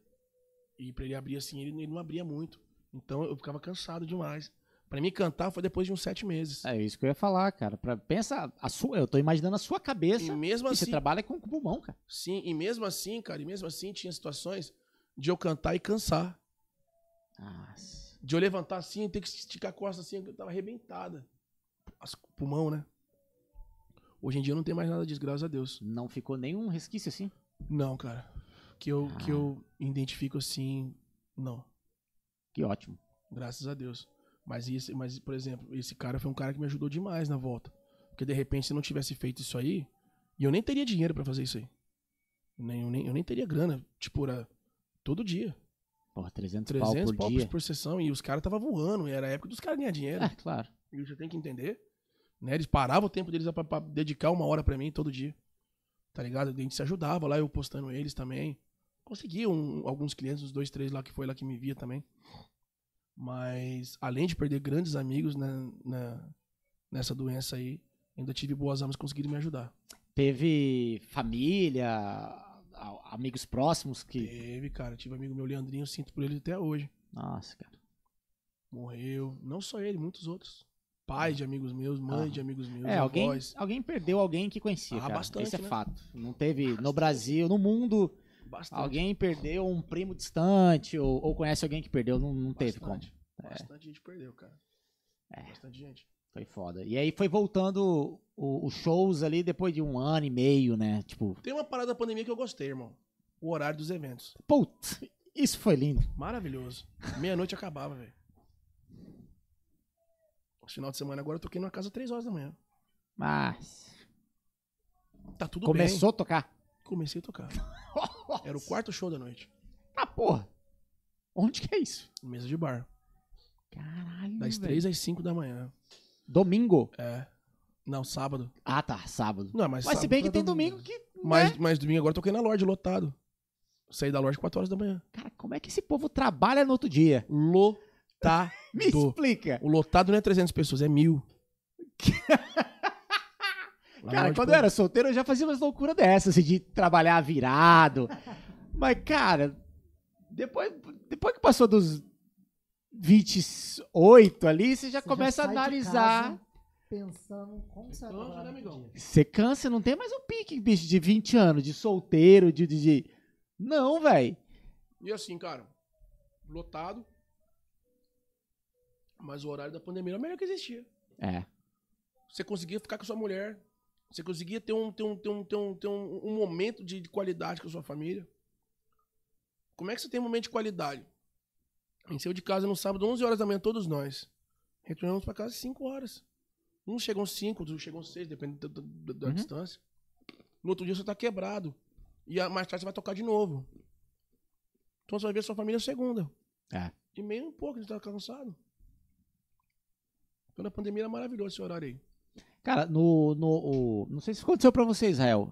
C: E pra ele abrir assim, ele, ele não abria muito. Então eu ficava cansado demais. Pra mim cantar foi depois de uns sete meses.
B: É isso que eu ia falar, cara. Pra, pensa, a sua, eu tô imaginando a sua
C: E
B: cabeça.
C: mesmo
B: e você
C: assim,
B: trabalha com com pulmão, cara.
C: sim, e mesmo assim, cara, e mesmo assim tinha situações de eu cantar e cansar.
B: Nossa.
C: De eu levantar assim e ter que esticar a costa assim, eu tava arrebentada. As, pulmão, né? Hoje em dia eu não tenho mais nada disso, graças a Deus.
B: Não ficou nenhum resquício assim?
C: Não, cara. Que eu, que
B: Ah.
C: eu identifico assim, não.
B: Que ótimo.
C: Graças a Deus. Mas, esse, mas, por exemplo, esse cara foi um cara que me ajudou demais na volta. Porque de repente, se eu não tivesse feito isso aí, e eu nem teria dinheiro pra fazer isso aí. Nem, eu, nem, eu nem teria grana, tipo, era todo dia.
B: Porra, 300,
C: 300
B: pau por dia.
C: por sessão. E os caras tava voando, e era a época dos caras ganhar dinheiro.
B: É, claro.
C: E você tem que entender, né? Eles paravam o tempo deles pra, pra dedicar uma hora pra mim todo dia. Tá ligado? A gente se ajudava lá, eu postando eles também. Consegui um- alguns clientes, uns dois, três lá que foi lá que me via também. Mas além de perder grandes amigos na, na- nessa doença aí, ainda tive boas almas que conseguiram me ajudar.
B: Teve família, a- amigos próximos que.
C: Teve, cara. Tive um amigo meu, Leandrinho, sinto por ele até hoje.
B: Nossa, cara.
C: Morreu. Não só ele, muitos outros. Pai de amigos meus, mãe
B: Ah.
C: de amigos meus,
B: É, alguém,
C: avós.
B: alguém perdeu alguém que conhecia.
C: Ah,
B: cara.
C: bastante,
B: Esse é
C: né?
B: fato. Não teve no Brasil, no mundo,
C: Bastante.
B: Alguém perdeu um primo distante ou, ou conhece alguém que perdeu, não, não teve como. É.
C: Bastante. Bastante gente perdeu, cara. Bastante gente.
B: Foi foda. E aí foi voltando o- os shows ali depois de um ano e meio, né? Tipo,
C: Tem uma parada da pandemia que eu gostei, irmão. O horário dos eventos.
B: putz, isso foi lindo.
C: Maravilhoso. Meia-noite acabava, velho. Esse Final de semana agora eu toquei numa casa três horas da manhã.
B: Mas
C: Tá tudo bem.
B: começou a tocar.
C: Comecei a tocar. Era o quarto show da noite.
B: Ah, porra. Onde que é isso?
C: Mesa de bar.
B: Caralho.
C: Das
B: velho.
C: três às cinco da manhã.
B: Domingo.
C: É. Não, sábado.
B: Ah, tá, sábado.
C: Não,
B: Mas
C: mas
B: se
C: É sábado.
B: bem que
A: pra
B: tem
A: domingo.
B: domingo né? que.
C: Mas,
B: Mas...
C: mas domingo agora eu toquei na Lorde, lotado. Saí da Lorde 4 horas da manhã.
B: Cara, como é que esse povo trabalha no outro
C: *laughs*
B: dia?
C: Lotado.
B: *laughs* Me explica.
C: O lotado não é 300 pessoas, é mil. Lá
B: *laughs*
C: na
B: Cara,
C: Lorde
B: quando
C: foi-
B: eu era solteiro, eu já fazia umas loucuras dessas, assim, de trabalhar
A: *laughs*
B: virado. Mas, cara, depois, depois que passou dos 28 ali, você já
A: Você já
B: começa a
A: sai de
B: analisar.
A: casa Pensando como você vai
C: Então,
A: trabalhar
C: né,
A: no
C: amigão?
A: dia.
B: Você cansa, não tem mais um pique, bicho, de 20 anos, de solteiro, de. de, de- Não, velho.
C: E assim, cara, lotado. Mas o horário da pandemia era o melhor que existia.
B: É.
C: Você conseguia ficar com sua mulher. Você conseguia ter um, ter um, ter um, ter um, ter um, um momento de de qualidade com a sua família. Como é que você tem um momento de qualidade? A gente saiu de casa no sábado, 11 horas da manhã, todos nós. Retornamos pra casa às 5 horas. Um Uns chegam 5, outros chegam 6, depende da, da- da- da
B: Uhum.
C: distância. No outro dia você tá quebrado. E a- mais tarde você vai tocar de novo. Então você vai ver sua família segunda.
B: É.
C: E meio um pouco, a gente tá cansado. Então na pandemia era maravilhoso esse horário aí.
B: Cara, no. no o- não sei se aconteceu pra você, Israel.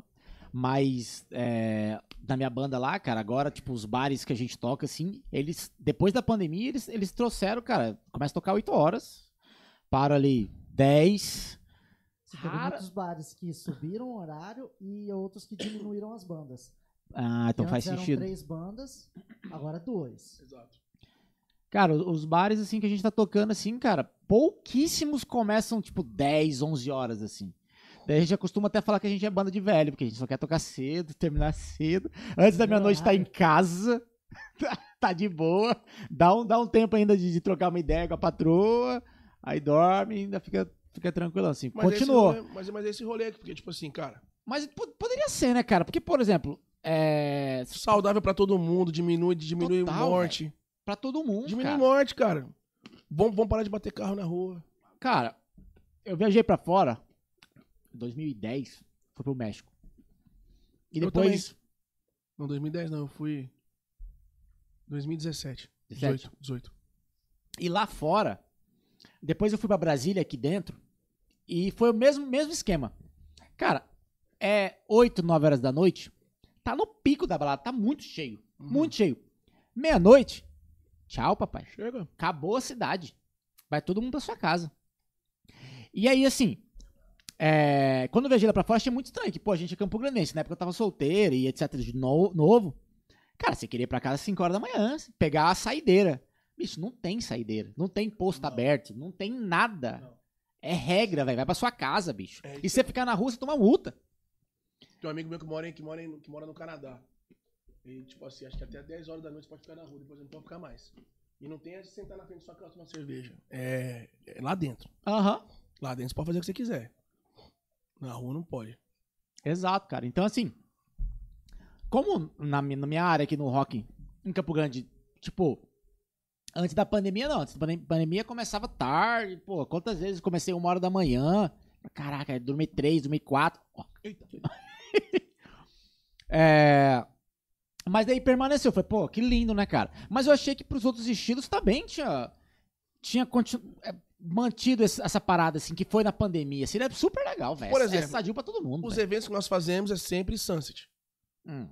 B: Mas é, na minha banda lá, cara, agora, tipo, os bares que a gente toca, assim, eles. Depois da pandemia, eles, eles trouxeram, cara, começa a tocar 8 horas. Para ali 10.
A: Você teve
B: Rara-
A: muitos bares que subiram o horário e outros que diminuíram as bandas.
B: Ah, então
A: Que
B: faz
A: antes eram
B: sentido.
A: três bandas, agora duas.
C: Exato.
B: Cara, os- os bares, assim, que a gente tá tocando, assim, cara, pouquíssimos começam, tipo, 10, 11 horas, assim. Daí a gente acostuma até falar que a gente é banda de velho, porque a gente só quer tocar cedo, *laughs* terminar cedo. Antes da meia-noite tá em casa, *laughs* tá- tá de boa. Dá um, dá um tempo ainda de, de trocar uma ideia com a patroa, aí dorme e ainda fica, fica tranquilo, assim.
C: Mas
B: Continuou.
C: Esse é rolê, mas, mas esse rolê aqui, porque, tipo assim, cara,
B: Mas po- poderia ser, né, cara? Porque, por exemplo, é...
C: saudável pra todo mundo, diminui, diminui
B: Total,
C: morte.
B: pra todo mundo,
C: Diminui
B: cara.
C: morte, cara. Vamos, vamos parar de bater carro na rua.
B: Cara, eu viajei pra fora em 2010, fui pro México. E
C: Eu
B: depois.
C: Não, 2010 não, eu fui. 2017.
B: 17.
C: 18. 18.
B: E lá fora, depois eu fui pra Brasília aqui dentro. E foi o mesmo, mesmo esquema. Cara, é 8, 9 horas da noite. Tá no pico da balada, tá muito cheio.
C: Uhum.
B: Muito cheio. Meia-noite. Tchau, papai.
C: Chega.
B: Acabou a cidade. Vai todo mundo pra sua casa. E aí, assim, é, quando eu viajei lá pra fora, achei muito estranho. Que, pô, a gente é campo grandense. Na época eu tava solteiro e etc. De no- novo. Cara, você queria ir pra casa às 5 horas da manhã, assim, pegar a saideira. Bicho, não tem saideira. Não tem posto
C: Não.
B: aberto. Não tem nada.
C: Não.
B: É regra, velho. Vai pra sua casa, bicho.
C: É
B: e você ficar na rua, você toma multa.
C: Tem um amigo meu que mora, em, que, mora em- que mora no Canadá. E, tipo assim, acho que até 10 horas da noite você pode ficar na rua, depois não pode ficar mais. E não tem essa de sentar na frente da sua casa e tomar cerveja. É, é lá dentro.
B: Aham.
C: Lá dentro você pode fazer o que você quiser. Na rua não pode.
B: Exato, cara. Então, assim, como na, mi- na minha área aqui no rock, em Campo Grande, tipo, antes da pandemia, não. Antes da pandem- pandemia começava tarde, pô. Quantas vezes comecei uma hora da manhã? Caraca, aí dormi três, dormi quatro. Ó. *laughs* É, Mas daí permaneceu. Falei, pô, que lindo, né, cara? Mas eu achei que pros outros estilos também tinha. Tinha continu- é, mantido esse- essa parada, assim, que foi na pandemia. Seria super legal, velho.
C: Por
B: É- É
C: exemplo,
B: sadio pra todo mundo.
C: Os
B: velho.
C: eventos que nós fazemos é sempre sunset.
B: Hum.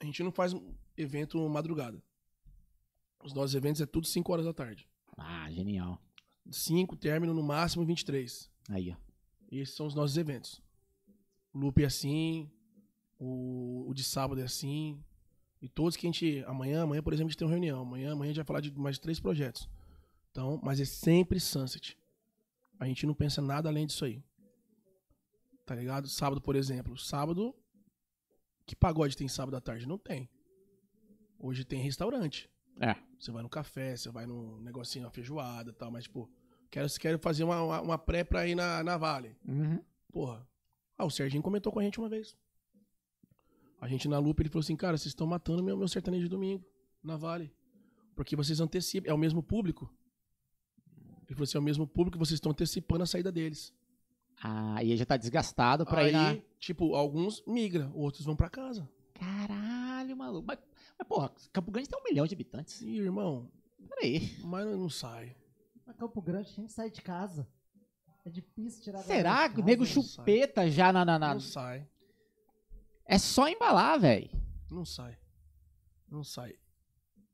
C: A gente não faz evento madrugada. Os nossos eventos é tudo 5 horas da tarde.
B: Ah, genial.
C: 5, término no máximo 23.
B: Aí, ó.
C: Esses são os nossos eventos. O loop é assim, o, o de sábado é assim. E todos que a gente. Amanhã, amanhã, por exemplo, a gente tem uma reunião. Amanhã, amanhã a gente vai falar de mais de três projetos. Então, mas é sempre sunset. A gente não pensa nada além disso aí. Tá ligado? Sábado, por exemplo. Sábado, Que pagode tem sábado à tarde? Não tem. Hoje tem restaurante.
B: É.
C: Você vai no café, você vai num negocinho, uma feijoada e tal, mas, tipo, quero, quero fazer uma, uma, uma pré pra ir na, na Vale.
B: Uhum.
C: Porra. Ah, o Serginho comentou com a gente uma vez. A gente na lupa, ele falou assim, cara, vocês estão matando meu, meu sertanejo de domingo, na Vale. Porque vocês antecipam, é o mesmo público. Ele falou assim, é o mesmo público, vocês estão antecipando a saída deles.
B: Ah, e aí já tá desgastado pra
C: Aí,
B: ir na...
C: tipo, alguns migram, outros vão pra casa.
B: Caralho, maluco. Mas, mas, porra, Campo Grande tem um milhão de habitantes.
C: Ih, irmão,
B: Peraí.
C: mas não sai.
A: Mas Campo Grande tem que sair de casa. É difícil tirar a
B: Será
A: galera de
B: que o
A: casa.
B: nego
C: não
B: chupeta já na... na- na-
C: Não sai.
B: É só embalar, velho.
C: Não sai. Não sai.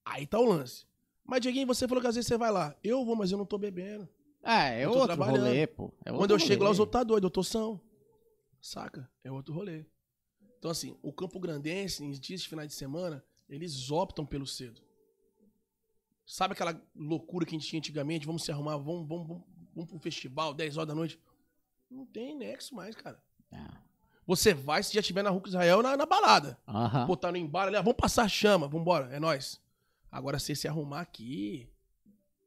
C: Aí tá o lance. Mas, Dieguinho, você falou que às vezes você vai lá. Eu vou, mas eu não tô bebendo.
B: É, é
C: Eu tô
B: outro
C: trabalhando.
B: rolê, pô. É outro
C: Quando eu chego lá,
B: rolê.
C: os outros tá doido, eu tô são. Saca? É outro rolê. Então, assim, o Campo Grandense, em dias de finais de semana, eles optam pelo cedo. Sabe aquela loucura que a gente tinha antigamente? Vamos se arrumar, vamos, vamos, vamos, vamos pro festival, 10 horas da noite. Não tem nexo mais, cara.
B: Ah,
C: Você vai, se já tiver na Rua Israel, na, na balada.
B: Aham.
C: botar no embalo ali, ah, vamos passar a chama, vambora, é nóis. Agora você se arrumar aqui,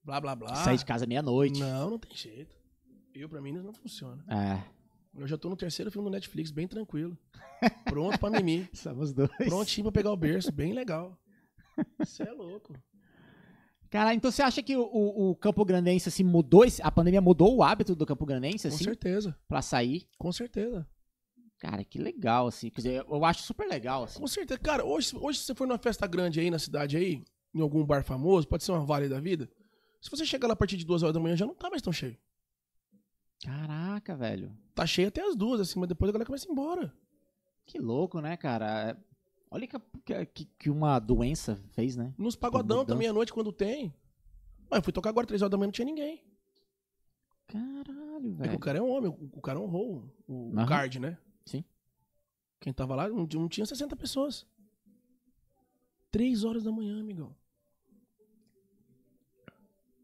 C: blá blá blá.
B: Sair de casa meia-noite.
C: tá. Não, não tem jeito. Eu, pra mim, não funciona.
B: É.
C: Eu já tô no terceiro filme do Netflix, bem tranquilo. Pronto
B: *laughs*
C: pra mimir.
B: Somos dois.
C: Prontinho pra pegar o berço, bem legal. Você é louco.
B: Cara, então você acha que o, o, o Campo Grandense assim, mudou? esse- A pandemia mudou o hábito do Campo Grandense,
C: Com
B: assim,
C: certeza,
B: pra sair?
C: com certeza.
B: Cara, que legal, assim. Quer dizer, eu- eu acho super legal, assim.
C: Com certeza. Cara, hoje, hoje se você for numa festa grande aí na cidade aí, em algum bar famoso, pode ser uma vale da vida. Se você chegar lá a partir de duas horas da manhã, já não tá mais tão cheio.
B: Caraca, velho.
C: Tá cheio até as duas, assim, mas depois a galera começa a ir embora.
B: Que louco, né, cara? É- Olha que, que- que, que uma doença fez, né?
C: Nos pagodão
B: mudando.
C: também à noite, quando tem. Mas eu fui tocar agora, três horas da manhã, não tinha ninguém.
B: Caralho,
C: É que
B: velho.
C: o cara é um homem, o, o cara honrou o, o
B: Aham.
C: card, né?
B: Sim.
C: Quem tava lá não, não tinha 60 pessoas. Três horas da manhã, amigão.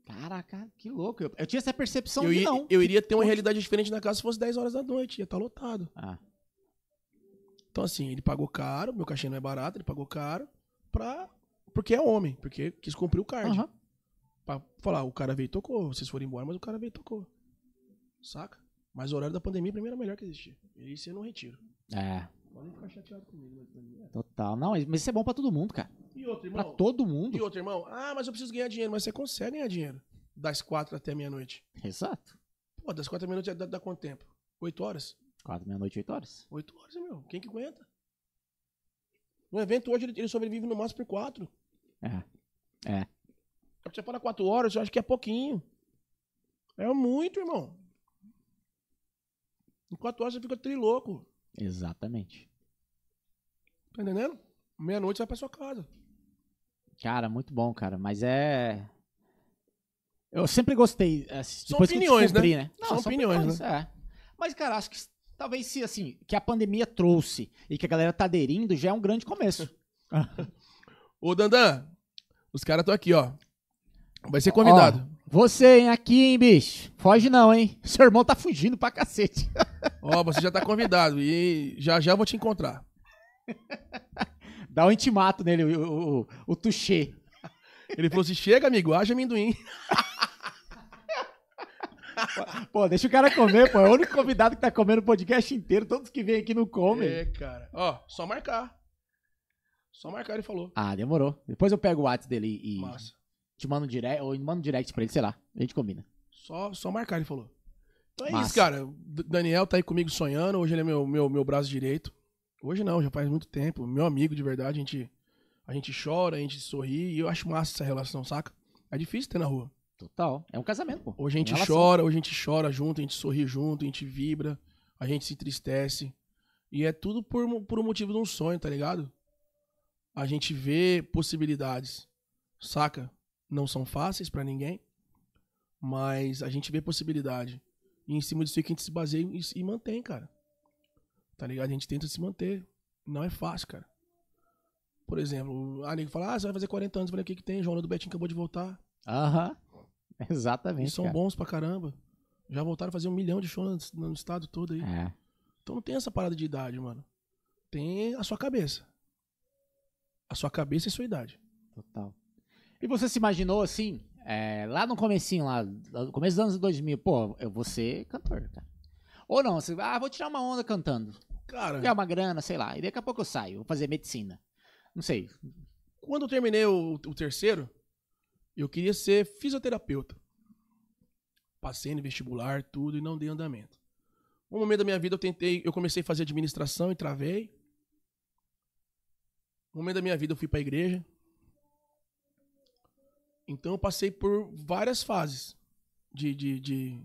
B: Caraca, que louco. Eu, eu tinha essa percepção
C: Eu,
B: de
C: ia-
B: Então, não.
C: eu iria ter uma realidade diferente na casa se fosse 10 horas da noite, ia estar lotado.
B: Ah,
C: Então, assim, ele pagou caro, meu cachê não é barato, ele pagou caro pra. Porque é homem, porque quis cumprir o card.
B: aham.
C: Pra falar, o cara veio e tocou. Vocês foram embora, mas o cara veio e tocou. Saca? Mas o horário da pandemia, primeiro, é o melhor que existia. E isso eu não retiro.
B: É,
C: Podem ficar chateado comigo, mas pandemia.
B: total. Não, mas isso é bom pra todo mundo, cara.
C: E outro,
B: Pra
C: irmão?
B: todo
C: E
B: mundo.
C: outro, irmão? Ah, mas eu preciso ganhar dinheiro. Mas você consegue ganhar dinheiro. Das quatro até meia-noite.
B: Exato.
C: Pô, das quatro até meia-noite é dá, dá quanto tempo? Oito horas?
B: Quatro, meia-noite, oito horas.
C: Oito horas, meu. Quem que aguenta? No evento hoje, ele, ele sobrevive no máximo por quatro.
B: É. É.
C: Aí Você fala quatro horas, eu acho que é pouquinho. É muito, irmão. Em quatro horas você fica triloco.
B: Exatamente.
C: Tá entendendo? Meia-noite você vai pra sua casa.
B: Cara, muito bom, cara. Mas é. Eu sempre gostei. é, s-
C: São
B: Depois que eu
C: opiniões,
B: descobri, né? Não,
C: São opiniões,
B: É. Mas, cara, acho que s- talvez se assim, que a pandemia trouxe e que a galera tá aderindo, já é um grande começo.
C: Ô, Dandan, os caras estão aqui, ó. Vai ser convidado.
B: *laughs* Você, hein, aqui, hein, bicho? Foge não, hein? *laughs* Seu irmão tá fugindo pra cacete. *laughs*
C: Ó, você já tá convidado e já já eu vou te encontrar.
B: Dá um intimato nele, o, o, o, o Tuxê.
C: Ele falou assim: chega, amigo, haja amendoim.
B: Pô, deixa o cara comer, pô. É o único convidado que tá comendo o podcast inteiro. Todos que vêm aqui não comem.
C: É, cara. Ó, só marcar. Só marcar, ele falou.
B: Ah, demorou. Depois eu pego o WhatsApp dele e
C: Massa.
B: te mando um direct, ou mando direct pra ele, sei lá. A gente combina.
C: Só, só marcar, ele falou. Então é
B: Massa.
C: isso, cara. D- Daniel tá aí comigo sonhando. Hoje ele é meu, meu, meu braço direito. Hoje não, já faz muito tempo. Meu amigo de verdade, a gente, a gente chora, a gente sorri. E eu acho massa essa relação, saca? É difícil ter na rua.
B: Total. É um casamento, pô.
C: Hoje a gente
B: Uma relação.
C: chora, hoje a gente chora junto, a gente sorri junto, a gente vibra, a gente se entristece. E é tudo por, mo- por um motivo de um sonho, tá ligado? A gente vê possibilidades, saca? Não são fáceis pra ninguém, mas a gente vê possibilidade. E em cima disso é que a gente se baseia e, se- e mantém, cara. Tá ligado? A gente tenta se manter. Não é fácil, cara. Por exemplo, a nego fala, ah, você vai fazer 40 anos. Eu falei, o que que tem? João do Betinho acabou de voltar.
B: Aham. *laughs* Exatamente.
C: Eles são
B: cara.
C: bons pra caramba. Já voltaram a fazer um milhão de shows no, no estado todo aí.
B: É.
C: Então não tem essa parada de idade, mano. tem a sua cabeça. A sua cabeça e sua idade.
B: Total. E você se imaginou assim, é, lá no comecinho, lá, no começo dos anos 2000, pô, eu vou ser cantor, cara. Ou não, você, ah, vou tirar uma onda cantando,
C: Cara,
B: ganhar uma grana, sei lá, e daqui a pouco eu saio, vou fazer medicina. Não sei.
C: quando eu terminei o, o terceiro, eu queria ser fisioterapeuta. Passei no vestibular, tudo, e não dei andamento. Um momento da minha vida eu tentei, eu comecei a fazer administração e travei. Um momento da minha vida eu fui pra igreja. Então eu passei por várias fases de- de- de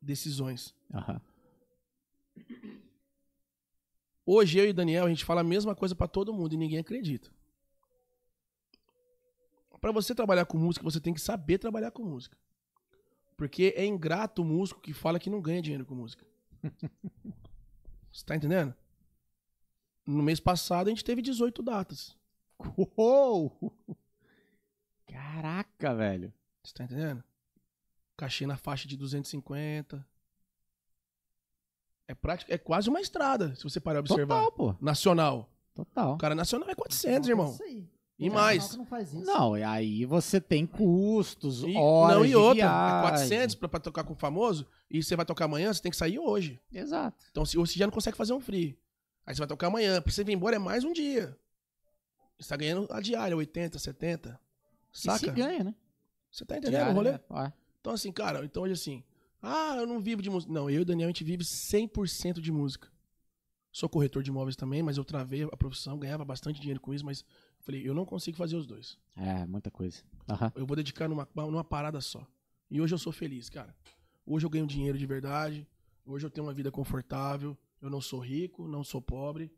C: decisões.
B: Aham.
C: Hoje eu e Daniel, a gente fala a mesma coisa pra todo mundo e ninguém acredita. Pra você trabalhar com música, você tem que saber trabalhar com música. Porque é ingrato o músico que fala que não ganha dinheiro com música. Você tá entendendo? No mês passado a gente teve 18 datas.
B: Uou! *laughs* Caraca, velho.
C: Você tá entendendo? Cachê na faixa de 250. É, prática, é quase uma estrada, se você parar e observar.
B: Total, pô.
C: Nacional.
B: Total.
C: O cara nacional é 400, irmão.
A: Isso aí.
C: E
A: Tem
C: mais.
A: canal que Não, faz isso.
B: Não, e aí você tem custos,
C: E-
B: horas
C: não, e
B: de
C: outra,
B: viagem.
C: é 400 pra, pra tocar com o famoso, e você vai tocar amanhã, você tem que sair hoje.
B: Exato.
C: Então, se, ou você já não consegue fazer um free. Aí você vai tocar amanhã, pra você vir embora é mais um dia. Você tá ganhando a diária, 80, 70.
B: E se
C: Saca?
B: ganha, né?
C: Você tá entendendo o
B: Diário,
C: rolê?
B: né? Ó,
C: Então, assim, cara, então hoje assim, ah, eu não vivo de música. Não, eu e o Daniel, a gente vive 100% de música. Sou corretor de imóveis também, mas eu travei a profissão, ganhava bastante dinheiro com isso, mas falei, eu não consigo fazer os dois.
B: É, muita coisa. Aham.
C: Eu vou dedicar numa, numa parada só. E hoje eu sou feliz, cara. Hoje eu ganho dinheiro de verdade. Hoje eu tenho uma vida confortável. Eu não sou rico, não sou pobre.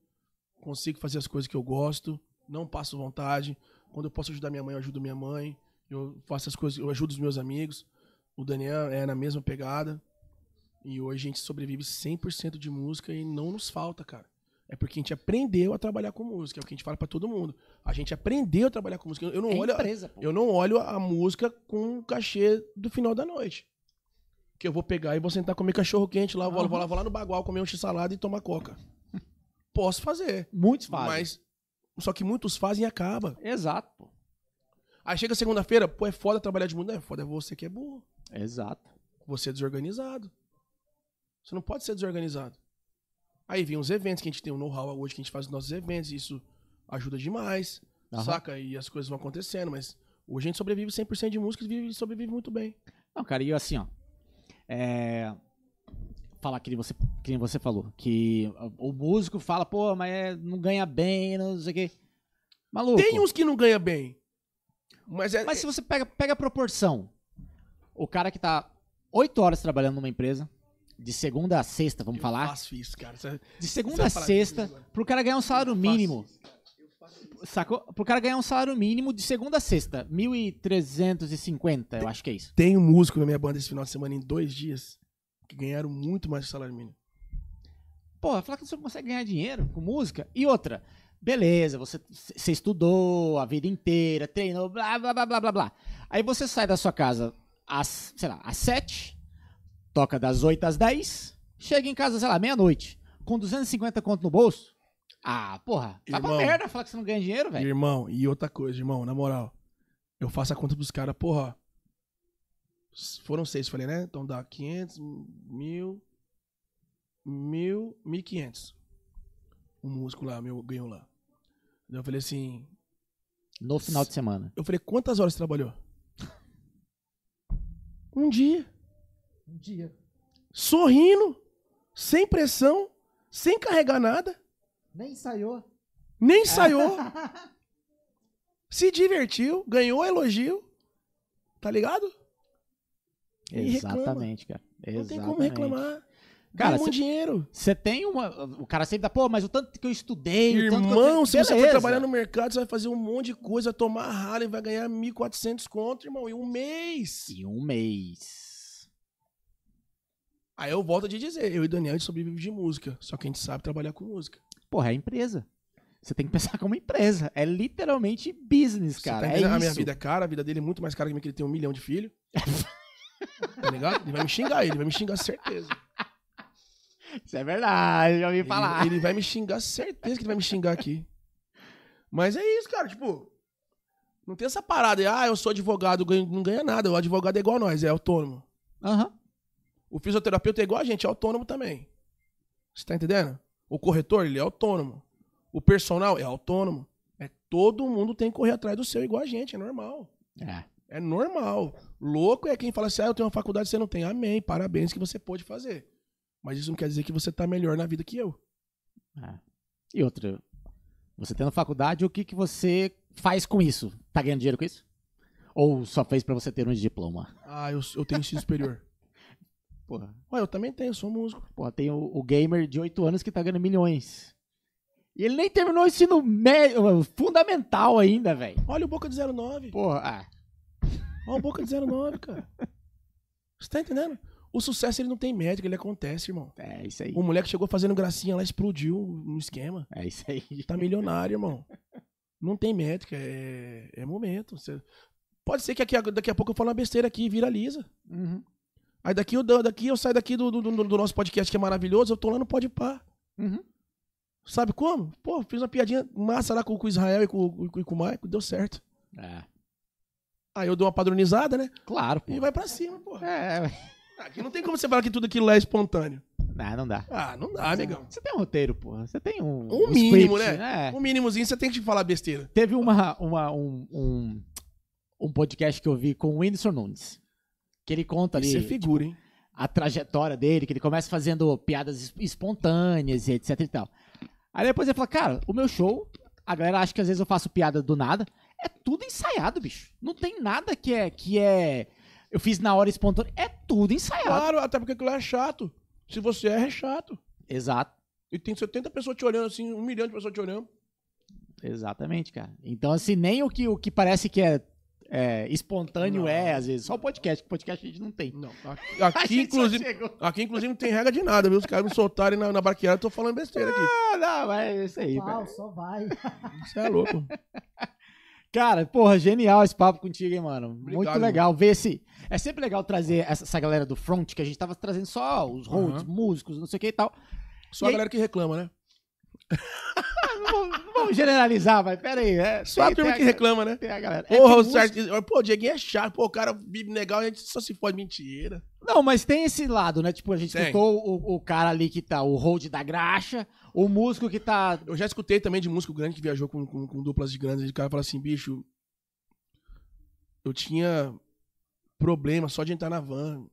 C: Consigo fazer as coisas que eu gosto. Não passo vontade. Quando eu posso ajudar minha mãe, eu ajudo minha mãe. Eu faço as coisas, eu ajudo os meus amigos. O Daniel é na mesma pegada. E hoje a gente sobrevive 100% de música e não nos falta, cara. É porque a gente aprendeu a trabalhar com música. É o que a gente fala pra todo mundo. A gente aprendeu a trabalhar com música. Eu não
B: É
C: olho.
B: empresa, pô.
C: Eu não olho a música com o cachê do final da noite. Que eu vou pegar e vou sentar comer cachorro quente lá, vou,
B: Aham.
C: vou lá, vou lá no bagual comer um x-salada e tomar coca. *laughs* Posso fazer,
B: Muitos fazem.
C: mas só que muitos fazem e acaba.
B: Exato, pô.
C: Aí chega segunda-feira, pô, é foda trabalhar de mundo, é foda, é você que é burro.
B: Exato.
C: Você é desorganizado. Você não pode ser desorganizado. Aí vem os eventos, que a gente tem um know-how hoje que a gente faz nos nossos eventos, e isso ajuda demais,
B: Aham.
C: saca? E as coisas vão acontecendo, mas hoje a gente sobrevive 100% de música e vive- sobrevive muito bem.
B: Não, cara, e eu assim, ó. É. Falar que nem você, que nem você falou. Que o músico fala, pô, mas é- não ganha bem, não sei o quê. Maluco.
C: Tem uns que não ganha bem. Mas é.
B: Mas se você pega, pega a proporção. O cara que tá 8 horas trabalhando numa empresa, de segunda a sexta, vamos
C: eu
B: falar.
C: faço isso, cara. Você-
B: De
C: você
B: segunda
C: vai
B: a
C: falar
B: sexta,
C: comigo agora.
B: pro cara ganhar um salário
C: Eu faço
B: mínimo.
C: isso, cara. Eu faço isso.
B: Sacou? Pro cara ganhar um salário mínimo de segunda a sexta. 1.350, eu acho que é isso.
C: Tem um músico na minha banda esse final de semana em dois dias que ganharam muito mais que o salário mínimo.
B: Porra, falar que você consegue ganhar dinheiro com música. E outra, beleza, você, você estudou a vida inteira, treinou, blá, blá, blá, blá, blá, blá. Aí você sai da sua casa às, sei lá, às 7, toca das 8 às 10, chega em casa, sei lá, meia-noite, com 250 conto no bolso. Ah, porra, tá pra
C: Irmão.
B: merda falar que você não ganha dinheiro, velho.
C: Irmão, e outra coisa, irmão, na moral. Eu faço a conta dos caras, porra. s- Foram seis, falei, né? Então dá 500, mil, mil, 1.500. Um músico lá, meu, ganhou lá. Daí Eu falei assim,
B: No final de semana.
C: Eu falei, quantas horas você trabalhou? *laughs* Um dia.
A: Um dia.
C: Sorrindo, sem pressão, sem carregar nada,
A: Nem ensaiou.
C: nem ensaiou, se divertiu, ganhou elogio. Tá ligado? E reclama.
B: Exatamente, cara.
C: Não
B: Exatamente.
C: tem como reclamar.
B: Cara,
C: Ganhou um
B: cê-
C: dinheiro.
B: Você tem uma. O cara sempre dá, pô, mas o tanto que eu estudei, o tanto que eu...
C: Irmão, se você for
B: Beleza.
C: trabalhar no mercado, você vai fazer um monte de coisa, vai tomar rala e vai ganhar 1.400 conto, irmão, em um mês.
B: E um mês.
C: Aí eu volto a te dizer, eu e Daniel, a gente sobrevive de música. Só que a gente sabe trabalhar com música.
B: Porra, é empresa. Você tem que *laughs* pensar como empresa. É literalmente business,
C: Você
B: cara.
C: tá
B: é
C: entendendo?
B: isso.
C: a minha vida é cara, a vida dele é muito mais cara que minha, que ele tem um milhão de *laughs* filhos. tá ligado? Ele vai me xingar, ele vai me xingar, certeza.
B: Isso é verdade, já ouvi falar.
C: Ele, ele vai me xingar, certeza que ele vai me xingar aqui. Mas é isso, cara, tipo. Não tem essa parada, aí, ah, eu sou advogado, ganho- não ganha nada. O advogado é igual a nós, é autônomo.
B: Aham.
C: O fisioterapeuta é igual a gente, é autônomo também. Você tá entendendo? O corretor, ele é autônomo. O personal é autônomo. É todo mundo tem que correr atrás do seu igual a gente, é normal.
B: É.
C: É normal. Louco é quem fala assim: ah, eu tenho uma faculdade, você não tem. Amém, parabéns que você pôde fazer. Mas isso não quer dizer que você tá melhor na vida que eu.
B: E outra, você tendo faculdade, o que, que você faz com isso? Tá ganhando dinheiro com isso? Ou só fez pra você ter um diploma?
C: Ah, eu, eu tenho ensino superior.
B: Porra,
C: Ué, eu também tenho, sou músico.
B: porra tem o, o gamer de 8 anos que tá ganhando milhões. E ele nem terminou o ensino médio, fundamental ainda, velho.
C: Olha o Boca de 09.
B: Porra, ah,
C: Olha o Boca de 09, cara. Você tá entendendo? O sucesso ele não tem médico, ele acontece, irmão.
B: é isso aí.
C: O moleque chegou fazendo gracinha lá, explodiu no esquema.
B: É isso aí.
C: Tá milionário, irmão. Não tem métrica, é, é momento. Você- Pode ser que aqui- daqui a pouco eu fale uma besteira aqui e viraliza.
B: Uhum,
C: Aí daqui eu, dou- daqui eu saio daqui do, do- do- do nosso podcast que é maravilhoso, eu tô lá no Pode Par.
B: uhum.
C: Sabe como? Pô, fiz uma piadinha massa lá com, com o Israel e com, com- com o Maico, deu certo.
B: É,
C: Aí eu dou uma padronizada, né?
B: claro, pô.
C: E vai pra cima, porra.
B: É,
C: Aqui não tem como você falar que tudo aquilo lá é espontâneo.
B: é, não, não dá.
C: Ah, não dá, amigão.
B: Você tem um roteiro, porra. Você tem um.
C: Um mínimo,
B: script, É.
C: O mínimozinho você tem que te falar besteira.
B: Teve uma, uma- um, um, um podcast que eu vi com o Whindersson Nunes. Que ele conta
C: Isso é
B: ali
C: figura, hein?
B: a trajetória dele, que ele começa fazendo piadas es- espontâneas e etc e tal. Aí depois ele fala, cara, o meu show, a galera acha que às vezes eu faço piada do nada. É tudo ensaiado, bicho. Não tem nada que é. Que é eu fiz na hora espontânea. É tudo ensaiado.
C: Claro, até porque aquilo lá é chato. Se você erra, é chato.
B: Exato.
C: E tem 70 pessoas te olhando, assim, um milhão de pessoas te olhando.
B: Exatamente, cara. Então, assim, nem o que, o que parece que é, é, espontâneo
C: Não.
B: é, às vezes. Só o podcast, que podcast a gente não tem. *laughs*
C: Não. Aqui,
B: A
C: aqui,
B: gente só
C: inclusive,
B: chegou.
C: aqui, inclusive, não tem regra de nada, viu? Os caras me soltarem na, na barqueada, eu tô falando besteira aqui.
B: Ah, não, mas é isso aí,
A: Pau,
B: velho.
A: só vai.
C: Você é louco.
B: Cara, porra, genial esse papo contigo, hein, mano. Muito
C: Obrigado,
B: legal ver esse. É sempre legal trazer essa, essa galera do front, que a gente tava trazendo só os roads, músicos, não sei o que e tal. E
C: Só a
B: aí-
C: galera que reclama, né?
B: Não vamos, não vamos generalizar, mas pera aí. É,
C: Só a
B: tem,
C: turma
B: tem
C: que reclama, né?
B: Tem a galera. É
C: Porra,
B: que
C: o
B: músico-
C: certo, pô, o Dieguinho é chato, pô, o cara vive legal, a gente só se fode mentira.
B: Não, mas tem esse lado, né? Tipo, a gente
C: Tem.
B: escutou o, o cara ali que tá, o road da graxa, o músico que tá.
C: Eu já escutei também de músico grande que viajou com, com, com duplas de grandes, e o cara fala assim, bicho, eu tinha problema só de entrar na van.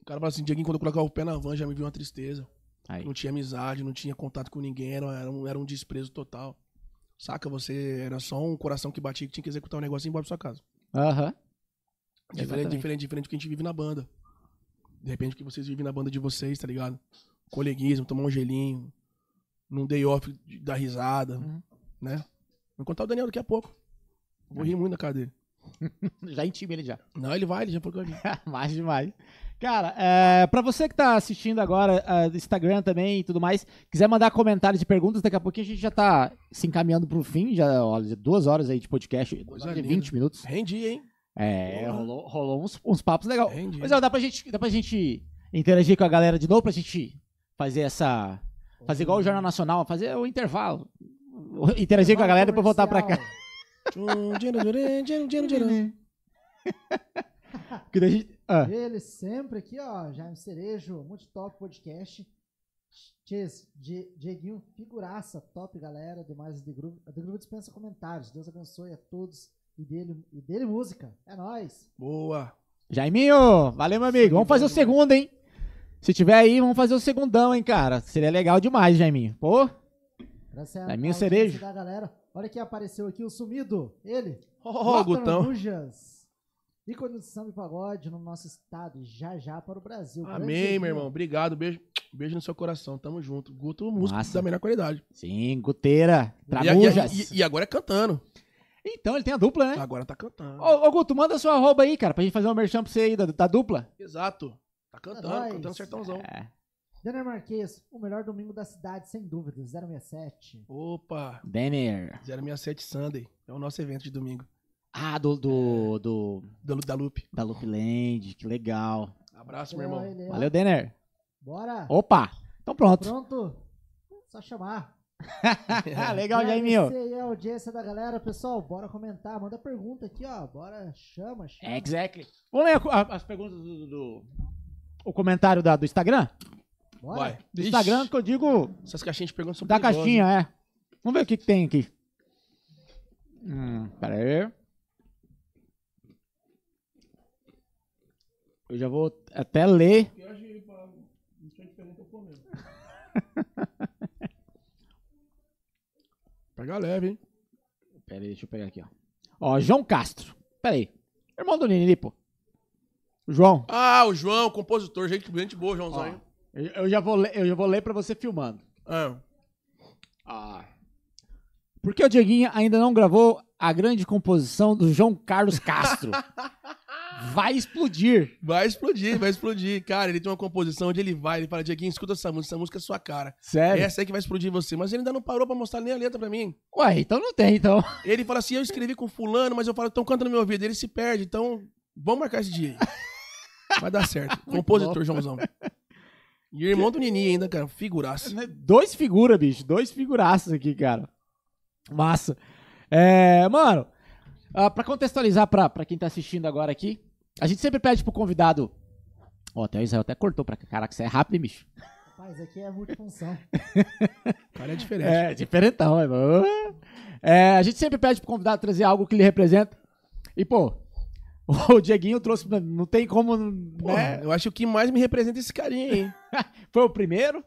C: O cara fala assim, Dieguinho, quando eu colocava o pé na van já me viu uma tristeza.
B: Aí.
C: Não tinha amizade, não tinha contato com ninguém, era, era um, era um desprezo total. Saca, você era só um coração que batia que tinha que executar um negócio e ir embora pra sua casa.
B: Aham.
C: Diferente,
B: Exatamente.
C: diferente, diferente do que a gente vive na banda. De repente o que vocês vivem na banda de vocês, tá ligado? Coleguismo, tomar um gelinho, num day off de- dar risada,
B: Uhum.
C: né? Vou contar o Daniel daqui a pouco. Vou rir muito na cara dele.
B: Já intima ele já.
C: Não, ele vai, ele já falou que vai vir.
B: *laughs* mais demais. Cara, é, pra você que tá assistindo agora é, do Instagram também e tudo mais, quiser mandar comentários e perguntas, daqui a pouquinho a gente já tá se encaminhando pro fim, já, olha, duas horas aí de podcast, duas
C: Coisa
B: horas e
C: linda.
B: 20 minutos.
C: Rendi, hein?
B: É,
C: Porra. É.
B: rolou, rolou uns, uns papos legais.
C: Rendi.
B: Mas ó, dá pra, gente, dá pra gente interagir com a galera de novo, pra gente fazer essa... Fazer igual o Jornal Nacional, fazer o intervalo. Interagir com a galera e depois voltar pra cá.
C: Tchum, tcharam, tcharam, tcharam, tcharam, tcharam.
B: *laughs* Porque daí a gente- ah,
A: Ele sempre aqui, ó, Jaime Cerejo, muito top podcast. Tchês, Die- Dieguinho, figuraça, top galera, demais de grupo. De grupo dispensa comentários. Deus abençoe a todos e dele, e dele música. É nóis.
C: Boa.
B: Jaiminho, valeu, meu amigo. Vamos fazer o
C: Valeu.
B: segundo, hein? Se tiver aí, vamos fazer o segundão, hein, cara. Seria legal demais, Jaiminho. Pô,
C: É
A: Agradecer a
B: Jaiminho
A: audiência
B: Cerejo.
A: Da galera. Olha quem apareceu aqui, o sumido, ele.
C: Ó, ó, ó,
A: Nathan
C: Gutão.
A: Rujas. Ícone do samba e pagode no nosso estado e já já para o Brasil. Grande
C: Amém, meu
A: Dieguinho.
C: irmão. Obrigado. Beijo, beijo no seu coração. Tamo junto. Guto, músico
B: Massa.
C: da melhor qualidade.
B: sim, guteira,
C: E, e-
B: trabujas.
C: e- e agora é cantando.
B: Então, ele tem a dupla, né?
C: Agora tá cantando.
B: Ô, ô, Guto, manda sua arroba aí, cara, pra gente fazer um merchan pra você aí da, da dupla.
C: Exato. Tá cantando,
A: É nóis.
C: cantando sertãozão.
B: É.
A: Daniel Marquês, o melhor domingo da cidade, sem dúvida, 067.
C: Opa,
B: Denner.
C: 067 Sunday. É o nosso evento de domingo.
B: Ah, do, do, do-
C: Da, Lu- da Loop.
B: da Loopland, que legal.
C: Abraço, meu
A: Legal,
C: irmão.
A: ele é-
B: Valeu, Denner.
A: Bora.
B: Opa! Então pronto.
A: Pronto. Só chamar.
B: *laughs* Ah, legal,
A: Agradecer
B: Jaiminho.
A: aí a audiência da galera. Pessoal, bora comentar. Manda pergunta aqui, ó. Bora, chama, chama.
C: É,
B: Exactly. Vamos ler a- as perguntas do, do- do- O comentário da- do Instagram?
A: Bora.
C: *laughs* Vai.
B: Do Instagram, que eu digo
C: Essas caixinhas de perguntas são
B: da
C: perigosas.
B: caixinha, é. Vamos ver o que, que tem aqui. Hum, pera aí. Eu já vou até ler.
C: *laughs* Pega leve, Tá hein?
B: Pera aí, deixa eu pegar aqui, ó. Ó, João Castro. Pera aí. Irmão do Nini, pô. João,
C: Ah, o João, compositor. Gente, gente boa, Joãozão.
B: Ó.
C: hein?
B: eu eu já vou ler, eu já vou ler pra você filmando.
C: Ah,
B: Ah. Por que o Dieguinho ainda não gravou a grande composição do João Carlos
C: *laughs*
B: Castro? Vai explodir.
C: vai explodir, vai explodir. Cara, ele tem uma composição onde ele vai, ele fala, Dieguinho, escuta essa música, essa música é sua cara.
B: Sério?
C: Essa aí que vai explodir você. Mas ele ainda não parou pra mostrar nem a letra pra mim.
B: Ué, então não tem, então.
C: Ele fala assim, eu escrevi com fulano, mas eu falo, então canta no meu ouvido. Ele se perde, então vamos marcar esse dia aí. Vai
B: *laughs*
C: dar certo. Compositor, Joãozão. E irmão do Nini ainda, cara, figuraça.
B: Né? Dois figuras, bicho. Dois figuraços aqui, cara. Massa. É, mano, ah, pra contextualizar pra, pra quem tá assistindo agora aqui, a gente sempre pede pro convidado. Ó, até o Israel até cortou pra cá. Caraca, você é rápido, hein, bicho.
A: Rapaz, aqui é
B: *laughs*
A: multifunção.
C: O cara é diferente.
B: É, diferentão, é, mano. É, a gente sempre pede pro convidado trazer algo que ele representa. E, pô, *laughs* o Dieguinho trouxe. Não tem como.
C: Porra,
B: Né?
C: eu acho que o que mais me representa é esse carinha aí. hein?
B: Foi o primeiro?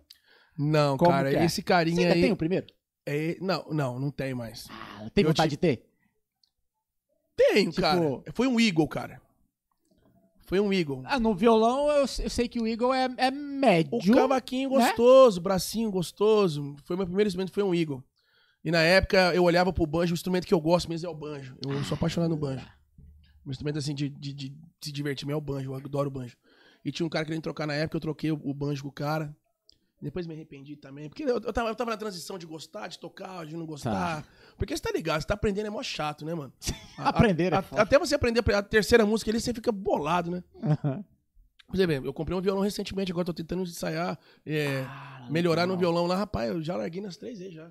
C: Não,
B: Como
C: cara,
B: que é?
C: esse
B: Você
C: carinha
B: ainda
C: aí.
B: tem o primeiro?
C: é- não, não, não tem mais.
B: Ah, tem
C: Eu
B: vontade
C: te-
B: de ter?
C: Tenho,
B: Tipo-
C: cara. Foi um Eagle, cara. Foi um Eagle.
B: Ah, no violão eu, eu sei que o Eagle é, é médio.
C: O cavaquinho gostoso, bracinho gostoso. Foi meu primeiro instrumento, foi um Eagle. E na época eu olhava pro banjo, o instrumento que eu gosto mesmo é o banjo. Eu sou apaixonado no banjo. Um instrumento assim de, de- de se divertir mesmo é o banjo, eu adoro o banjo. E tinha um cara querendo trocar na época, eu troquei o, o banjo com o cara. Depois me arrependi também, porque eu, eu tava, eu tava na transição de gostar, de tocar, de não gostar. Porque você tá ligado, você tá aprendendo é mó chato, né, mano? A-
B: Aprender é
C: a-
B: foda.
C: Até você aprender a terceira música ali, você fica bolado, né? Por exemplo, eu comprei um violão recentemente, agora tô tentando ensaiar, é,
B: Cara,
C: *laughs* melhorar no
B: Ah, legal.
C: violão lá. Rapaz, eu já larguei nas três vezes já.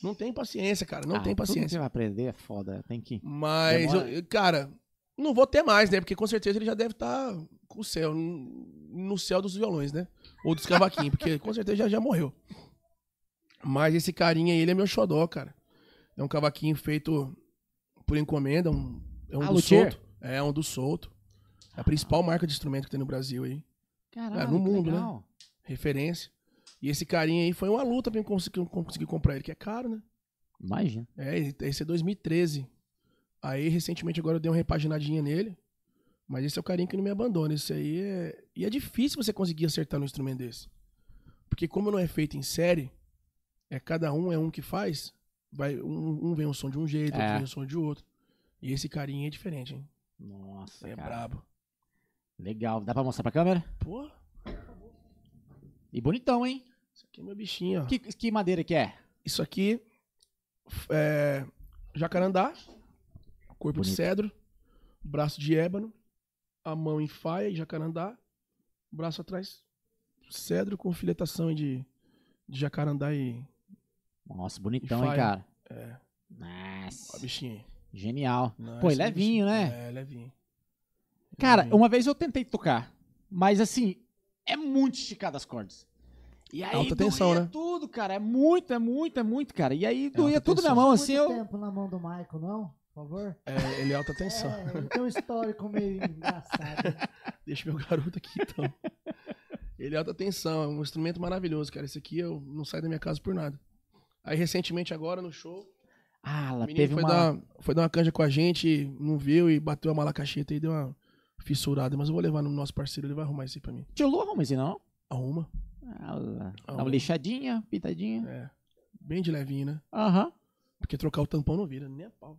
C: Não tem paciência, cara, não
B: Ah,
C: tem
B: tudo que você
C: paciência.
B: vai aprender é foda, tem que.
C: Mas, eu-
B: Demora.
C: eu- cara, não vou ter mais, né? Porque com certeza ele já deve estar com o céu, n- no céu dos violões, né? Ou dos cavaquinhos, porque com certeza já, já morreu. Mas esse carinha aí, ele é meu xodó, cara. É um cavaquinho feito por encomenda, um, é um
B: Ah,
C: do
B: luthier?
C: solto. É um do solto. É A principal marca de instrumento que tem no Brasil aí.
B: Caralho,
C: É, no
B: que
C: mundo, né?
B: legal.
C: referência. E esse carinha aí foi uma luta pra eu conseguir, conseguir comprar ele, que é caro, né?
B: Imagina.
C: É, ele- esse é 2013. Aí, recentemente, agora eu dei uma repaginadinha nele. Mas esse é o carinha que não me abandona. Esse aí é. E é difícil você conseguir acertar num instrumento desse. Porque, como não é feito em série, é cada um é um que faz. Vai, um, um vem um som de um jeito,
B: É.
C: outro vem um som de outro. E esse carinha é diferente, hein?
B: Nossa,
C: É
B: cara.
C: brabo.
B: Legal. Dá pra mostrar pra câmera?
C: Pô,
B: E bonitão, hein?
C: isso aqui é meu bichinho, ó.
B: Que, que madeira que é?
C: Isso aqui é jacarandá, corpo de
B: Bonito.
C: cedro, braço de ébano, a mão em faia e jacarandá, braço atrás cedro com filetação de, de jacarandá e
B: Nossa, bonitão,
C: E
B: hein,
C: faz.
B: cara?
C: É. ó,
B: Nossa.
C: bichinho. aí.
B: Genial.
C: Não,
B: Pô,
C: esse
B: e levinho,
C: bichinho.
B: né?
C: É, levinho.
B: Cara,
C: Levinho.
B: uma vez eu tentei tocar, mas assim, é muito esticado as cordas. E aí
C: Alta
B: doía
C: tensão, né?
B: tudo, cara. É muito, é muito, é muito, cara. E aí doía
C: alta
B: tudo na
C: tensão.
B: mão,
A: Muito
B: assim, eu...
A: tempo na mão do Maico, não? Por favor.
C: É, ele é alta
B: *laughs*
C: tensão.
A: É, ele tem um histórico meio engraçado.
C: Deixa meu garoto aqui, então. Ele é alta tensão, é um instrumento maravilhoso, cara. Esse aqui eu não saio da minha casa por nada. Aí, recentemente, agora, no show,
B: Ah,
C: O
B: ela
C: menino
B: teve
C: foi,
B: uma...
C: dar, foi dar uma canja com a gente, não viu e bateu a malacacheta e deu uma fissurada. Mas eu vou levar no nosso parceiro, ele vai arrumar isso aí pra mim.
B: Tilou, mas e não?
C: Arruma.
B: Ela... Dá
C: Ah,
B: uma lixadinha, pintadinha.
C: É. Bem de levinho, né?
B: Aham.
C: Porque trocar o tampão não vira, nem a pau.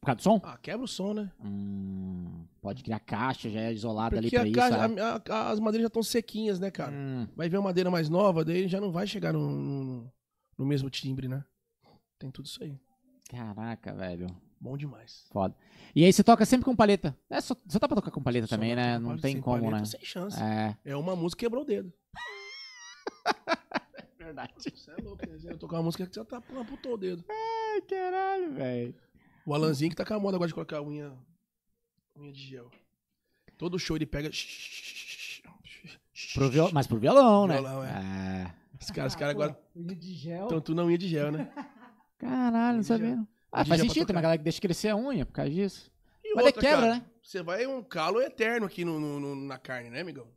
B: Por causa do som?
C: Ah, quebra o som, né?
B: Hum, pode criar caixa, já é isolada ali
C: Porque
B: pra
C: a
B: isso.
C: caixa-
B: sabe?
C: a- a- as madeiras já estão sequinhas, né, cara?
B: Hum,
C: Vai ver uma madeira mais nova, daí já não vai chegar no, no- no mesmo timbre, né? Tem tudo isso aí.
B: caraca, velho.
C: Bom demais.
B: Foda. E aí você toca sempre com palheta. É, só, só dá pra tocar com palheta
C: Só
B: também,
C: dá
B: né?
C: pra
B: Não
C: tocar
B: tem
C: sem
B: como,
C: palheta,
B: né?
C: Sem chance.
B: É.
C: É uma música que quebrou
B: *laughs*
C: o dedo.
B: Verdade.
C: Você é louco, né? Eu tocar uma música que você tá pô, amputou o dedo.
B: *laughs* Ai, caralho, velho.
C: O Alanzinho que tá com a moda agora de colocar unha, unha de gel. Todo show ele pega.
B: Pro viol... Mas pro violão, né?
C: Violão,
B: é.
C: *laughs* Os caras os caras
A: Ah, pô,
C: agora
A: Unha de gel.
C: estão tudo na unha de
B: *laughs*
C: gel, né?
B: Caralho, não
C: Ele já-
B: sabia. não. Ah, faz
C: ele já pra
B: sentido, tem
C: tocar.
B: uma galera que deixa crescer a unha por causa disso.
C: E
B: Mas
C: outra,
B: é quebra,
C: cara,
B: né?
C: Você vai um calo eterno aqui no, no- no- na carne, né, amigão?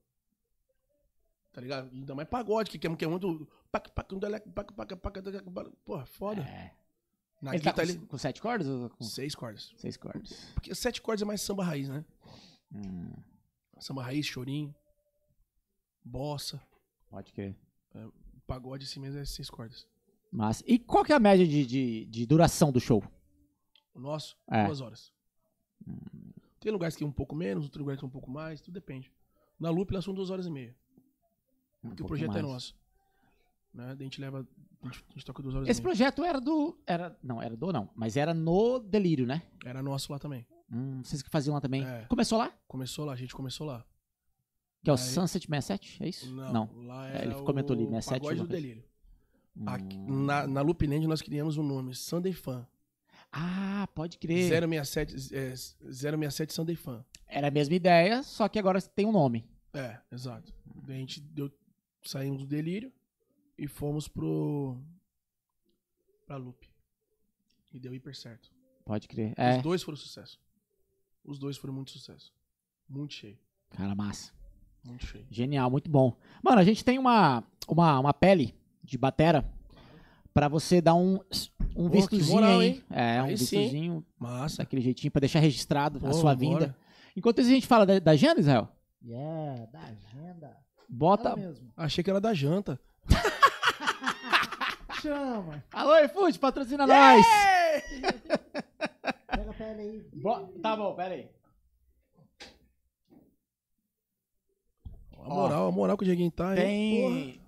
C: Tá ligado? Ainda mais pagode, que é, que é muito. pac, pac, um deleco, pac, pac, pac, deleco, pac. Porra, foda.
B: É.
C: Na
B: Ele tá
C: guitarra
B: com,
C: ele.
B: com sete cordas ou com
C: Seis cordas.
B: seis cordas?
C: Porque sete cordas é mais samba raiz, né?
B: Hum,
C: Samba raiz, chorinho, bossa,
B: pode crer.
C: pagode assim mesmo é seis cordas.
B: Mas, e qual que é a média de, de, de duração do show?
C: O nosso,
B: É.
C: duas horas. Tem lugares que é um pouco menos, outros lugares que é um pouco mais, tudo depende. Na Loop, nós somos duas horas e meia,
B: Um
C: porque o
B: pouco
C: projeto é
B: mais.
C: nosso. Né? Daí A gente leva, a gente, a gente toca duas horas
B: Esse
C: e meia.
B: projeto era do. Era, não, era do não, mas era no Delírio, né?
C: Era nosso lá também.
B: Hum, vocês que faziam lá também.
C: É.
B: Começou lá?
C: Começou lá, a gente começou lá.
B: Que é o
C: Aí-
B: Sunset 67? É isso?
C: Não, lá
B: É,
C: era
B: ele comentou ali,
C: o
B: 67,
C: Pagode do
B: alguma coisa.
C: Delírio. Aqui-
B: Hum.
C: na, na Loop Land nós criamos o nome, Sunday Fan.
B: Ah, pode crer.
C: 067, é, 067 Sunday Fan.
B: Era a mesma ideia, só que agora tem um nome.
C: É, exato. Daí a gente deu, saímos do delírio e fomos pro. pra Loop. E deu hiper certo.
B: Pode crer. É.
C: Os dois foram sucesso. Os dois foram muito sucesso. Muito cheio.
B: Cara, massa.
C: Muito cheio.
B: Genial, muito bom. Mano, a gente tem uma, uma, uma pele de batera pra você dar um, um
C: Pô,
B: vistozinho
C: que moral,
B: aí.
C: hein?
B: É, um
C: Aí sim.
B: vistozinho
C: Massa.
B: daquele jeitinho pra deixar registrado a
C: Pô,
B: sua
C: vambora.
B: vinda. Enquanto isso, a gente fala da, da Jana, Israel.
A: Yeah, da agenda.
B: Bota.
A: Ela mesmo.
C: Achei que era da janta.
A: Chama.
B: Alô, iFood, patrocina nós!
A: Pega a pele aí.
B: Bo- Tá bom, pera aí.
C: A moral, a moral que o Dieguinho tá, hein?
B: Tem.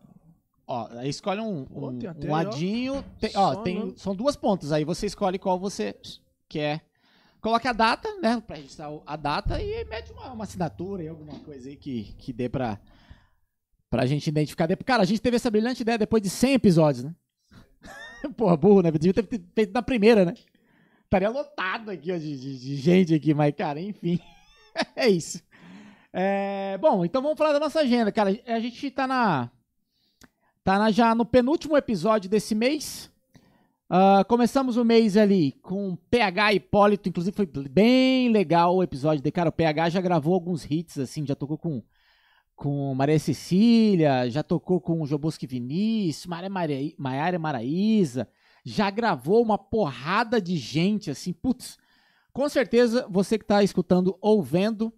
B: Ó, aí escolhe um,
C: Pô,
B: um,
C: tem até
B: um
C: aí, ó.
B: ladinho. Tem- ó,
C: Só
B: tem,
C: no-
B: são duas pontas. Aí você escolhe qual você quer. Coloca a data, né? Pra registrar o- a data e aí mete uma, uma assinatura e alguma coisa aí que, que dê pra, pra gente identificar. Depois- Cara, a gente teve essa brilhante ideia depois de 100 episódios, né? *laughs* Porra, burro, né? Devia ter feito na primeira, né? Estaria lotado aqui ó, de, de- de gente aqui, mas, cara, enfim. *laughs* é isso. É, bom, então vamos falar da nossa agenda, cara. A gente tá na. Tá na- já no penúltimo episódio desse mês. Ah, começamos o mês ali com PH Hipólito, inclusive foi bem legal o episódio dele. Cara, o PH já gravou alguns hits, assim, já tocou com, com Maria Cecília, já tocou com Jobosque Vinícius, Maria Maria- Maiara Maraíza, já gravou uma porrada de gente, assim, putz. Com certeza, você que tá escutando ou vendo,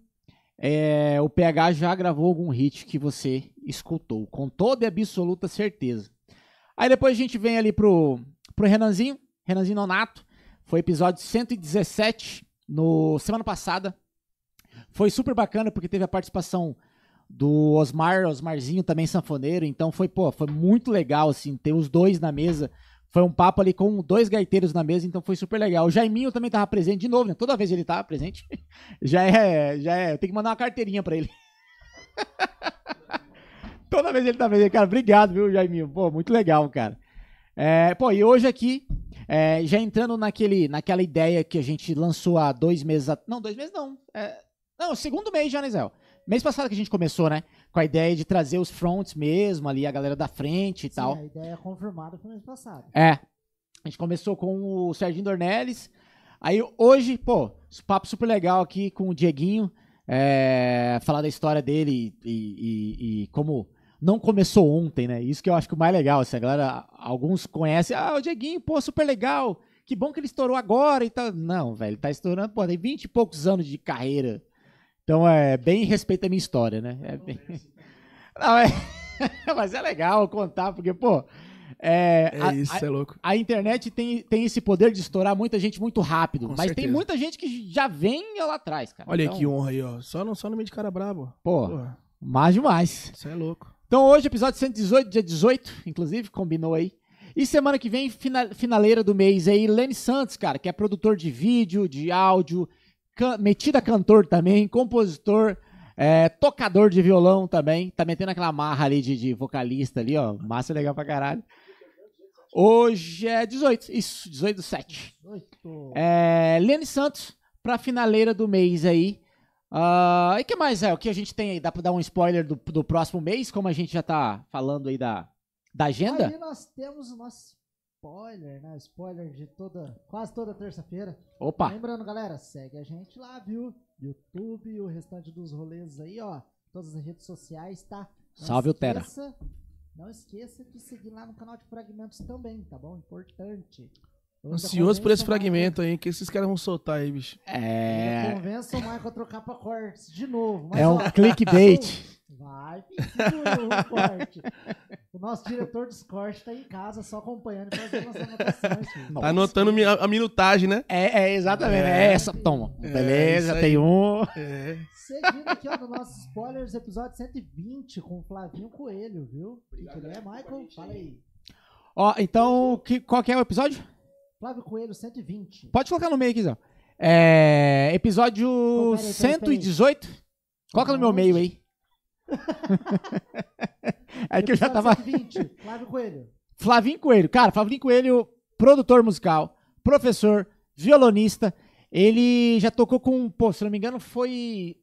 B: é, o PH já gravou algum hit que você escutou, com toda e absoluta certeza. Aí depois a gente vem ali pro, pro Renanzinho, Renanzinho Nonato, foi episódio 117, no semana passada. Foi super bacana porque teve a participação do Osmar, Osmarzinho também sanfoneiro, então foi, pô, foi muito legal, assim, ter os dois na mesa. Foi um papo ali com dois gaiteiros na mesa, então foi super legal. O Jaiminho também tava presente de novo, né? Toda vez ele tava presente. *laughs* Já é, já é. Eu tenho que mandar uma carteirinha pra ele. *laughs* Toda vez ele tá vendo, cara, obrigado, viu, Jaiminho? Pô, muito legal, cara. É, pô, e hoje aqui, é, já entrando naquele, naquela ideia que a gente lançou há dois meses. a- Não, dois meses não. É, não, segundo mês já, né, Zé? Mês passado que a gente começou, né? Com a ideia de trazer os fronts mesmo ali, a galera da frente e
A: Sim,
B: tal.
A: a ideia é confirmada foi mês passado.
B: É. A gente começou com o Serginho Dornelles. Aí hoje, pô, esse papo super legal aqui com o Dieguinho. é, falar da história dele e, e- e como não começou ontem, né? Isso que eu acho que é o mais legal. Assim, a galera, alguns conhecem. Ah, o Dieguinho, pô, super legal. Que bom que ele estourou agora e tal. Não, velho, ele tá estourando, pô, tem 20 e poucos anos de carreira. Então é bem respeito à minha história, né? É bem- *laughs* Não, é... Mas é *laughs* legal contar, porque, pô. É,
C: É
B: a-
C: isso, é louco.
B: a internet tem, tem esse poder de estourar muita gente muito rápido.
C: Com
B: mas tem
C: certeza.
B: muita gente que já vem lá atrás, cara.
C: Olha
B: Então,
C: que honra aí, ó. Só no, só no meio de cara brabo. ó.
B: Pô,
C: Porra,
B: mais demais.
C: isso é louco.
B: Então hoje, episódio 118, dia 18, inclusive, combinou aí. E semana que vem, fina- finaleira do mês aí, Lene Santos, cara, que é produtor de vídeo, de áudio, can- metida cantor também, compositor, é, tocador de violão também. Tá metendo aquela marra ali de, de vocalista ali, ó. Massa legal pra caralho. Hoje é 18, isso, 18 do 7.
A: Oito.
B: É, Lene Santos pra finaleira do mês aí. Ah, e que mais é? O que a gente tem aí? Dá pra dar um spoiler do, do próximo mês, como a gente já tá falando aí da, da agenda?
A: Aí nós temos o nosso spoiler, né? Spoiler de toda, quase toda terça-feira.
B: Opa!
A: Lembrando, galera, segue a gente lá, viu? YouTube, o restante dos rolês aí, ó. Todas as redes sociais, tá?
B: Salve o Tera.
A: esqueça- Não esqueça de seguir lá no canal de fragmentos também, tá bom? Importante. Hoje
C: Ansioso por esse
A: convençam o
C: fragmento
B: né?
C: aí, que esses caras vão soltar aí, bicho. Tá
A: Marco-
B: É,
A: Convença o Marco a trocar pra cortes de novo. mas,
B: é um
A: ó,
B: clickbait.
A: Vai, filho, o corte. O nosso diretor dos cortes tá em casa só acompanhando e fazendo as anotações. filho.
B: Nossa.
C: Tá anotando mi- a a minutagem, né?
B: É, é, exatamente. É, essa. Toma.
C: É,
B: Beleza,
C: isso aí.
B: tem um.
C: É.
A: Seguindo aqui, ó, no nosso spoilers, episódio 120 com o Flavinho Coelho, viu?
C: Obrigado,
A: Quem é,
C: galera, com a
A: Michael?
C: gente
A: Fala aí.
B: Ó, então, que, qual que é o episódio?
A: Flávio Coelho, 120.
B: Pode colocar no meio aqui, Zé. É, episódio
A: Pô, peraí, peraí, peraí.
B: 118. Coloca no meu meio aí. *laughs* é que eu já
A: Episódio
B: tava.
A: 120, Flávio Coelho.
B: Flavinho Coelho, cara, Flavinho Coelho, produtor musical, professor, violonista. Ele já tocou com, pô, se não me engano, foi.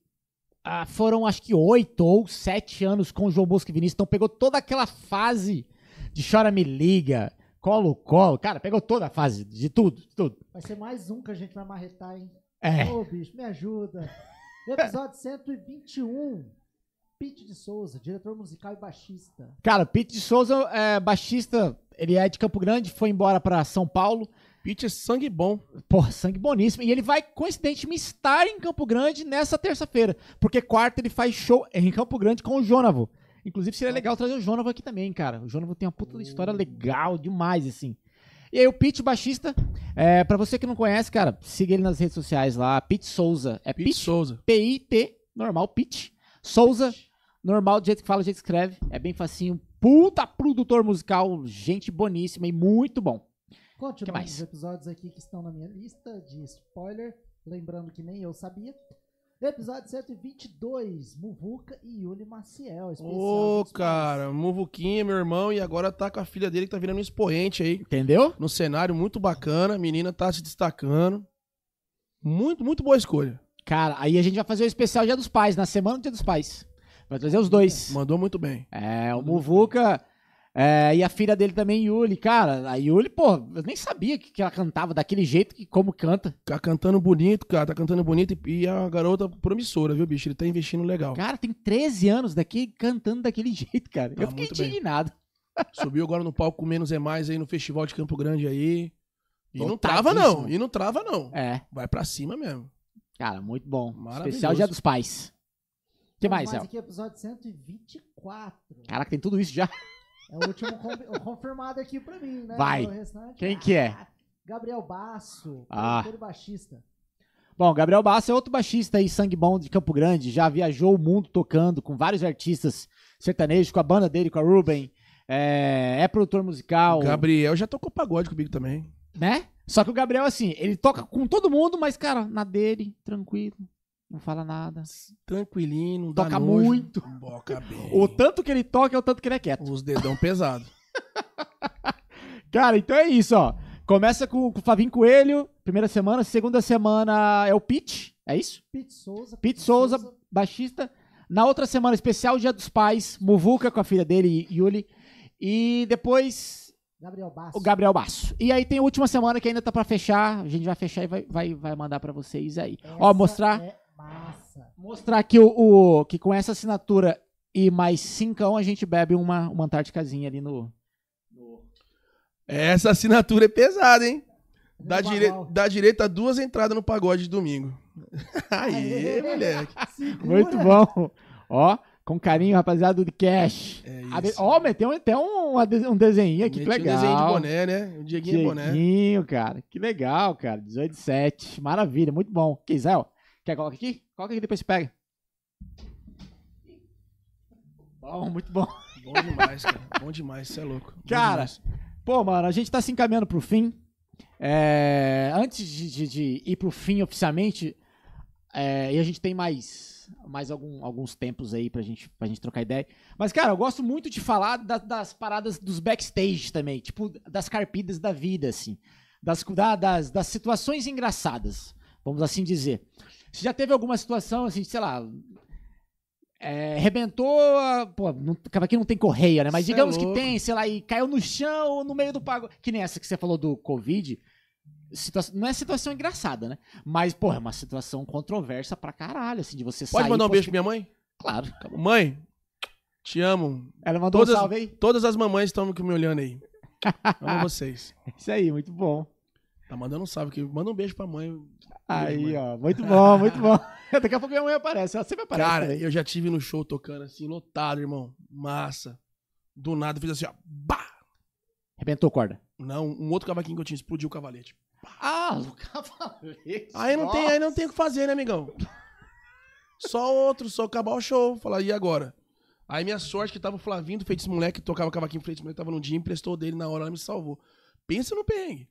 B: ah, foram acho que oito ou sete anos com o João Bosco e Vinícius. Então pegou toda aquela fase de Chora Me Liga, Colo Colo. Cara, pegou toda a fase de tudo, de tudo.
A: Vai ser mais um que a gente vai marretar, hein?
B: É.
A: Ô, bicho, me ajuda. Episódio 121. Pete de Souza, diretor musical e baixista.
B: Cara, o Pete de Souza é baixista, ele é de Campo Grande, foi embora pra São Paulo.
C: Pitch é sangue bom.
B: Porra, sangue boníssimo. E ele vai, coincidentemente, estar em Campo Grande nessa terça-feira. Porque quarta ele faz show em Campo Grande com o Jonavo. Inclusive, seria legal trazer o Jonavo aqui também, cara. O Jonavo tem uma puta história legal demais, assim. E aí, o Pete, baixista, é, pra você que não conhece, cara, siga ele nas redes sociais lá. Pete Souza. É
C: Pitch
B: Pete
C: Souza.
B: P-I-T, normal, Pitch. Souza, normal, do jeito que fala, do jeito que escreve. É bem facinho. Puta produtor musical, gente boníssima e muito bom. Que
A: Continuando
B: mais?
A: os episódios aqui que estão na minha lista de spoiler, lembrando que nem eu sabia. Episódio 122, Muvuca e Yuli Maciel. especial
C: Ô,
A: dos pais.
C: cara, Muvuquinha, meu irmão, e agora tá com a filha dele que tá virando um expoente aí.
B: Entendeu?
C: No cenário, muito bacana. A menina tá se destacando. Muito, muito boa escolha.
B: Cara, aí a gente vai fazer o especial Dia dos Pais, na semana do Dia dos Pais. Vai trazer os dois.
C: Mandou muito bem.
B: É, o Muvuca é, e a filha dele também, Yuli. Cara, a Yuli, pô, eu nem sabia que, que ela cantava daquele jeito que como canta.
C: Tá cantando bonito, cara. Tá cantando bonito e- e é uma garota promissora, viu, bicho? Ele tá investindo legal.
B: Cara, tem 13 anos daqui cantando daquele *laughs* jeito, cara.
C: Tá
B: eu fiquei
C: muito bem.
B: indignado.
C: Subiu agora no palco com Menos é Mais aí no Festival de Campo Grande aí. E não trava,
B: Lotadíssimo.
C: não. E não trava, não.
B: É.
C: Vai pra cima mesmo.
B: Cara, muito bom.
C: Maravilhoso.
B: Especial Dia dos Pais. O que
A: Vamos
B: mais, El?
A: aqui, episódio 124.
B: Caraca, tem tudo isso já.
A: É o último
B: *laughs*
A: com- o confirmado aqui pra mim, né?
B: Vai.
A: O restante-
B: Quem que é?
A: Gabriel Basso,
B: Ah.
A: produtor e baixista.
B: Bom, Gabriel Bassa é outro baixista aí, sangue bom de Campo Grande. Já viajou o mundo tocando com vários artistas sertanejos, com a banda dele, com a Ruben. É, é produtor musical,
C: Gabriel já tocou pagode comigo também.
B: né? Só que o Gabriel, assim, ele toca com todo mundo, mas, cara, na dele, tranquilo, não fala nada.
C: Tranquilinho, não dá
B: Toca
C: nojo.
B: muito.
C: Boca bem.
B: O tanto que ele toca é o tanto que ele é quieto.
C: Os dedão pesado.
B: Cara, então é isso, ó. Começa com, com o Flavinho Coelho, primeira semana. Segunda semana é o Pitch, é isso?
A: Pete Souza.
B: Pete Souza, baixista. Na outra semana especial, Dia dos Pais, Muvuca com a filha dele, Yuli. E depois
A: Gabriel Basso.
B: o Gabriel Basso. E aí tem a última semana que ainda tá pra fechar. A gente vai fechar e vai, vai, vai mandar pra vocês aí. Ó,
A: Essa
B: mostrar,
A: É massa.
B: mostrar que, o, o- que com essa assinatura e mais cincão a gente bebe uma, uma Antárticazinha ali no.
C: Essa assinatura é pesada, hein? Dá,
A: No
C: direi-
A: Bagual.
C: dá direito a duas entradas no pagode de domingo. *laughs* Aê, moleque.
B: *laughs*
A: Segura.
B: Muito bom. Ó, com carinho, rapaziada do Cash.
C: É
B: Abe-
C: isso.
B: Ó, meteu até um, um desenho aqui, que
C: Meti um
B: legal.
C: desenho de boné, né? O Dieguinho é boné.
B: Dieguinho, cara. Que legal, cara. 18 de 7. Maravilha, muito bom. Que Zé, ó. Quer colocar aqui? Coloca aqui, depois você pega. Bom, muito bom.
C: Bom demais, cara. Bom demais, você é louco. Bom
B: Cara,
C: demais.
B: Pô, mano, a gente tá se encaminhando pro fim. É, antes de, de- de ir pro fim oficialmente, é, e a gente tem mais, mais algum- alguns tempos aí pra gente, pra gente trocar ideia. Mas, cara, eu gosto muito de falar da- das paradas dos backstage também, tipo, das carpidas da vida, assim. Das, da- das, das situações engraçadas, vamos assim dizer. Você já teve alguma situação, assim, sei lá. É, rebentou. a- Pô, não, aqui não tem correia, né? Mas
C: Cê é
B: digamos que
C: louco.
B: tem, sei lá, e caiu no chão ou no meio do pago. Que nem essa que você falou do Covid. Situa- não é situação engraçada, né? Mas, porra, é uma situação controversa pra caralho, assim, de você sair...
C: Pode mandar um
B: pro
C: beijo pra minha mãe?
B: Claro.
C: Mãe, te amo.
B: Ela mandou
C: Todas-
B: um salve aí.
C: Todas as mamães estão me olhando aí. Amo vocês.
B: Isso aí, muito bom.
C: Tá mandando um salve aqui. Manda um beijo pra mãe.
B: Aí,
C: mãe.
B: ó, muito bom, muito
C: *laughs*
B: bom. Daqui a pouco minha mãe aparece, ela sempre aparece.
C: Cara,
B: também.
C: eu já tive no show tocando assim, lotado, irmão. Massa. Do nada, fiz assim, ó. Bah!
B: Arrebentou corda.
C: Não, um outro cavaquinho que eu tinha, explodiu o cavalete.
B: Ah, o
C: *laughs*
B: Cavaleiro.
C: Aí não tem, aí não tem o que fazer, né, amigão? Só outro, só acabar o show. Falar, e agora? Aí minha sorte que tava o Flavinho do Feitiço Moleque, que tocava cavaquinho do Feitiço Moleque, tava num dia, emprestou dele na hora, ela me salvou. Pensa no perrengue.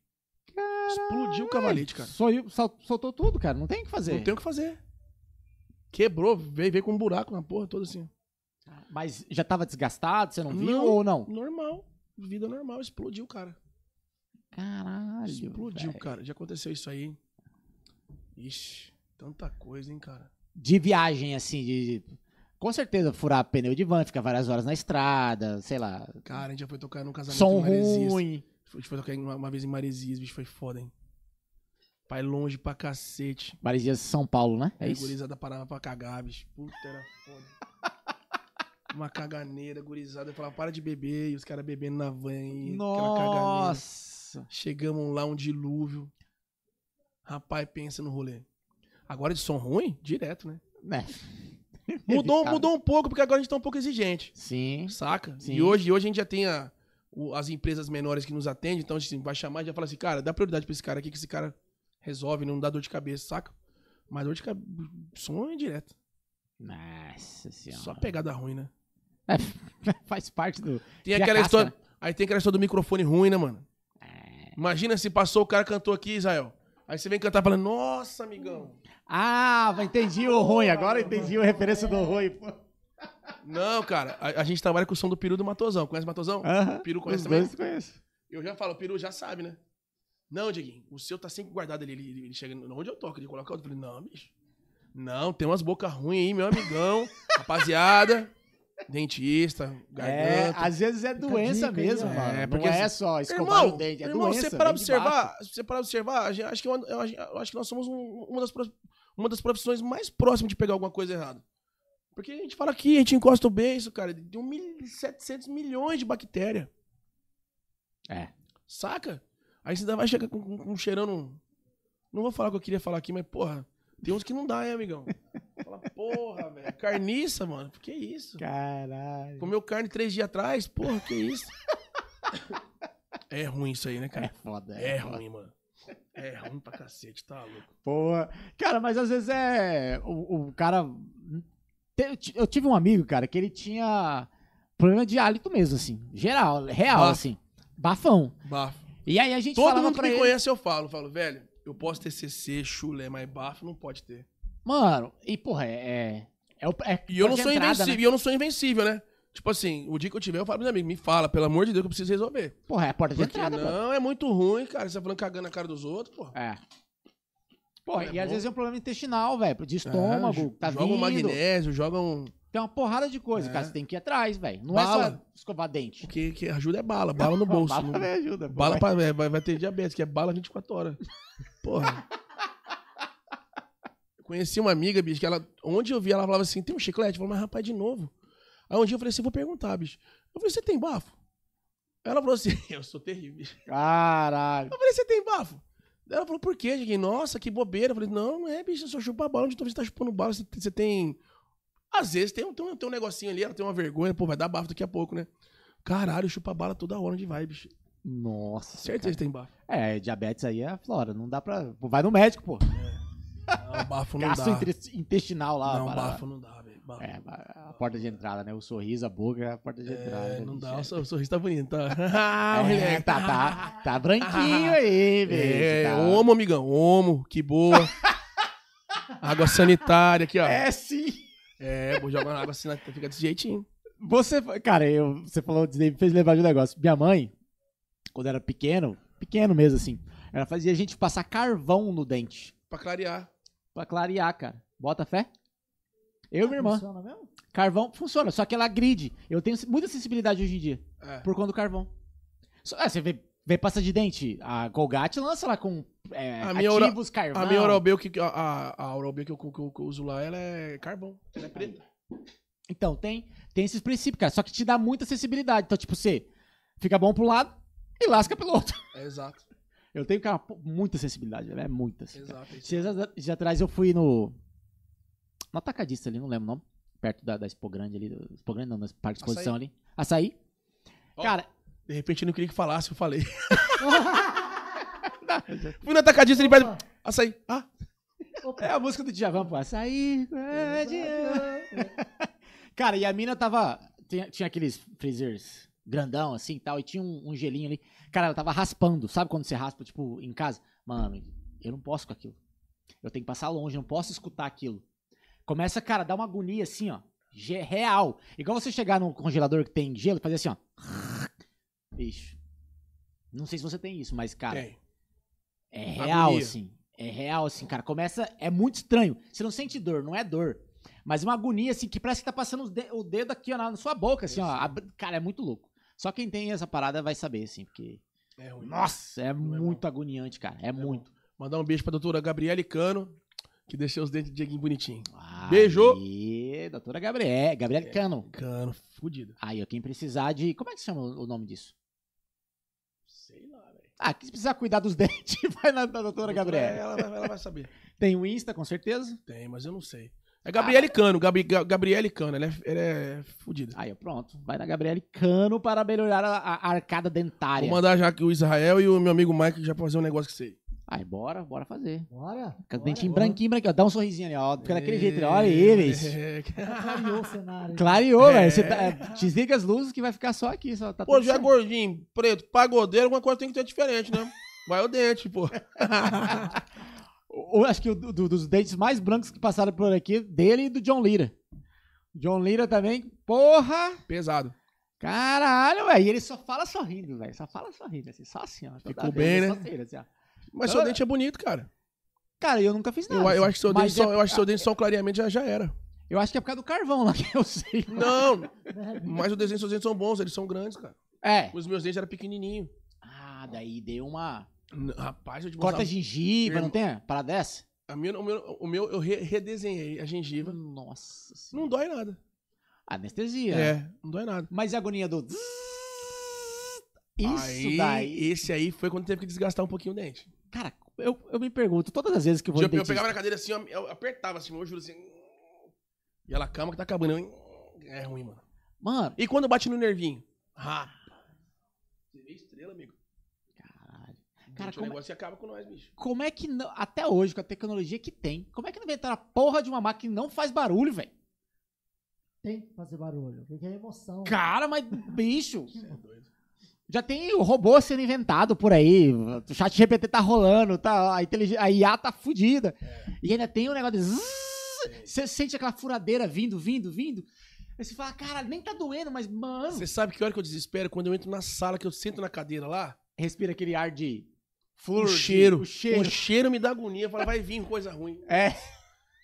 C: Explodiu o cavalete, cara.
B: Soiu- sol- soltou tudo, cara, não tem o que fazer.
C: Não tem o que fazer. Quebrou, veio, veio com um buraco na porra toda assim.
B: Mas já tava desgastado, você não viu
C: Não.
B: ou não?
C: Normal. Vida normal, explodiu, cara.
B: Caralho,
C: Explodiu,
B: velho.
C: cara. Já aconteceu isso aí. Ixi, tanta coisa, hein, cara.
B: De viagem, assim, de... de- Com certeza, furar pneu de van, ficar várias horas na estrada, sei lá.
C: Cara, a gente já foi tocar num casamento
B: Som
C: em Maresias.
B: ruim.
C: A gente foi tocar uma, uma vez em Maresias, bicho, foi foda, hein. Pai longe pra cacete.
B: Maresias, São Paulo, né? É
C: Aí a
B: isso.
C: gurizada parava pra cagar, bicho. Puta, era
B: *laughs*
C: foda. Uma caganeira, gurizada. Eu falava, para de beber. E os caras bebendo na van. E aquela caganeira.
B: Nossa.
C: Chegamos lá, um dilúvio. Rapaz, pensa no rolê. Agora de som ruim? Direto, né?
B: Né?
C: *laughs* Mudou,
B: Inevitável.
C: mudou um pouco, porque agora a gente tá um pouco exigente.
B: Sim.
C: Saca?
B: Sim.
C: E hoje, hoje a gente já tem a- o- as empresas menores que nos atendem, então a gente vai chamar e já fala assim, cara, dá prioridade pra esse cara aqui, que esse cara resolve, não dá dor de cabeça, saca? Mas dor de cabeça, som é direto.
B: Nossa senhora.
C: Só pegada ruim, né?
B: *laughs* Faz parte do.
C: Tem
B: Cria
C: aquela
B: casca,
C: história. Aí tem aquela história do microfone ruim, né, mano?
B: É.
C: Imagina se passou, o cara cantou aqui, Israel. Aí você vem cantar falando, nossa, amigão.
B: Ah, entendi o ruim. Agora entendi a referência do ruim.
C: Não, cara, a, a gente trabalha com o som do peru do Matosão. Conhece o Matosão?
B: Aham.
C: Peru conhece
B: Os
C: também?
B: dois conheço.
C: Eu já falo, o peru já sabe, né? Não, Dieguinho, o seu tá sempre guardado ali. Ele, ele- ele chega onde eu toco, ele coloca outro. Eu falei, não, bicho. Não, tem umas bocas ruins aí, meu amigão. *laughs* rapaziada, dentista,
B: É,
C: garganta.
B: às vezes é doença
A: dica aí,
B: mesmo,
A: ó.
B: mano. porque
C: É, porque
B: não é
C: assim-
B: só escovar
C: Irmão,
B: o dente. É
C: irmão
B: doença.
C: você para
B: vem de baixo.
C: observar, você para observar, a gente- acho que, eu- eu acho- eu acho que nós somos um- uma, das, pro- uma das profissões mais próximas de pegar alguma coisa errada. Porque a gente fala aqui, a gente encosta o beijo, cara, de 1.700 milhões de bactérias.
B: É.
C: Saca? Aí você ainda vai chegar com, com, com um cheirando. Não vou falar o que eu queria falar aqui, mas, porra, tem uns que não dá,
B: *laughs*
C: hein, amigão? Fala, porra, velho. Carniça, mano. Que isso?
B: Caralho.
C: Comeu carne três dias atrás? Porra, que isso? é ruim isso aí, né,
B: É
C: cara?
B: foda.
C: É
B: foda.
C: ruim, mano. É ruim pra cacete, tá louco.
B: Porra. Cara, mas às vezes é. O, o cara. Te- eu ti- Eu tive um amigo, cara, que ele tinha problema de hálito mesmo, assim. Geral, real,
C: Bafo.
B: assim. Bafão.
C: Bafo.
B: E aí a gente
C: Todo
B: falava
C: mundo que
B: pra
C: me
B: ele.
C: conhece eu falo, falo, velho, eu posso ter CC, chulé, mas bafo não pode ter.
B: Mano, e porra, é. É, é, o- é
C: E eu não
B: porta de
C: sou
B: entrada,
C: invencível,
B: né?
C: e eu não sou invencível, né? Tipo assim, o dia que eu tiver, eu falo pros meus amigos, me fala, pelo amor de Deus, que eu preciso resolver.
B: Porra, é a porta de
C: Porque
B: entrada, pô.
C: não, é muito ruim, cara. Você tá falando cagando na cara dos outros, pô.
B: É. Pô,
C: É
B: e às
C: bom.
B: vezes é um problema intestinal, velho, de estômago,
C: É,
B: tá
C: joga
B: vindo.
C: um magnésio, joga um.
B: Tem uma porrada de coisa,
C: É.
B: cara, você tem que ir atrás, velho. Não é só
C: Bala.
B: escovar dente.
C: O que, que ajuda é bala, bala no bolso.
B: *laughs*
C: né?
B: Bala
C: não-
B: me ajuda, pô.
C: Bala pra, é, vai, vai ter diabetes, que é bala 24 horas. Porra. Eu conheci uma amiga, bicho, que ela. Onde eu vi, ela falava assim: tem um chiclete? Eu falei, mas rapaz, de novo. Aí um dia eu falei assim: vou perguntar, bicho. Eu falei, você tem bafo? Ela falou assim: *laughs* eu sou terrível, bicho.
B: Caralho.
C: Eu falei, você tem bafo? Ela falou, por quê? Diguinho? Nossa, que bobeira. Eu falei, não, não é, bicho, eu só chupa bala. Onde tu você tá chupando bala? Você, você tem. Às vezes tem, um- tem, um, tem um negocinho ali, ela tem uma vergonha, pô, vai dar bafo daqui a pouco, né? Caralho, chupa bala toda hora onde vai, bicho.
B: Nossa.
C: Certeza que tem bafo.
B: É, diabetes aí é a flora, não dá pra. Vai no médico, pô.
C: Não, bafo não dá.
B: Gasto intestinal lá,
C: não,
B: parada.
C: bafo não dá, velho. bala.
B: É, a porta de entrada, né? O sorriso, a boca é a porta de entrada.
C: É,
B: né,
C: não
B: bicho?
C: dá, o sor- sorriso tá bonito, tá? Ah,
B: É,
C: *laughs* moleque.
B: tá, tá, tá branquinho
C: *laughs*
B: aí, bicho.
C: É,
B: tá.
C: homo, amigão, homo, que boa. *laughs* água sanitária aqui, ó. É,
B: É, sim.
C: vou jogar na água sanitária, fica desse jeitinho.
B: Você, fa- cara, eu, você falou, me fez lembrar de um negócio. Minha mãe, quando era pequeno, pequeno mesmo assim, ela fazia a gente passar carvão no dente
C: Pra clarear.
B: pra clarear, cara. Bota fé? Eu e minha irmã.
A: Funciona mesmo?
B: Carvão funciona, só que ela gride. Eu tenho muita sensibilidade hoje em dia.
C: É.
B: por conta do carvão. Só- ah, você vê, vê pasta de dente. A Colgate lança lá com é,
C: A minha
B: ativos, carvão.
C: A minha Oral-B que, a, a, a Oral-B que, eu- que eu- que eu uso lá, ela é carvão. Ela é preta.
B: Então, tem, tem esses princípios, cara. Só que te dá muita sensibilidade. Então, tipo, você fica bom pro lado e lasca pelo outro. *laughs*
C: É, exato,
B: Eu tenho, cara, pô, muita sensibilidade, né? Muita. Assim, cara.
C: exato. é isso.
B: Esses dias a- dias atrás eu fui no... No atacadista ali, não lembro o nome. Perto da, da Expo Grande ali. do- Expo Grande não, da Parque de Exposição ali. Açaí.
C: Ó.
B: Cara,
C: De repente eu não queria que falasse, eu falei. *laughs* Fui na atacadista, ele pede... Açaí. Ah,
A: Opa,
B: é a música do Djavan, pô. Açaí, grande...
A: é,
B: Cara, e a mina tava. Tinha, tinha aqueles freezers grandão, assim e tal, e tinha um, um gelinho ali. Cara, ela tava raspando. Sabe quando você raspa, tipo, em casa? Mano, eu não posso com aquilo. Eu tenho que passar longe, eu não posso escutar aquilo. Começa, cara, a dar uma agonia assim, ó. ge- Real. Igual você chegar num congelador que tem gelo e fazer assim, ó. Bicho. Não sei se você tem isso, mas, cara.
C: tem.
B: É real,
C: Agonia.
B: assim. É real, assim, cara. Começa. É muito estranho. Você não sente dor, não é dor. Mas uma agonia, assim, que parece que tá passando os de- o dedo aqui ó, na na sua boca, assim, ó. Abri- Cara, é muito louco. Só quem tem essa parada vai saber, assim, porque.
C: É ruim.
B: Nossa, é
C: Não é
B: muito agoniante, cara. É, muito.
C: Mandar um beijo pra doutora Gabriele Cano, que deixou os dentes do Dieguinho bonitinho. Beijo.
B: Beijou. E doutora Gabriel, Gabriel Cano.
C: Cano, fudido.
B: Aí, ó, quem precisar de. Como é que chama o o nome disso?
C: Sei lá, velho.
B: Ah, quem precisar cuidar dos *laughs* dentes, vai na da doutora Gabriela.
C: Ela, vai- ela vai saber.
B: Tem o Insta, com certeza.
C: Tem, mas eu não sei. É Gabriele Cano, Gabri, Ga- Gabriele Cano, ela é, ela é fudida.
B: Aí, ó, pronto. Vai na Gabriele Cano para melhorar a, a arcada dentária.
C: Vou mandar já aqui o Israel e o meu amigo Mike já pra fazer um negócio que sei.
B: Aí, bora, bora fazer.
A: Bora.
B: Com os
A: bora.
B: dentinhos branquinhos, branquinhos. ó, Dá um sorrisinho ali, ó. Fica
C: É.
B: daquele jeito ali. Olha aí, bicho.
A: Clareou o cenário.
B: Clareou,
C: É.
B: velho. Você tá- desliga as luzes que vai ficar só aqui. Só tá
C: *laughs* Pô,
B: tudo
C: já é
B: certo.
C: gordinho, preto, pagodeiro, alguma coisa tem que ter diferente, né? Vai o
B: *laughs*
C: dente, pô.
B: O- o- acho que o do- do- dos dentes mais brancos que passaram por aqui, dele e do John Lira. John Lira também, porra!
C: Pesado.
B: Caralho, velho. E ele só fala sorrindo, velho. Só fala sorrindo, assim, só assim, ó. Toda
C: Ficou
B: vez,
C: bem,
B: ele
C: né?
B: só sorrindo, assim, ó.
C: Mas seu
B: Ah.
C: dente é bonito, cara.
B: Cara, eu nunca fiz nada.
C: Eu, eu
B: assim.
C: acho que seu dente,
B: Mas
C: só,
B: é-
C: eu acho que seu dente só um clareamento já, já era.
B: eu acho que é por causa do carvão lá *laughs* que eu sei. *laughs*
C: Não,
A: né?
C: mas o desenho seus dentes são bons, eles são grandes, cara.
B: É.
C: Os meus dentes eram pequenininhos.
B: Ah, daí deu uma.
C: N- Rapaz, eu te
B: Corta
C: mostrava-
B: a gengiva,
C: Irmão.
B: não tem? a Parada dessa?
C: a minha- o, meu, o meu, eu re- redesenhei a gengiva.
B: Nossa senhora.
C: Não dói nada.
B: Hum, Anestesia. né?
C: É, não dói nada.
B: Mas e a agonia do. zzz? Isso
C: aí,
B: daí.
C: Esse aí foi quando teve que desgastar um pouquinho o dente.
B: Cara, eu, eu me pergunto, todas as vezes que eu vou.
C: Eu,
B: no
C: eu
B: dentista-
C: pegava na cadeira assim, eu, eu apertava assim, meu juro assim. E ela, calma que tá acabando. Eu, é ruim, mano.
B: Mano,
C: E quando bate no nervinho? Rapaz. Você vê estrela, amigo.
B: caralho. Cara,
C: Gente,
B: como-
C: O negócio é acaba com nós, bicho.
B: Como é que. não- até hoje, com a tecnologia que tem, como é que não inventaram a porra de uma máquina que não faz barulho, velho?
A: Tem que fazer barulho, porque é emoção.
B: Cara, mas bicho.
C: Você é doido.
B: Já tem o robô sendo inventado por aí. O chat GPT tá rolando, tá, a, inteligen- a IA tá fudida. E ainda tem o negócio de. zzz, Você sente aquela furadeira vindo, vindo, vindo. Aí você fala, cara, nem tá doendo, mas, mano.
C: Você sabe que hora que eu desespero? Quando eu entro na sala, que eu sento na cadeira lá,
B: Respira aquele ar de. Flor.
C: o
B: de-
C: cheiro,
B: O cheiro.
C: me dá agonia. Fala, vai vir coisa ruim.
B: É.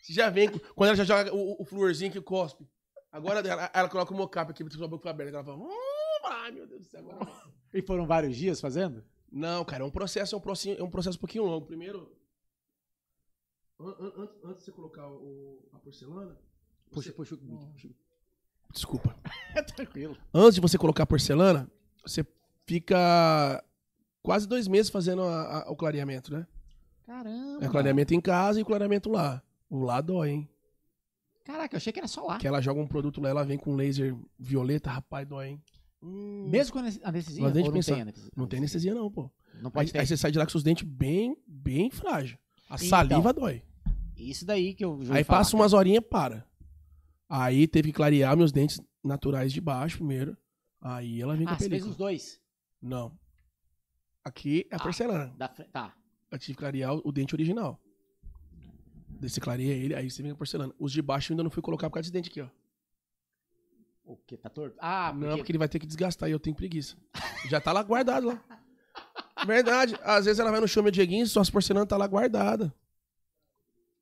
C: Você já vem, com- quando ela já joga o, o florzinho que cospe. Agora ela, ela coloca o mocap aqui, porque sua boca fica aberta. Ela fala, "Hum, ai meu Deus do céu. Agora vai."
B: E foram vários dias fazendo? *laughs*
C: Não, cara, é um processo, é um processo, é um processo um pouquinho longo. Primeiro, an- an- antes, antes de você colocar o- a porcelana...
B: Puxa,
C: você-
B: puxa. o mic, puxa o mic.
C: Desculpa.
B: É tranquilo.
C: antes de você colocar a porcelana, você fica quase dois meses fazendo a- a- o clareamento, né?
B: Caramba.
C: É clareamento em casa e clareamento lá. O lá dói, hein?
B: Caraca, eu achei que era só lá.
C: Que ela joga um produto lá, ela vem com laser violeta, rapaz, dói, hein? Hum.
B: Mesmo com ane- anestesia?
C: Mas
B: Ou
C: a gente
B: não
C: pensa,
B: tem anestesia?
C: Não tem anestesia, não, pô.
B: Não
C: Aí,
B: pode ter.
C: aí você sai de lá com seus dentes bem, bem frágil. A
B: Então.
C: saliva dói.
B: Isso daí que eu já ouvi
C: Aí
B: falar. Ah,
C: passa umas horinhas, para. Aí teve que clarear meus dentes naturais de baixo primeiro. Aí ela vem com
B: Ah,
C: a
B: você fez
C: película.
B: os dois.
C: Não. Aqui é a
B: Ah.
C: porcelana.
B: Da fre- Tá.
C: Eu tive que clarear o, o dente original. Daí você clareia ele, aí você vem com a porcelana. Os de baixo eu ainda não fui colocar por causa desse dente aqui, ó.
B: O que? Tá torto? Ah, porque...
C: Não, porque ele vai ter que desgastar e eu tenho preguiça. Já tá lá guardado lá. Verdade. Às vezes ela vai no show meu Dieguinho, suas porcelanas tá lá guardada.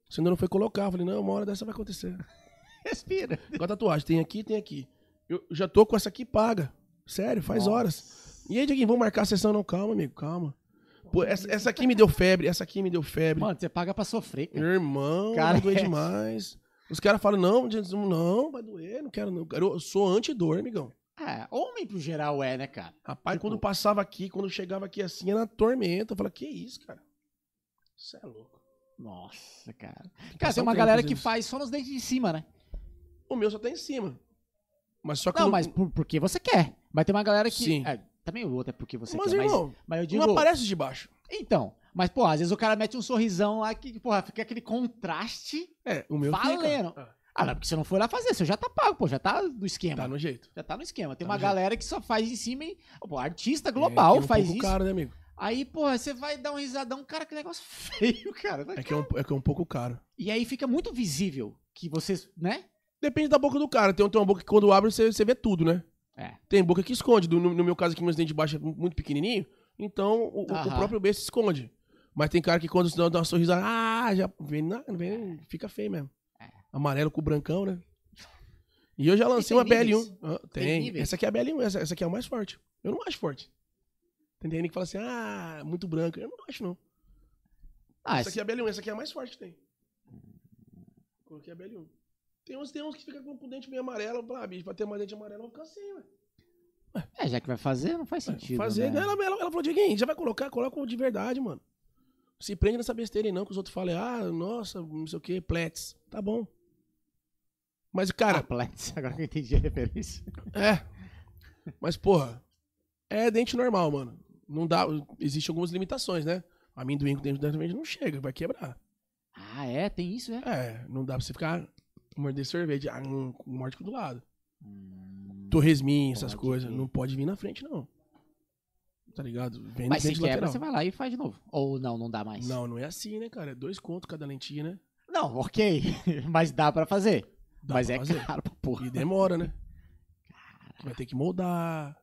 C: Você ainda não foi colocar. Eu falei, não, uma hora dessa vai acontecer.
B: *laughs* respira.
C: Igual tatuagem, tem aqui, tem aqui. Eu já tô com essa aqui paga. Sério, faz horas. E aí, Dieguinho, vamos marcar a sessão? Não, calma, amigo, calma. Pô, essa, essa aqui me deu febre, essa aqui me deu febre.
B: Mano, você paga pra sofrer, cara.
C: Meu irmão,
B: Cara,
C: vai doer
B: é.
C: demais. Os caras falam, não, gente, não, vai doer, não quero não. Cara, Eu sou anti-dor, amigão.
B: É, homem pro geral é, né, cara?
C: Rapaz,
B: Tipo-
C: quando passava aqui, quando chegava aqui assim, era tormenta. Eu falava, que isso, cara? Você é louco.
B: Nossa, cara. Cara,
C: passar
B: tem
C: um
B: uma
C: tempo
B: galera
C: fazendo
B: que
C: isso.
B: faz só nos dentes de cima, né?
C: O meu só tá em cima. Mas só que. eu
B: Não, mas por, porque você quer. Mas tem uma galera que.
C: Sim.
B: É, também o outro é porque você
C: Mas,
B: quer.
C: irmão,
B: mas, mas eu digo.
C: não aparece os de baixo.
B: Então. Mas, pô, às vezes o cara mete um sorrisão lá que, porra, fica aquele contraste.
C: É, o meu
B: Valendo.
C: fica. Ah,
B: Ah, não, porque você não foi lá fazer, você já tá pago, pô, já tá no esquema.
C: Tá no jeito.
B: Já tá no esquema. Tem
C: Tá
B: uma
C: no jeito.
B: galera que só faz em cima e. Pô, artista
C: É
B: global
C: que é um
B: faz
C: pouco
B: isso.
C: caro, né, amigo?
B: Aí, porra, você vai dar um risadão, cara, que negócio *laughs* feio, cara.
C: É que é um, é que é um pouco caro.
B: E aí fica muito visível que vocês, né?
C: Depende da boca do cara. Tem, tem uma boca que quando abre você, você vê tudo, né?
B: É.
C: Tem boca que esconde. Do- No, no meu caso aqui, meus dentes de baixo é muito pequenininho. Então o, o- o
B: Aham.
C: próprio beijo se esconde. Mas tem cara que quando você dá dá uma sorrisada, ah, já vem, na-
B: É.
C: vem fica feio mesmo. Amarelo com brancão, né? E eu já lancei
B: tem
C: uma
B: níveis?
C: BL1. Ah,
B: Tem
C: tem.
B: níveis?
C: essa aqui é a BL1, essa, essa aqui é a mais forte. Eu não acho forte. Tem gente que fala assim, ah, muito branca. Eu não acho, não.
B: Ah,
C: Essa aqui é a BL1, essa aqui é a mais forte que tem. Coloquei a BL1. Tem uns, tem uns que ficam com o dente meio amarelo, pra, bicho, pra ter mais dente amarelo, eu vou ficar sem, ué.
B: é, já que vai fazer, não faz sentido.
C: Fazer,
B: né?
C: ela, ela, ela falou, Dieguinho, já vai colocar, coloca o de verdade, mano. Se prende nessa besteira aí não, que os outros falem, ah, nossa, não sei o que, plets. Tá bom. Mas,
B: Ah,
C: cara,
B: Platts, *laughs* agora que eu entendi a referência.
C: é. Mas, porra, é dente normal, mano. Não dá, existem algumas limitações, né? Amendoim com dente naturalmente não chega, vai quebrar.
B: Ah, é? Tem isso, é?
C: É, não dá pra você ficar morder sorvete, ah, hum, com o mórtico do lado.
B: Hum.
C: Torresminho, essas
B: Pode
C: coisas.
B: crer.
C: Não pode vir na frente, não. Tá ligado? Vem
B: Mas
C: no
B: se
C: dente
B: quebra,
C: lateral.
B: você vai lá e faz de novo. Ou não, não dá mais.
C: Não, não é assim, né, cara? É dois contos cada lentinha, né?
B: Não, ok. *laughs* Mas dá pra fazer.
C: Dá
B: Mas
C: pra
B: é
C: fazer.
B: caro pra porra.
C: E demora, né? Vai ter que moldar.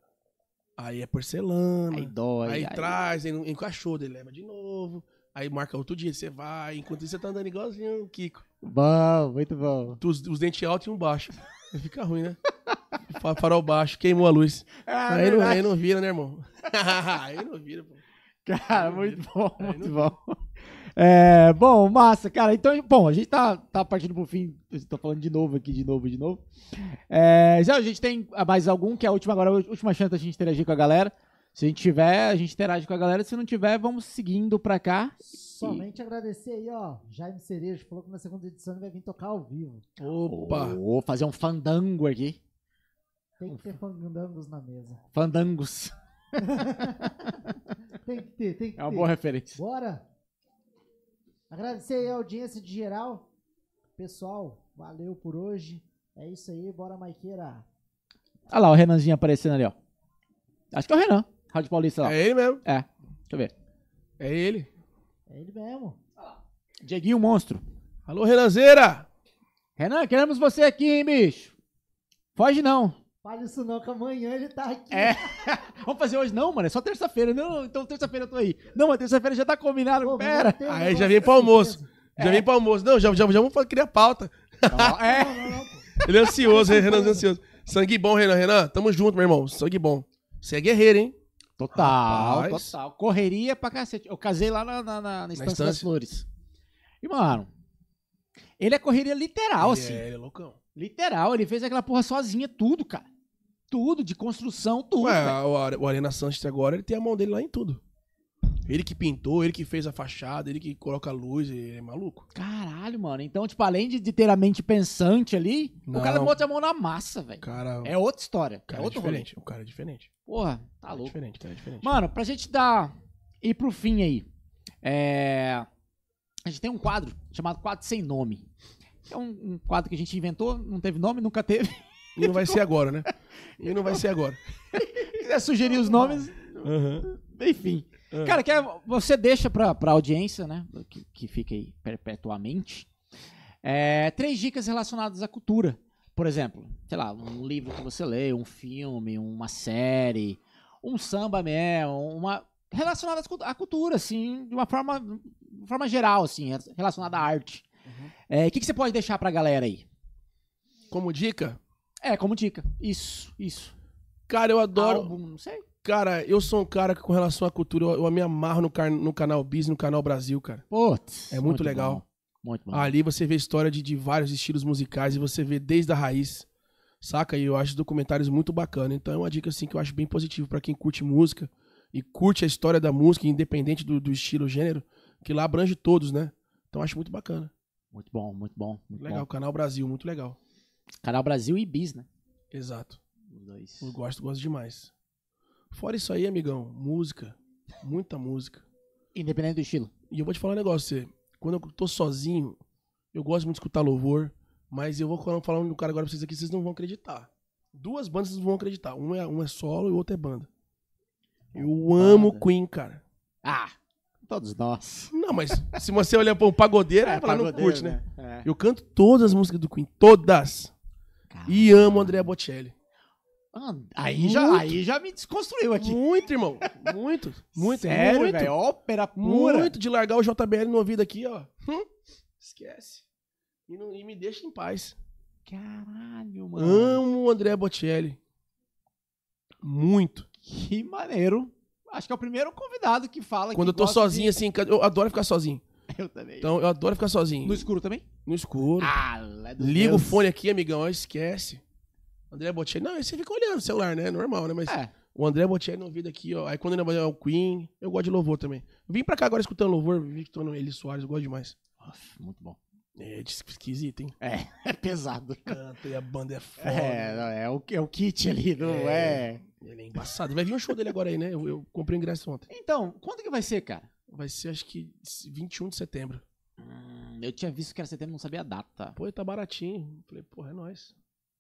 C: Aí é porcelana.
B: Aí
C: Aí,
B: dói.
C: traz, aí não- encaixou, daí leva de novo. Aí marca outro dia, você vai. Enquanto isso, você tá andando igualzinho o Kiko.
B: Bom, muito bom.
C: Tu- Os, os dentes altos e um baixo. *laughs* Aí Fica ruim, né? *laughs* Fa- Farol baixo, queimou a luz.
B: Ah,
C: aí, não,
B: verdade.
C: aí não vira, né, irmão? *laughs* aí não vira, pô.
B: Cara,
C: Aí não
B: muito *laughs* bom,
C: Aí
B: muito
C: não
B: bom. É, bom, massa, cara. Então, bom, a gente tá, tá partindo pro fim. Eu tô falando de novo aqui, de novo, de novo. É, já a gente tem mais algum, que é a última agora, a última chance da gente interagir com a galera. Se a gente tiver, a gente interage com a galera. Se não tiver, vamos seguindo pra cá.
A: Somente agradecer aí, ó. Jaime Cerejo falou que na segunda edição ele vai vir tocar ao vivo.
C: Opa!
B: Vou fazer um fandango aqui.
A: Tem que ter fandangos na mesa.
B: Fandangos.
A: Tem que ter, tem que
B: É uma
A: ter.
B: boa referência.
A: Bora! Agradecer aí a audiência de geral. Pessoal, valeu por hoje. É isso aí, bora, Maiqueira.
B: Olha lá, o Renanzinho aparecendo ali, ó. Acho que é o Renan, Rádio Paulista lá.
C: É ele mesmo.
B: É, deixa eu ver.
C: É ele.
A: É ele mesmo.
B: Dieguinho Monstro.
C: Alô, Renanzeira!
B: Renan, queremos você aqui, hein, bicho? Foge não.
A: Fala isso não, que amanhã ele tá aqui.
B: É. Vamos fazer hoje não, mano. É só terça-feira. Não, então terça-feira eu tô aí. Não, mas terça-feira já tá combinado.
A: Pô, mas
B: Pera.
A: não tem
C: Aí
A: negócio
C: já vem pro
A: de
C: almoço.
A: surpresa.
B: É.
C: Já vem pro almoço. Não, já, já, já vamos fa- criar pauta.
B: Não, é.
A: Não, não, não, pô.
C: Ele é ansioso, Renan, Renanzinho é ansioso. Sangue bom, Renan. Renan, tamo junto, meu irmão. Sangue bom. Você é guerreiro, hein?
B: *laughs* Total,
C: Rapaz.
B: total. Correria pra cacete. Eu casei lá na, na, na- na Estância das
C: Estância.
B: Flores. E, mano, ele é correria literal,
C: Ele
B: assim.
C: É, ele é loucão.
B: Literal. Ele fez aquela porra sozinha, tudo, cara. Tudo, de construção, tudo.
C: Ué,
B: velho.
C: o, Are- o Arena Sanches agora, ele tem a mão dele lá em tudo. Ele que pintou, ele que fez a fachada, ele que coloca a luz, ele é maluco.
B: Caralho, mano. Então, tipo, além de, de ter a mente pensante ali, o
C: Não.
B: cara bota a mão na massa, velho.
C: Cara,
B: É outra história.
C: o
B: é
C: cara é,
B: outro rolê.
C: diferente. O cara é diferente.
B: Porra,
C: O
B: tá
C: cara é
B: louco.
C: diferente, o cara é diferente.
B: Mano, pra gente dar. ir pro fim aí. É. A gente tem um quadro chamado Quadro Sem Nome. É um, um quadro que a gente inventou, não teve nome, nunca teve. *laughs*
C: E não vai ser agora, né? E não vai ser agora.
B: quiser sugerir os nomes, enfim.
C: É.
B: Cara, quer, você deixa pra, pra audiência, né? Que, que fica aí perpetuamente. é, três dicas relacionadas à cultura. Por exemplo, sei lá, um livro que você lê, um filme, uma série, um samba mesmo, uma. Relacionadas cu- à cultura, assim, de uma forma, de uma forma geral, assim, relacionada à arte.
C: Uhum.
B: É, O que, que você pode deixar pra galera aí?
C: Como dica,
B: É, como dica. Isso, isso.
C: cara, eu adoro.
B: Álbum, não sei.
C: Cara, eu sou um cara que, com relação à cultura, eu, eu me amarro no, car- no canal Biz, no canal Brasil, cara.
B: Putz.
C: É muito legal. Ah,
B: bom, Muito bom.
C: Ali você vê história de, de vários estilos musicais e você vê desde a raiz. Saca? E eu acho os documentários muito bacana. Então é uma dica assim que eu acho bem positivo pra quem curte música e curte a história da música, independente do, do estilo, gênero, que lá abrange todos, né? Então eu acho muito bacana.
B: Muito bom, muito bom. Muito
C: Legal,
B: bom.
C: canal Brasil, muito legal.
B: Canal Brasil e Bis, né?
C: Exato.
B: Os dois.
C: Eu gosto, gosto demais. Fora isso aí, amigão, música, muita música.
B: Independente do estilo.
C: E eu vou te falar um negócio, você. Quando eu tô sozinho, eu gosto muito de escutar louvor, mas eu vou falar um cara agora pra vocês aqui, vocês não vão acreditar. Duas bandas vocês não vão acreditar. Um é, um é solo e o outro é banda. Eu amo
B: Banda.
C: Queen, cara.
B: Ah, todos nós. *laughs*
C: Não, mas se você olhar pra um pagodeiro, vai falar, não
B: pagodeiro,
C: curte, né?
B: É, né?
C: Eu canto todas as músicas do Queen, todas. E amo André Bocelli.
B: Ah, aí, já,
C: Muito.
B: aí já me desconstruiu aqui.
C: Muito, irmão.
B: *laughs*
C: Muito. Muito.
B: Sério,
C: muito.
B: velho. Ópera pura.
C: Muito de largar o JBL no ouvido aqui, ó. Hum, Esquece. E, não- e me deixa em paz.
B: Caralho, mano.
C: Amo o André Bocelli. Muito.
B: Que maneiro. Acho que é o primeiro convidado que fala
C: Quando eu
B: É que
C: tô
B: gosta
C: sozinho, assim, ca- eu adoro ficar sozinho.
B: de- *laughs* Eu também.
C: Então, eu adoro ficar sozinho.
B: No
C: No,
B: escuro também?
C: escuro.
B: Ah, é do
C: Liga o
B: Deus.
C: fone aqui, amigão. ó, Esquece. André Bocelli. Não, aí você fica olhando o celular, né? Normal, né? Mas
B: É.
C: o André Bocelli no ouvido aqui, ó. Aí quando ele é o Queen, eu gosto de louvor também. Vim pra cá agora escutando louvor, Victor Eli Soares, eu gosto demais.
B: Uf, muito bom.
C: É dis- esquisito, hein?
B: É pesado.
C: Canta e a banda é foda.
B: É, não, é, o, é o kit ali, não
C: É.
B: é.
C: Ele é embaçado. Vai vir um show dele agora aí, né? Eu, eu comprei o ingresso ontem.
B: Então, quando que vai ser, cara?
C: Vai ser, acho que, 21 de setembro.
B: Hum, eu tinha visto que era setembro, não sabia a data.
C: Pô, tá baratinho. Falei, porra, é nóis.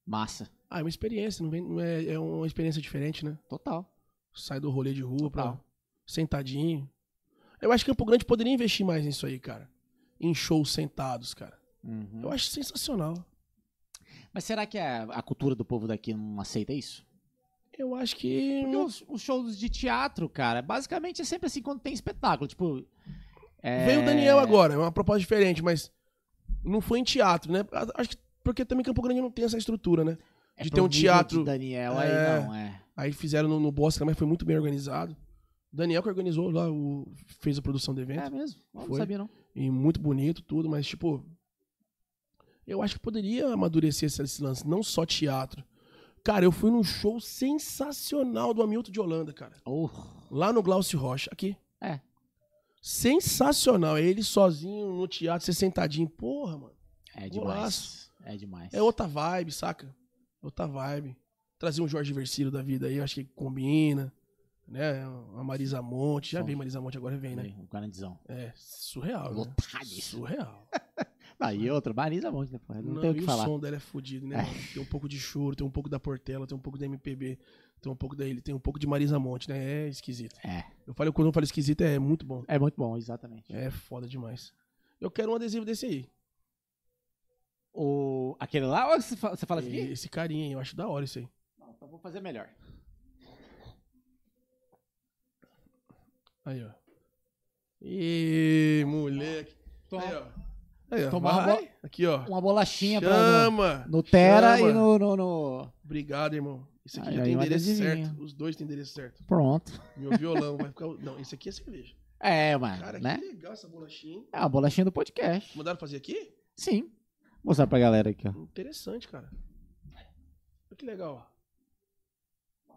B: Massa.
C: Ah, é uma experiência. Não vem, não é, é uma experiência diferente, né?
B: Total.
C: Sai do rolê de rua pra
B: Total.
C: sentadinho. Eu acho que Campo Grande poderia investir mais nisso aí, cara. Em shows sentados, cara.
B: Uhum.
C: Eu acho sensacional.
B: Mas será que a, a cultura do povo daqui não aceita isso?
C: Eu acho que...
B: Porque os, os shows de teatro, cara, basicamente é sempre assim quando tem espetáculo. Tipo. é,
C: Veio o Daniel agora, é uma proposta diferente, mas não foi em teatro, né? Acho que porque também Campo Grande não tem essa estrutura, né?
B: é
C: de
B: pro
C: ter um
B: nível
C: teatro-
B: de Daniel aí,
C: É.
B: não, é.
C: Aí fizeram no, no Bosca, mas foi muito bem organizado. Daniel que organizou lá, o, fez a produção
B: É
C: do evento.
B: mesmo. Eu Não
C: Foi.
B: sabia, não.
C: E muito bonito tudo, mas tipo. Eu acho que poderia amadurecer esse, esse lance, não só teatro. Cara, eu fui num show sensacional do Hamilton de Holanda, cara.
B: Oh,
C: Lá no Glaucio Rocha, aqui.
B: É.
C: Sensacional. É ele sozinho no teatro, você sentadinho. Porra, mano.
B: é demais.
C: Golaço.
B: É demais.
C: É outra vibe, saca? Outra vibe. Trazer um Jorge Versilo da vida aí, eu acho que combina. Né? A Marisa Monte. Já
B: Sim.
C: vem Marisa Monte, agora vem, né?
B: Um garantizão.
C: É, surreal. Né?
B: Lotadíssimo.
C: Surreal.
B: Ah, e outra, Marisa Monte, né? porra? Não, tem o
C: e
B: que falar.
C: som dela é fodido, né?
B: É.
C: mano? Tem um pouco de choro, tem um pouco da Portela, tem um pouco da MPB, tem um pouco da ele, tem um pouco de Marisa Monte, né? É esquisito.
B: É.
C: Eu falei, quando eu falo esquisito, é muito bom.
B: É muito bom, exatamente.
C: É foda demais. Eu quero um adesivo desse aí.
B: O, aquele lá, ou você fala, você fala
C: E-
B: assim?
C: Esse carinha aí, eu acho da hora isso aí.
B: Não, então vou fazer melhor.
C: Aí, ó. Ih, moleque.
B: Toma
C: Aí, ó. Aí, ó.
B: Tomar
C: vai.
B: uma
C: Aqui, ó.
B: uma bolachinha pra. no-
C: Chama.
B: No Tera
C: Chama.
B: e no. no- no-
C: Obrigado, irmão. Esse aqui
B: Aí,
C: já
B: aí,
C: tem
B: um
C: endereço
B: adesivinho.
C: certo. Os dois têm endereço certo.
B: Pronto.
C: Meu violão vai ficar. Não, esse aqui é cerveja.
B: É, mano,
C: Cara,
B: né?
C: que legal essa bolachinha, hein?
B: É a bolachinha do podcast.
C: Mandaram fazer aqui?
B: Sim. Vou mostrar pra galera aqui, ó.
C: Interessante, cara. Olha que legal, ó.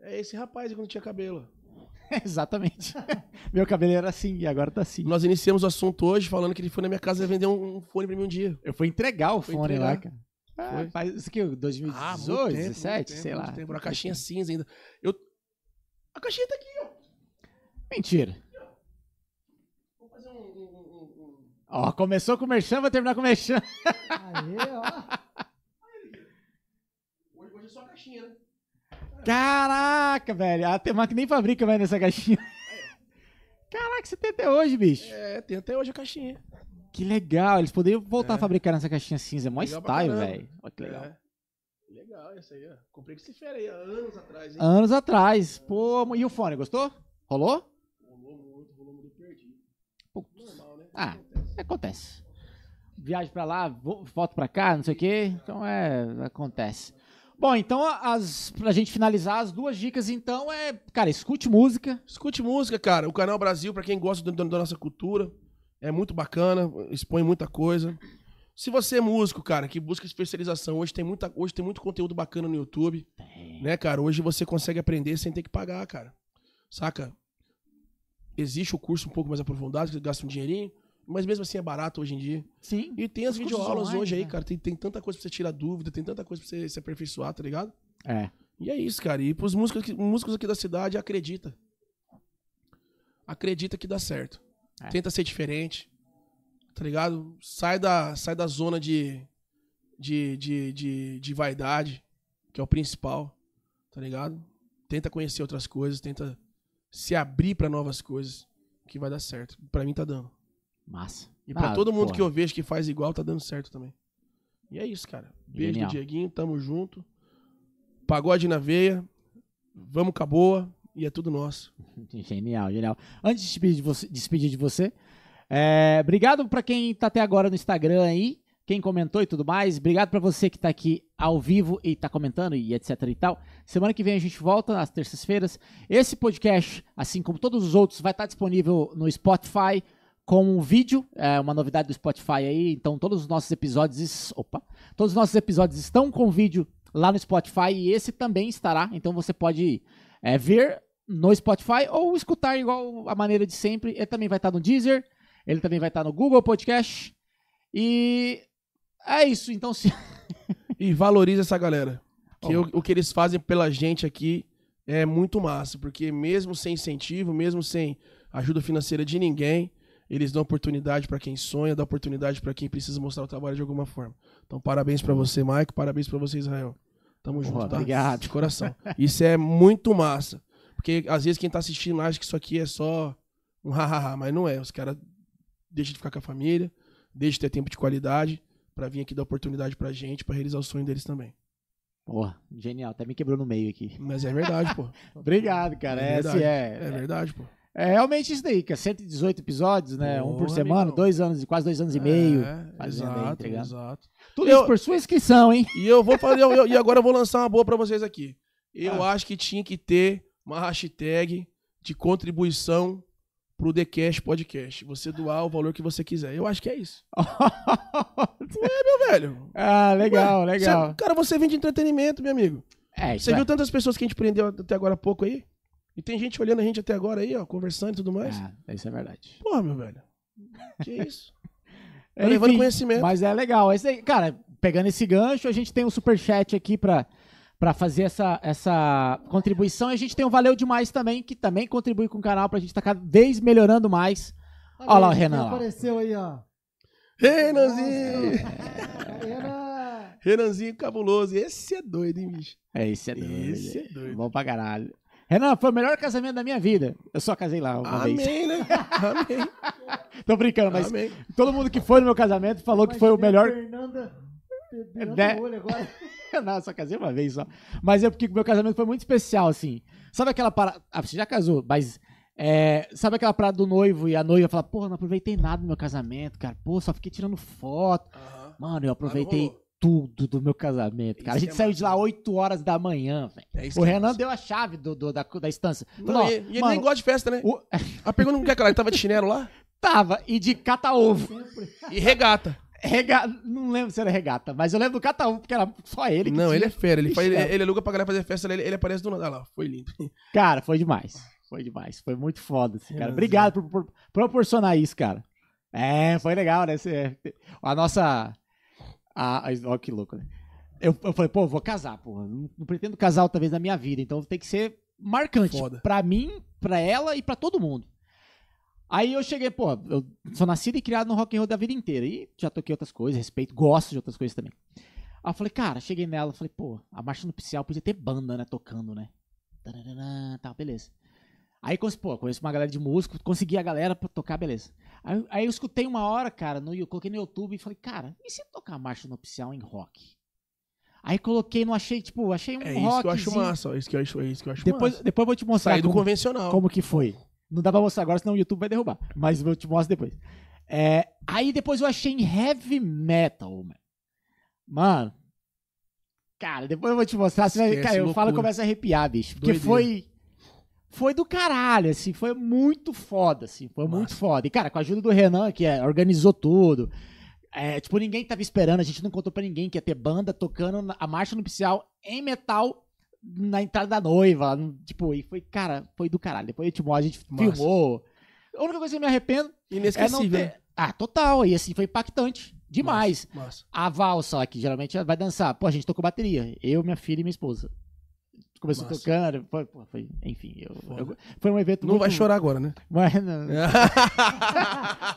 C: É esse rapaz aí quando tinha cabelo.
B: *laughs* Exatamente. *laughs* Meu cabelo era assim e agora tá assim.
C: Nós iniciamos o assunto hoje falando que ele foi na minha casa vender um, um fone pra mim um dia.
B: Eu fui entregar o
C: Foi
B: fone
C: entregar.
B: lá, cara. Ah,
C: Foi.
B: faz isso aqui, 2018,
C: Ah, muito tempo,
B: 17,
C: muito tempo,
B: sei
C: muito
B: lá.
C: tempo. Era a caixinha cinza ainda. Eu... A caixinha tá aqui, ó.
B: Mentira.
C: Vou fazer um, um- um- um- um-
B: Ó, começou com o Merchan, vai terminar com o Merchan. *laughs*
A: Aê, ó.
C: Hoje, hoje é só a caixinha, né?
B: Caraca, velho. A Temac nem fabrica mais nessa caixinha. *laughs* Caraca, você tem até hoje, bicho.
C: É, tem até hoje a caixinha.
B: Que legal. Eles poderiam voltar a fabricar nessa caixinha cinza. é Mó
C: É. Legal pra
B: style,
C: caramba.
B: velho. Olha que legal.
C: É. Legal, essa aí, ó. Comprei com esse fera aí há anos atrás, hein?
B: Anos atrás. Pô, e o fone, gostou? Rolou?
C: Rolou muito, rolou muito perdido.
B: Putz.
C: Normal, né?
B: Ah.
C: Acontece.
B: Acontece. Viagem pra lá, vo- volto pra cá, não sei o quê. Então é, acontece. Bom, então as pra gente finalizar as duas dicas então é, cara, escute música.
C: Escute música, cara. O Canal Brasil, pra quem gosta do- do- da nossa cultura, é muito bacana, expõe muita coisa. Se você é músico, cara, que busca especialização, hoje tem, muita, hoje tem muito conteúdo bacana no YouTube, né, cara? Hoje você consegue aprender sem ter que pagar, cara. Saca? Existe o curso um pouco mais aprofundado, que você gasta um dinheirinho, mas mesmo assim é barato hoje em dia.
B: Sim.
C: E tem as
B: Os cursos
C: videoaulas
B: online,
C: hoje aí,
B: né?
C: cara. Tem, tem tanta coisa pra você tirar dúvida, tem tanta coisa pra você se aperfeiçoar, tá ligado?
B: É.
C: E é isso, cara. E pros músicos, aqui- músicos aqui da cidade, acredita. Acredita que dá certo.
B: É.
C: Tenta ser diferente. Tá ligado? Sai da, sai da zona de, de, de, de, de vaidade, que é o principal. Tá ligado? Tenta conhecer outras coisas, tenta se abrir pra novas coisas, que vai dar certo. Pra mim tá dando.
B: Massa. Ah,
C: E pra todo mundo que eu vejo que faz igual, tá dando certo também. E é isso, cara. Beijo
B: Genial.
C: do Dieguinho, tamo junto. Pagode na veia. Vamos com a boa. E é tudo nosso.
B: eu *laughs* Genial, genial. Antes de despedir de você, despedir de você, é, obrigado pra quem tá até agora no Instagram aí, quem comentou e tudo mais. Obrigado pra você que tá aqui ao vivo e tá comentando e etc e tal. Semana que vem a gente volta às terças-feiras. Esse podcast, assim como todos os outros, vai estar disponível no Spotify com um vídeo, é uma novidade do Spotify aí, então todos os nossos episódios, es- opa, todos os nossos episódios estão com vídeo lá no Spotify e esse também estará, então você pode é, ver no Spotify ou escutar igual a maneira de sempre, ele também vai estar no Deezer, ele também vai estar no Google Podcast e é isso, então se... *laughs*
C: E valoriza essa galera. Que
B: Ó.
C: o, o que eles fazem pela gente aqui é muito massa. Porque mesmo sem incentivo, mesmo sem ajuda financeira de ninguém, eles dão oportunidade pra quem sonha, dão oportunidade pra quem precisa mostrar o trabalho de alguma forma. Então, parabéns pra você, Maico. Parabéns pra você, Israel. Tamo junto,
B: Porra,
C: tá?
B: obrigado.
C: De coração. Isso é muito massa. Porque às vezes quem tá assistindo acha que isso aqui é só um hahaha, mas não é. Os caras deixam de ficar com a família, deixam de ter tempo de qualidade pra vir aqui dar oportunidade pra gente, pra realizar o sonho deles também.
B: Porra, genial, até me quebrou no meio aqui.
C: Mas é
B: *laughs*
C: verdade, pô.
B: Obrigado, cara,
C: É
B: esse
C: verdade.
B: é,
C: É verdade, pô.
B: É realmente isso daí, que é 118 episódios, né? um
C: Porra,
B: por semana,
C: amigão.
B: dois anos, e quase dois anos e meio.
C: É,
B: fazendo aí,
C: exato,
B: entregando.
C: exato.
B: Tudo
C: Eu-
B: isso por sua inscrição, hein? *laughs*
C: E eu vou fazer, eu- eu- e agora eu vou lançar uma boa pra vocês aqui. Eu
B: Ah.
C: acho que tinha que ter uma hashtag de contribuição pro The Cash Podcast. Você doar o valor que você quiser. Eu acho que é isso. Meu velho.
B: ah, legal,
C: Ué,
B: legal.
C: cê- cara, você vende entretenimento, meu amigo.
B: É, isso
C: Você
B: é.
C: viu tantas pessoas que a gente prendeu até agora há pouco aí? E tem gente olhando a gente até agora aí, ó, conversando e tudo mais.
B: É, isso é verdade.
C: Porra, meu velho. Que
B: *laughs*
C: isso? Tá
B: Enfim,
C: levando conhecimento.
B: mas é legal. é isso aí. cara, pegando esse gancho, a gente tem um superchat aqui pra, pra fazer essa, essa contribuição. E a gente tem o Valeu Demais também, que também contribui com o canal pra gente estar cada vez melhorando mais. Olha lá o
A: quem
B: Renan lá.
A: Apareceu aí, ó.
C: Renanzinho!
A: Renan!
C: Renanzinho cabuloso. Esse é doido, hein, bicho?
B: É, isso é doido.
C: Esse é doido.
B: Bom pra caralho. Renan, foi o melhor casamento da minha vida. Eu só casei lá uma vez.
C: Amém,
B: *laughs*
C: né? Amém.
B: Tô brincando, mas
C: Amém.
B: Todo mundo que foi no meu casamento falou que foi o
A: Imaginei a
B: melhor.
A: Fernanda bebendo
B: Né?
A: olho agora.
B: *laughs* Não, só casei uma vez só. Mas é porque o meu casamento foi muito especial, assim. Sabe aquela parada. Ah, você já casou, mas. é, sabe aquela parada do noivo e a noiva fala, porra, não aproveitei nada do meu casamento, cara. Pô, só fiquei tirando foto.
C: Aham.
B: Mano, eu
C: Ah, não
B: aproveitei
C: rolou.
B: tudo do meu casamento, cara. a
C: Isso
B: gente
C: que é
B: saiu
C: massa.
B: de lá 8 horas da manhã, velho.
C: É isso
B: O
C: que é
B: Renan
C: massa.
B: deu a chave do, do- da, da estância. Falou,
C: Não,
B: ó,
C: e e ele nem
B: mano,
C: gosta de festa, né?
B: o- é,
C: A pergunta não quer que ele tava de chinelo lá?
B: tava e de cata-ovo.
A: Sempre.
C: *laughs* E regata.
B: Rega... Não lembro se era regata, mas eu lembro do cata-ovo, porque era só ele que
C: não,
B: tinha.
C: ele é fera. Ele, faz, ele,
B: Ixi,
C: ele aluga pra galera fazer festa, ele, ele aparece do nada. Olha lá, foi lindo.
B: Cara, foi demais. Foi demais. Foi muito foda, assim, cara.
C: Renanzinho.
B: Obrigado por, por proporcionar isso, cara. É, foi legal, né? Você- a nossa. A, a- ó, que louco, né? Eu, eu falei, pô, vou casar, porra. Não, não pretendo casar outra vez na minha vida, então tem que ser marcante.
C: Foda.
B: Pra mim, pra ela e pra todo mundo. Aí eu cheguei, pô, eu sou nascido e criado no rock and roll da vida inteira. E já toquei outras coisas, respeito, gosto de outras coisas também. Aí eu falei, cara, cheguei nela, falei, pô, a marcha nupcial podia ter banda, né, tocando, né? Tarararã, Tá, beleza. Aí, cons- pô, conheço uma galera de músico, consegui a galera pra tocar, beleza. Aí, aí eu escutei uma hora, cara, no, Yu- coloquei no YouTube e falei, cara, e se tocar marcha nupcial em rock? Aí coloquei, não achei, tipo, achei um
C: É
B: rock.
C: isso que eu acho massa, ó. Isso que eu acho, é isso que eu acho
B: Depois,
C: massa.
B: depois eu vou te mostrar
C: Sair do
B: como-
C: convencional.
B: como que foi. Não dá pra mostrar agora, senão o YouTube vai derrubar. Mas eu te mostro depois. É, aí depois eu achei em heavy metal, mano. Mano. Cara, depois eu vou te mostrar. Você vai,
C: Esquece,
B: cara, eu falo
C: loucura.
B: e começo a arrepiar, bicho. Porque
C: Doideira.
B: foi. Foi do caralho, assim. Foi muito foda, assim. Foi
C: Massa.
B: muito foda. E, cara, com a ajuda do Renan, que é, organizou tudo. É, tipo, ninguém tava esperando. A gente não contou pra ninguém que ia ter banda tocando na- a marcha nupcial em metal na entrada da noiva. no- Tipo, e foi, cara, foi do caralho. Depois eu te mostro, a gente
C: Massa.
B: filmou. A única coisa que eu me arrependo é não
C: Inesquecível. né?
B: ter. Ah, total. E assim, foi impactante. Demais.
C: Massa.
B: A valsa, que geralmente ela vai dançar. Pô, a gente tocou bateria. Eu, minha filha e minha esposa. Começou
C: Massa.
B: tocando. Foi, pô, foi- enfim, eu,
C: Foda.
B: eu- foi um evento
C: Não
B: muito- É.
C: vai chorar agora, né?
B: *laughs* Mas, não,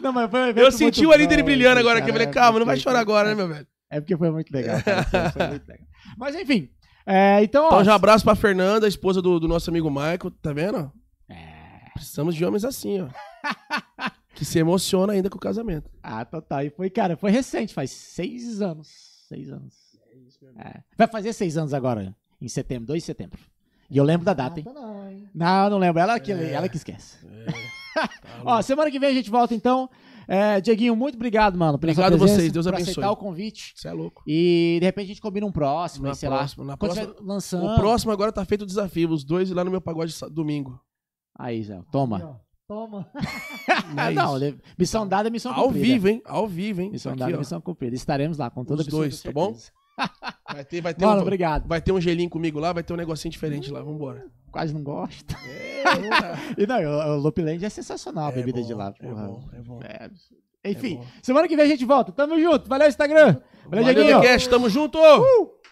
B: não, mas foi um evento
C: *laughs* eu senti
B: muito
C: o ali dele
B: bom,
C: brilhando
B: assim,
C: agora aqui. Eu
B: cara,
C: falei,
B: é
C: calma, não
B: muito
C: vai
B: legal.
C: chorar agora, né, meu velho?
B: É porque foi muito legal.
C: *laughs*
B: cara, foi muito legal. Mas enfim. é, então, ó,
C: Então, já abraço pra Fernanda, esposa do, do nosso amigo Michael, tá vendo?
B: É.
C: Precisamos de homens assim,
B: *laughs*
C: ó. que se emociona ainda com o casamento.
B: Ah, total. E foi, cara, foi recente, faz seis anos. Seis anos. É. Vai fazer seis anos agora, em setembro, 2 de setembro. E eu lembro da data, hein?
A: Nada não, hein?
B: Não, não lembro. Ela que,
C: É.
B: ela que esquece.
C: Tá
B: Ó,
C: louco.
B: semana que vem a gente volta, então. É, Dieguinho, muito obrigado, mano. Pela sua
C: Obrigado
B: presença,
C: vocês, Deus
B: por
C: abençoe.
B: aceitar o convite.
C: Você é louco.
B: E de repente a gente combina um próximo,
C: Na
B: aí, sei
C: próxima,
B: lá.
C: na
B: Quando
C: próxima-
B: tiver lançando.
C: O próximo agora tá feito o desafio. Os dois lá no meu pagode sa- domingo.
B: Aí, Zé, toma.
A: Aqui, ó. Toma.
B: *laughs* Ah, não,
C: isso.
B: de- missão dada é missão
C: Ao
B: cumprida.
C: vivo, hein? Ao vivo, hein? Isso
B: Missão
C: aqui,
B: dada é
C: ó.
B: missão cumprida. Estaremos lá com toda
C: Os dois,
B: absoluta
C: tá bom?
B: certeza.
C: Vai ter, vai ter
B: Mano,
C: um,
B: obrigado.
C: vai ter um gelinho comigo lá, vai ter um negocinho diferente lá. Vambora.
B: Quase não gosto. *laughs*
C: Eita.
B: E não, o Lopeland é sensacional a bebida
C: É, bom,
B: de lá,
C: É
B: porra.
C: bom, é bom.
B: É, enfim,
C: bom.
B: semana que vem a gente volta. Tamo junto. Valeu, Instagram. Valeu,
C: Valeu,
B: Dieguinho.
C: Cast, tamo junto!
B: Uh!